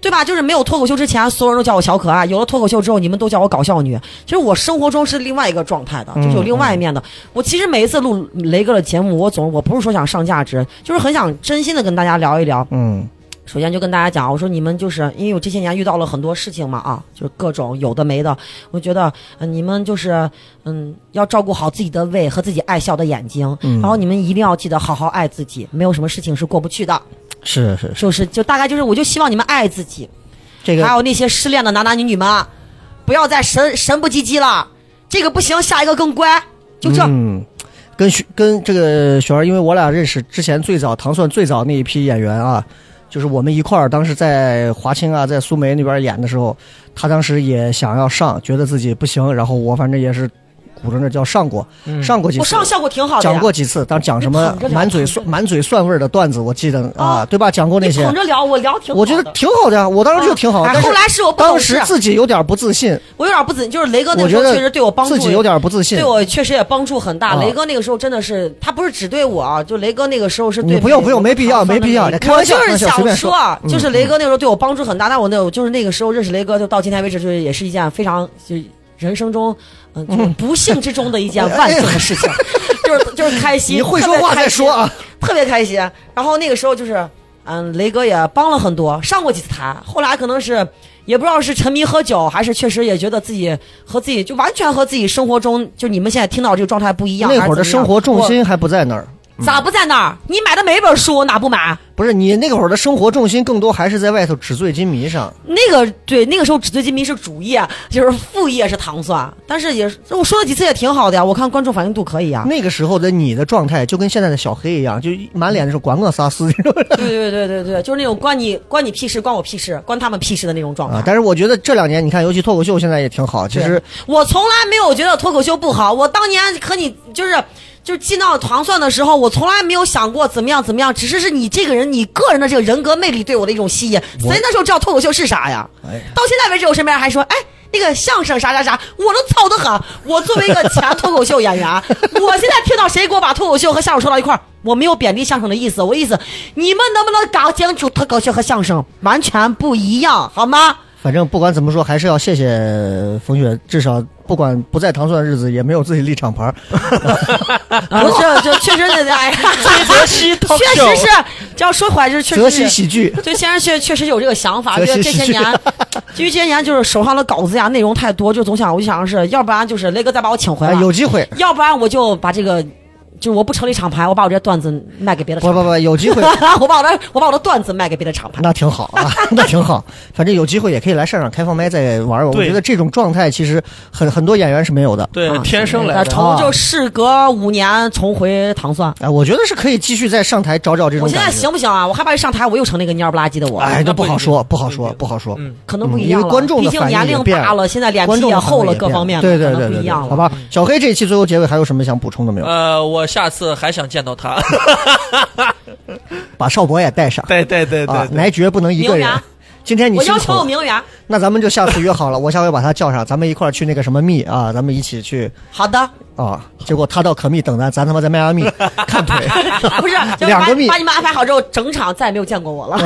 对吧？就是没有脱口秀之前，啊所有人都叫我小可爱；有了脱口秀之后，你们都叫我搞笑女。其实我生活中是另外一个状态的，就是有另嗯外一面的。我其实每一次录雷哥的节目，我总我不是说想上价值，就是很想真心的跟大家聊一聊。嗯，首先就跟大家讲，我说你们就是因为我这些年遇到了很多事情嘛啊，就是各种有的没的，我觉得、呃你们就是嗯要照顾好自己的胃和自己爱笑的眼睛，嗯然后你们一定要记得好好爱自己，没有什么事情是过不去的，是是是，就是就大概就是我就希望你们爱自己，这个还有那些失恋的男男女女们啊，不要再神神不唧唧了，这个不行，下一个更乖，就这。嗯，跟雪跟这个雪儿，因为我俩认识之前最早糖蒜最早那一批演员啊，就是我们一块儿当时在华清啊，在苏梅那边演的时候，他当时也想要上，觉得自己不行，然后我反正也是鼓着那叫上过，上过几次，我上效果挺好的呀，讲过几次，当讲什么你捧着聊满嘴捧着蒜满嘴蒜味儿的段子，我记得啊，啊对吧？讲过那你些捧，着聊，我聊挺好的。我觉得挺好的呀，我当时就挺好，啊但后来是我不懂当事时自己有点不自信，我有点不自信，就是雷哥那我个时觉候得确实对我帮助自己有点不自信对。我确实也帮助很大。啊雷哥那个时候真的是，他不是只对我啊，就雷哥那个时候是对你不用每不用没必要没必要开我玩笑就是开想玩笑随说啊便，说嗯就是雷哥那时候对我帮助很大。但我那我就是那个时候认识雷哥，就到今天为止，就是也是一件非常就人生中嗯就是不幸之中的 一件万幸的事情， 就是就是开心。哎你会说话再说啊，特别开心。然后那个时候就是，嗯，雷哥也帮了很多，上过几次台。后来可能是也不知道是沉迷喝酒，还是确实也觉得自己和自己就完全和自己生活中就你们现在听到这个状态不一样。那会儿还的是怎生么样活重心还嗯不在那儿。我咋不在那儿？你买的每本书我哪不买？不是你那会儿的生活重心更多还是在外头纸醉金迷上，那个对，那个时候纸醉金迷是主业，就是副业是糖蒜，但是也是我说了几次也挺好的呀，我看观众反应度可以呀。啊那个时候的你的状态就跟现在的小黑一样，就一满脸的是管我啥事对对对对对，就是那种关你关你屁事，关我屁事，关他们屁事的那种状态啊。。但是我觉得这两年你看，尤其脱口秀现在也挺好，其实我从来没有觉得脱口秀不好。我当年和你就是就是进到糖蒜的时候，我从来没有想过怎么样怎么样，只是是你这个人，你个人的这个人格魅力对我的一种吸引。谁那时候知道脱口秀是啥呀？到现在为止，我身边人还说，哎。那个相声啥啥啥，我都操得很。我作为一个前脱口秀演 员，我现在听到谁给我把脱口秀和相声说到一块儿，我没有贬低相声的意思，我意思你们能不能搞清楚脱口秀和相声完全不一样，好吗？反正不管怎么说，还是要谢谢冯雪，至少不管不在糖蒜的日子，也没有自己立厂牌儿。不是，就确实得哎 呀，泽西 talk 确 show 实是，要说回来就是确泽实西是。喜 剧，对，先生确确实有这个想法，泽觉西得这些喜剧年， 因为这些年就是手上的稿子呀，内容哎太多，就总想，我就想是，要不然就是雷哥再把我请回来，哎有机会要不然我就把这个就是我不成立厂牌，我把我这段子卖给别的不厂牌。不不，有机 会我把我的我把我的段子卖给别的厂牌。那挺好啊，那挺好。反正有机会也可以来上上开放麦再玩玩。我对觉得这种状态其实很很多演员是没有的。对啊，天生来呃的。重就事隔五年重回糖蒜。哎，我觉得是可以继续再上台找找这我种现在感觉。行不行啊？我害怕一上台我又成那个蔫不拉几的我，哎，这不好说，不好不一说，定不好说。嗯，可能不嗯一样因了。为观众毕的竟反应年龄也变大了，现在脸观皮众也的反厚应啊了，也各变方面对对可对能不对一对，样了。嗯好吧。小黑这一期最后结尾还有什么想补充的没有？呃，我下次还想见 到他。把邵博也带上对对对啊，男爵不能一个明人媛。今天你我辛要苦求了有 名媛。那咱们就下次约好了，我下回把他叫上，咱们一块儿去那个什么密啊，咱们一起去好的，啊。结果他到可密等咱，咱他妈在迈阿密 看腿。啊 不是，就是两把个密把你们安排好之后，整场再也没有见过我 了。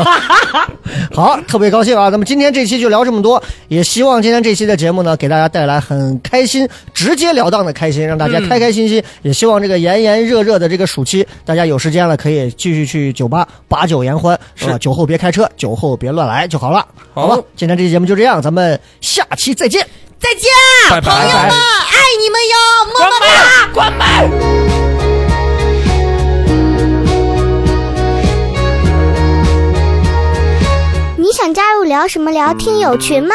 好，特别高兴啊！那么今天这期就聊这么多，也希望今天这期的节目呢，给大家带来很开心、直截了当的开心，让大家开开心心。也希望这个炎炎热热的这个暑期，大家有时间了可以继续去酒吧把酒言欢，是吧？是酒后别开车，酒后别乱来就好了，好吧？今天这期节目就这样，咱们下期再见。再见，啊拜拜朋友拜们，拜爱你们哟，么么哒，关门。你想加入聊什么聊听友群吗？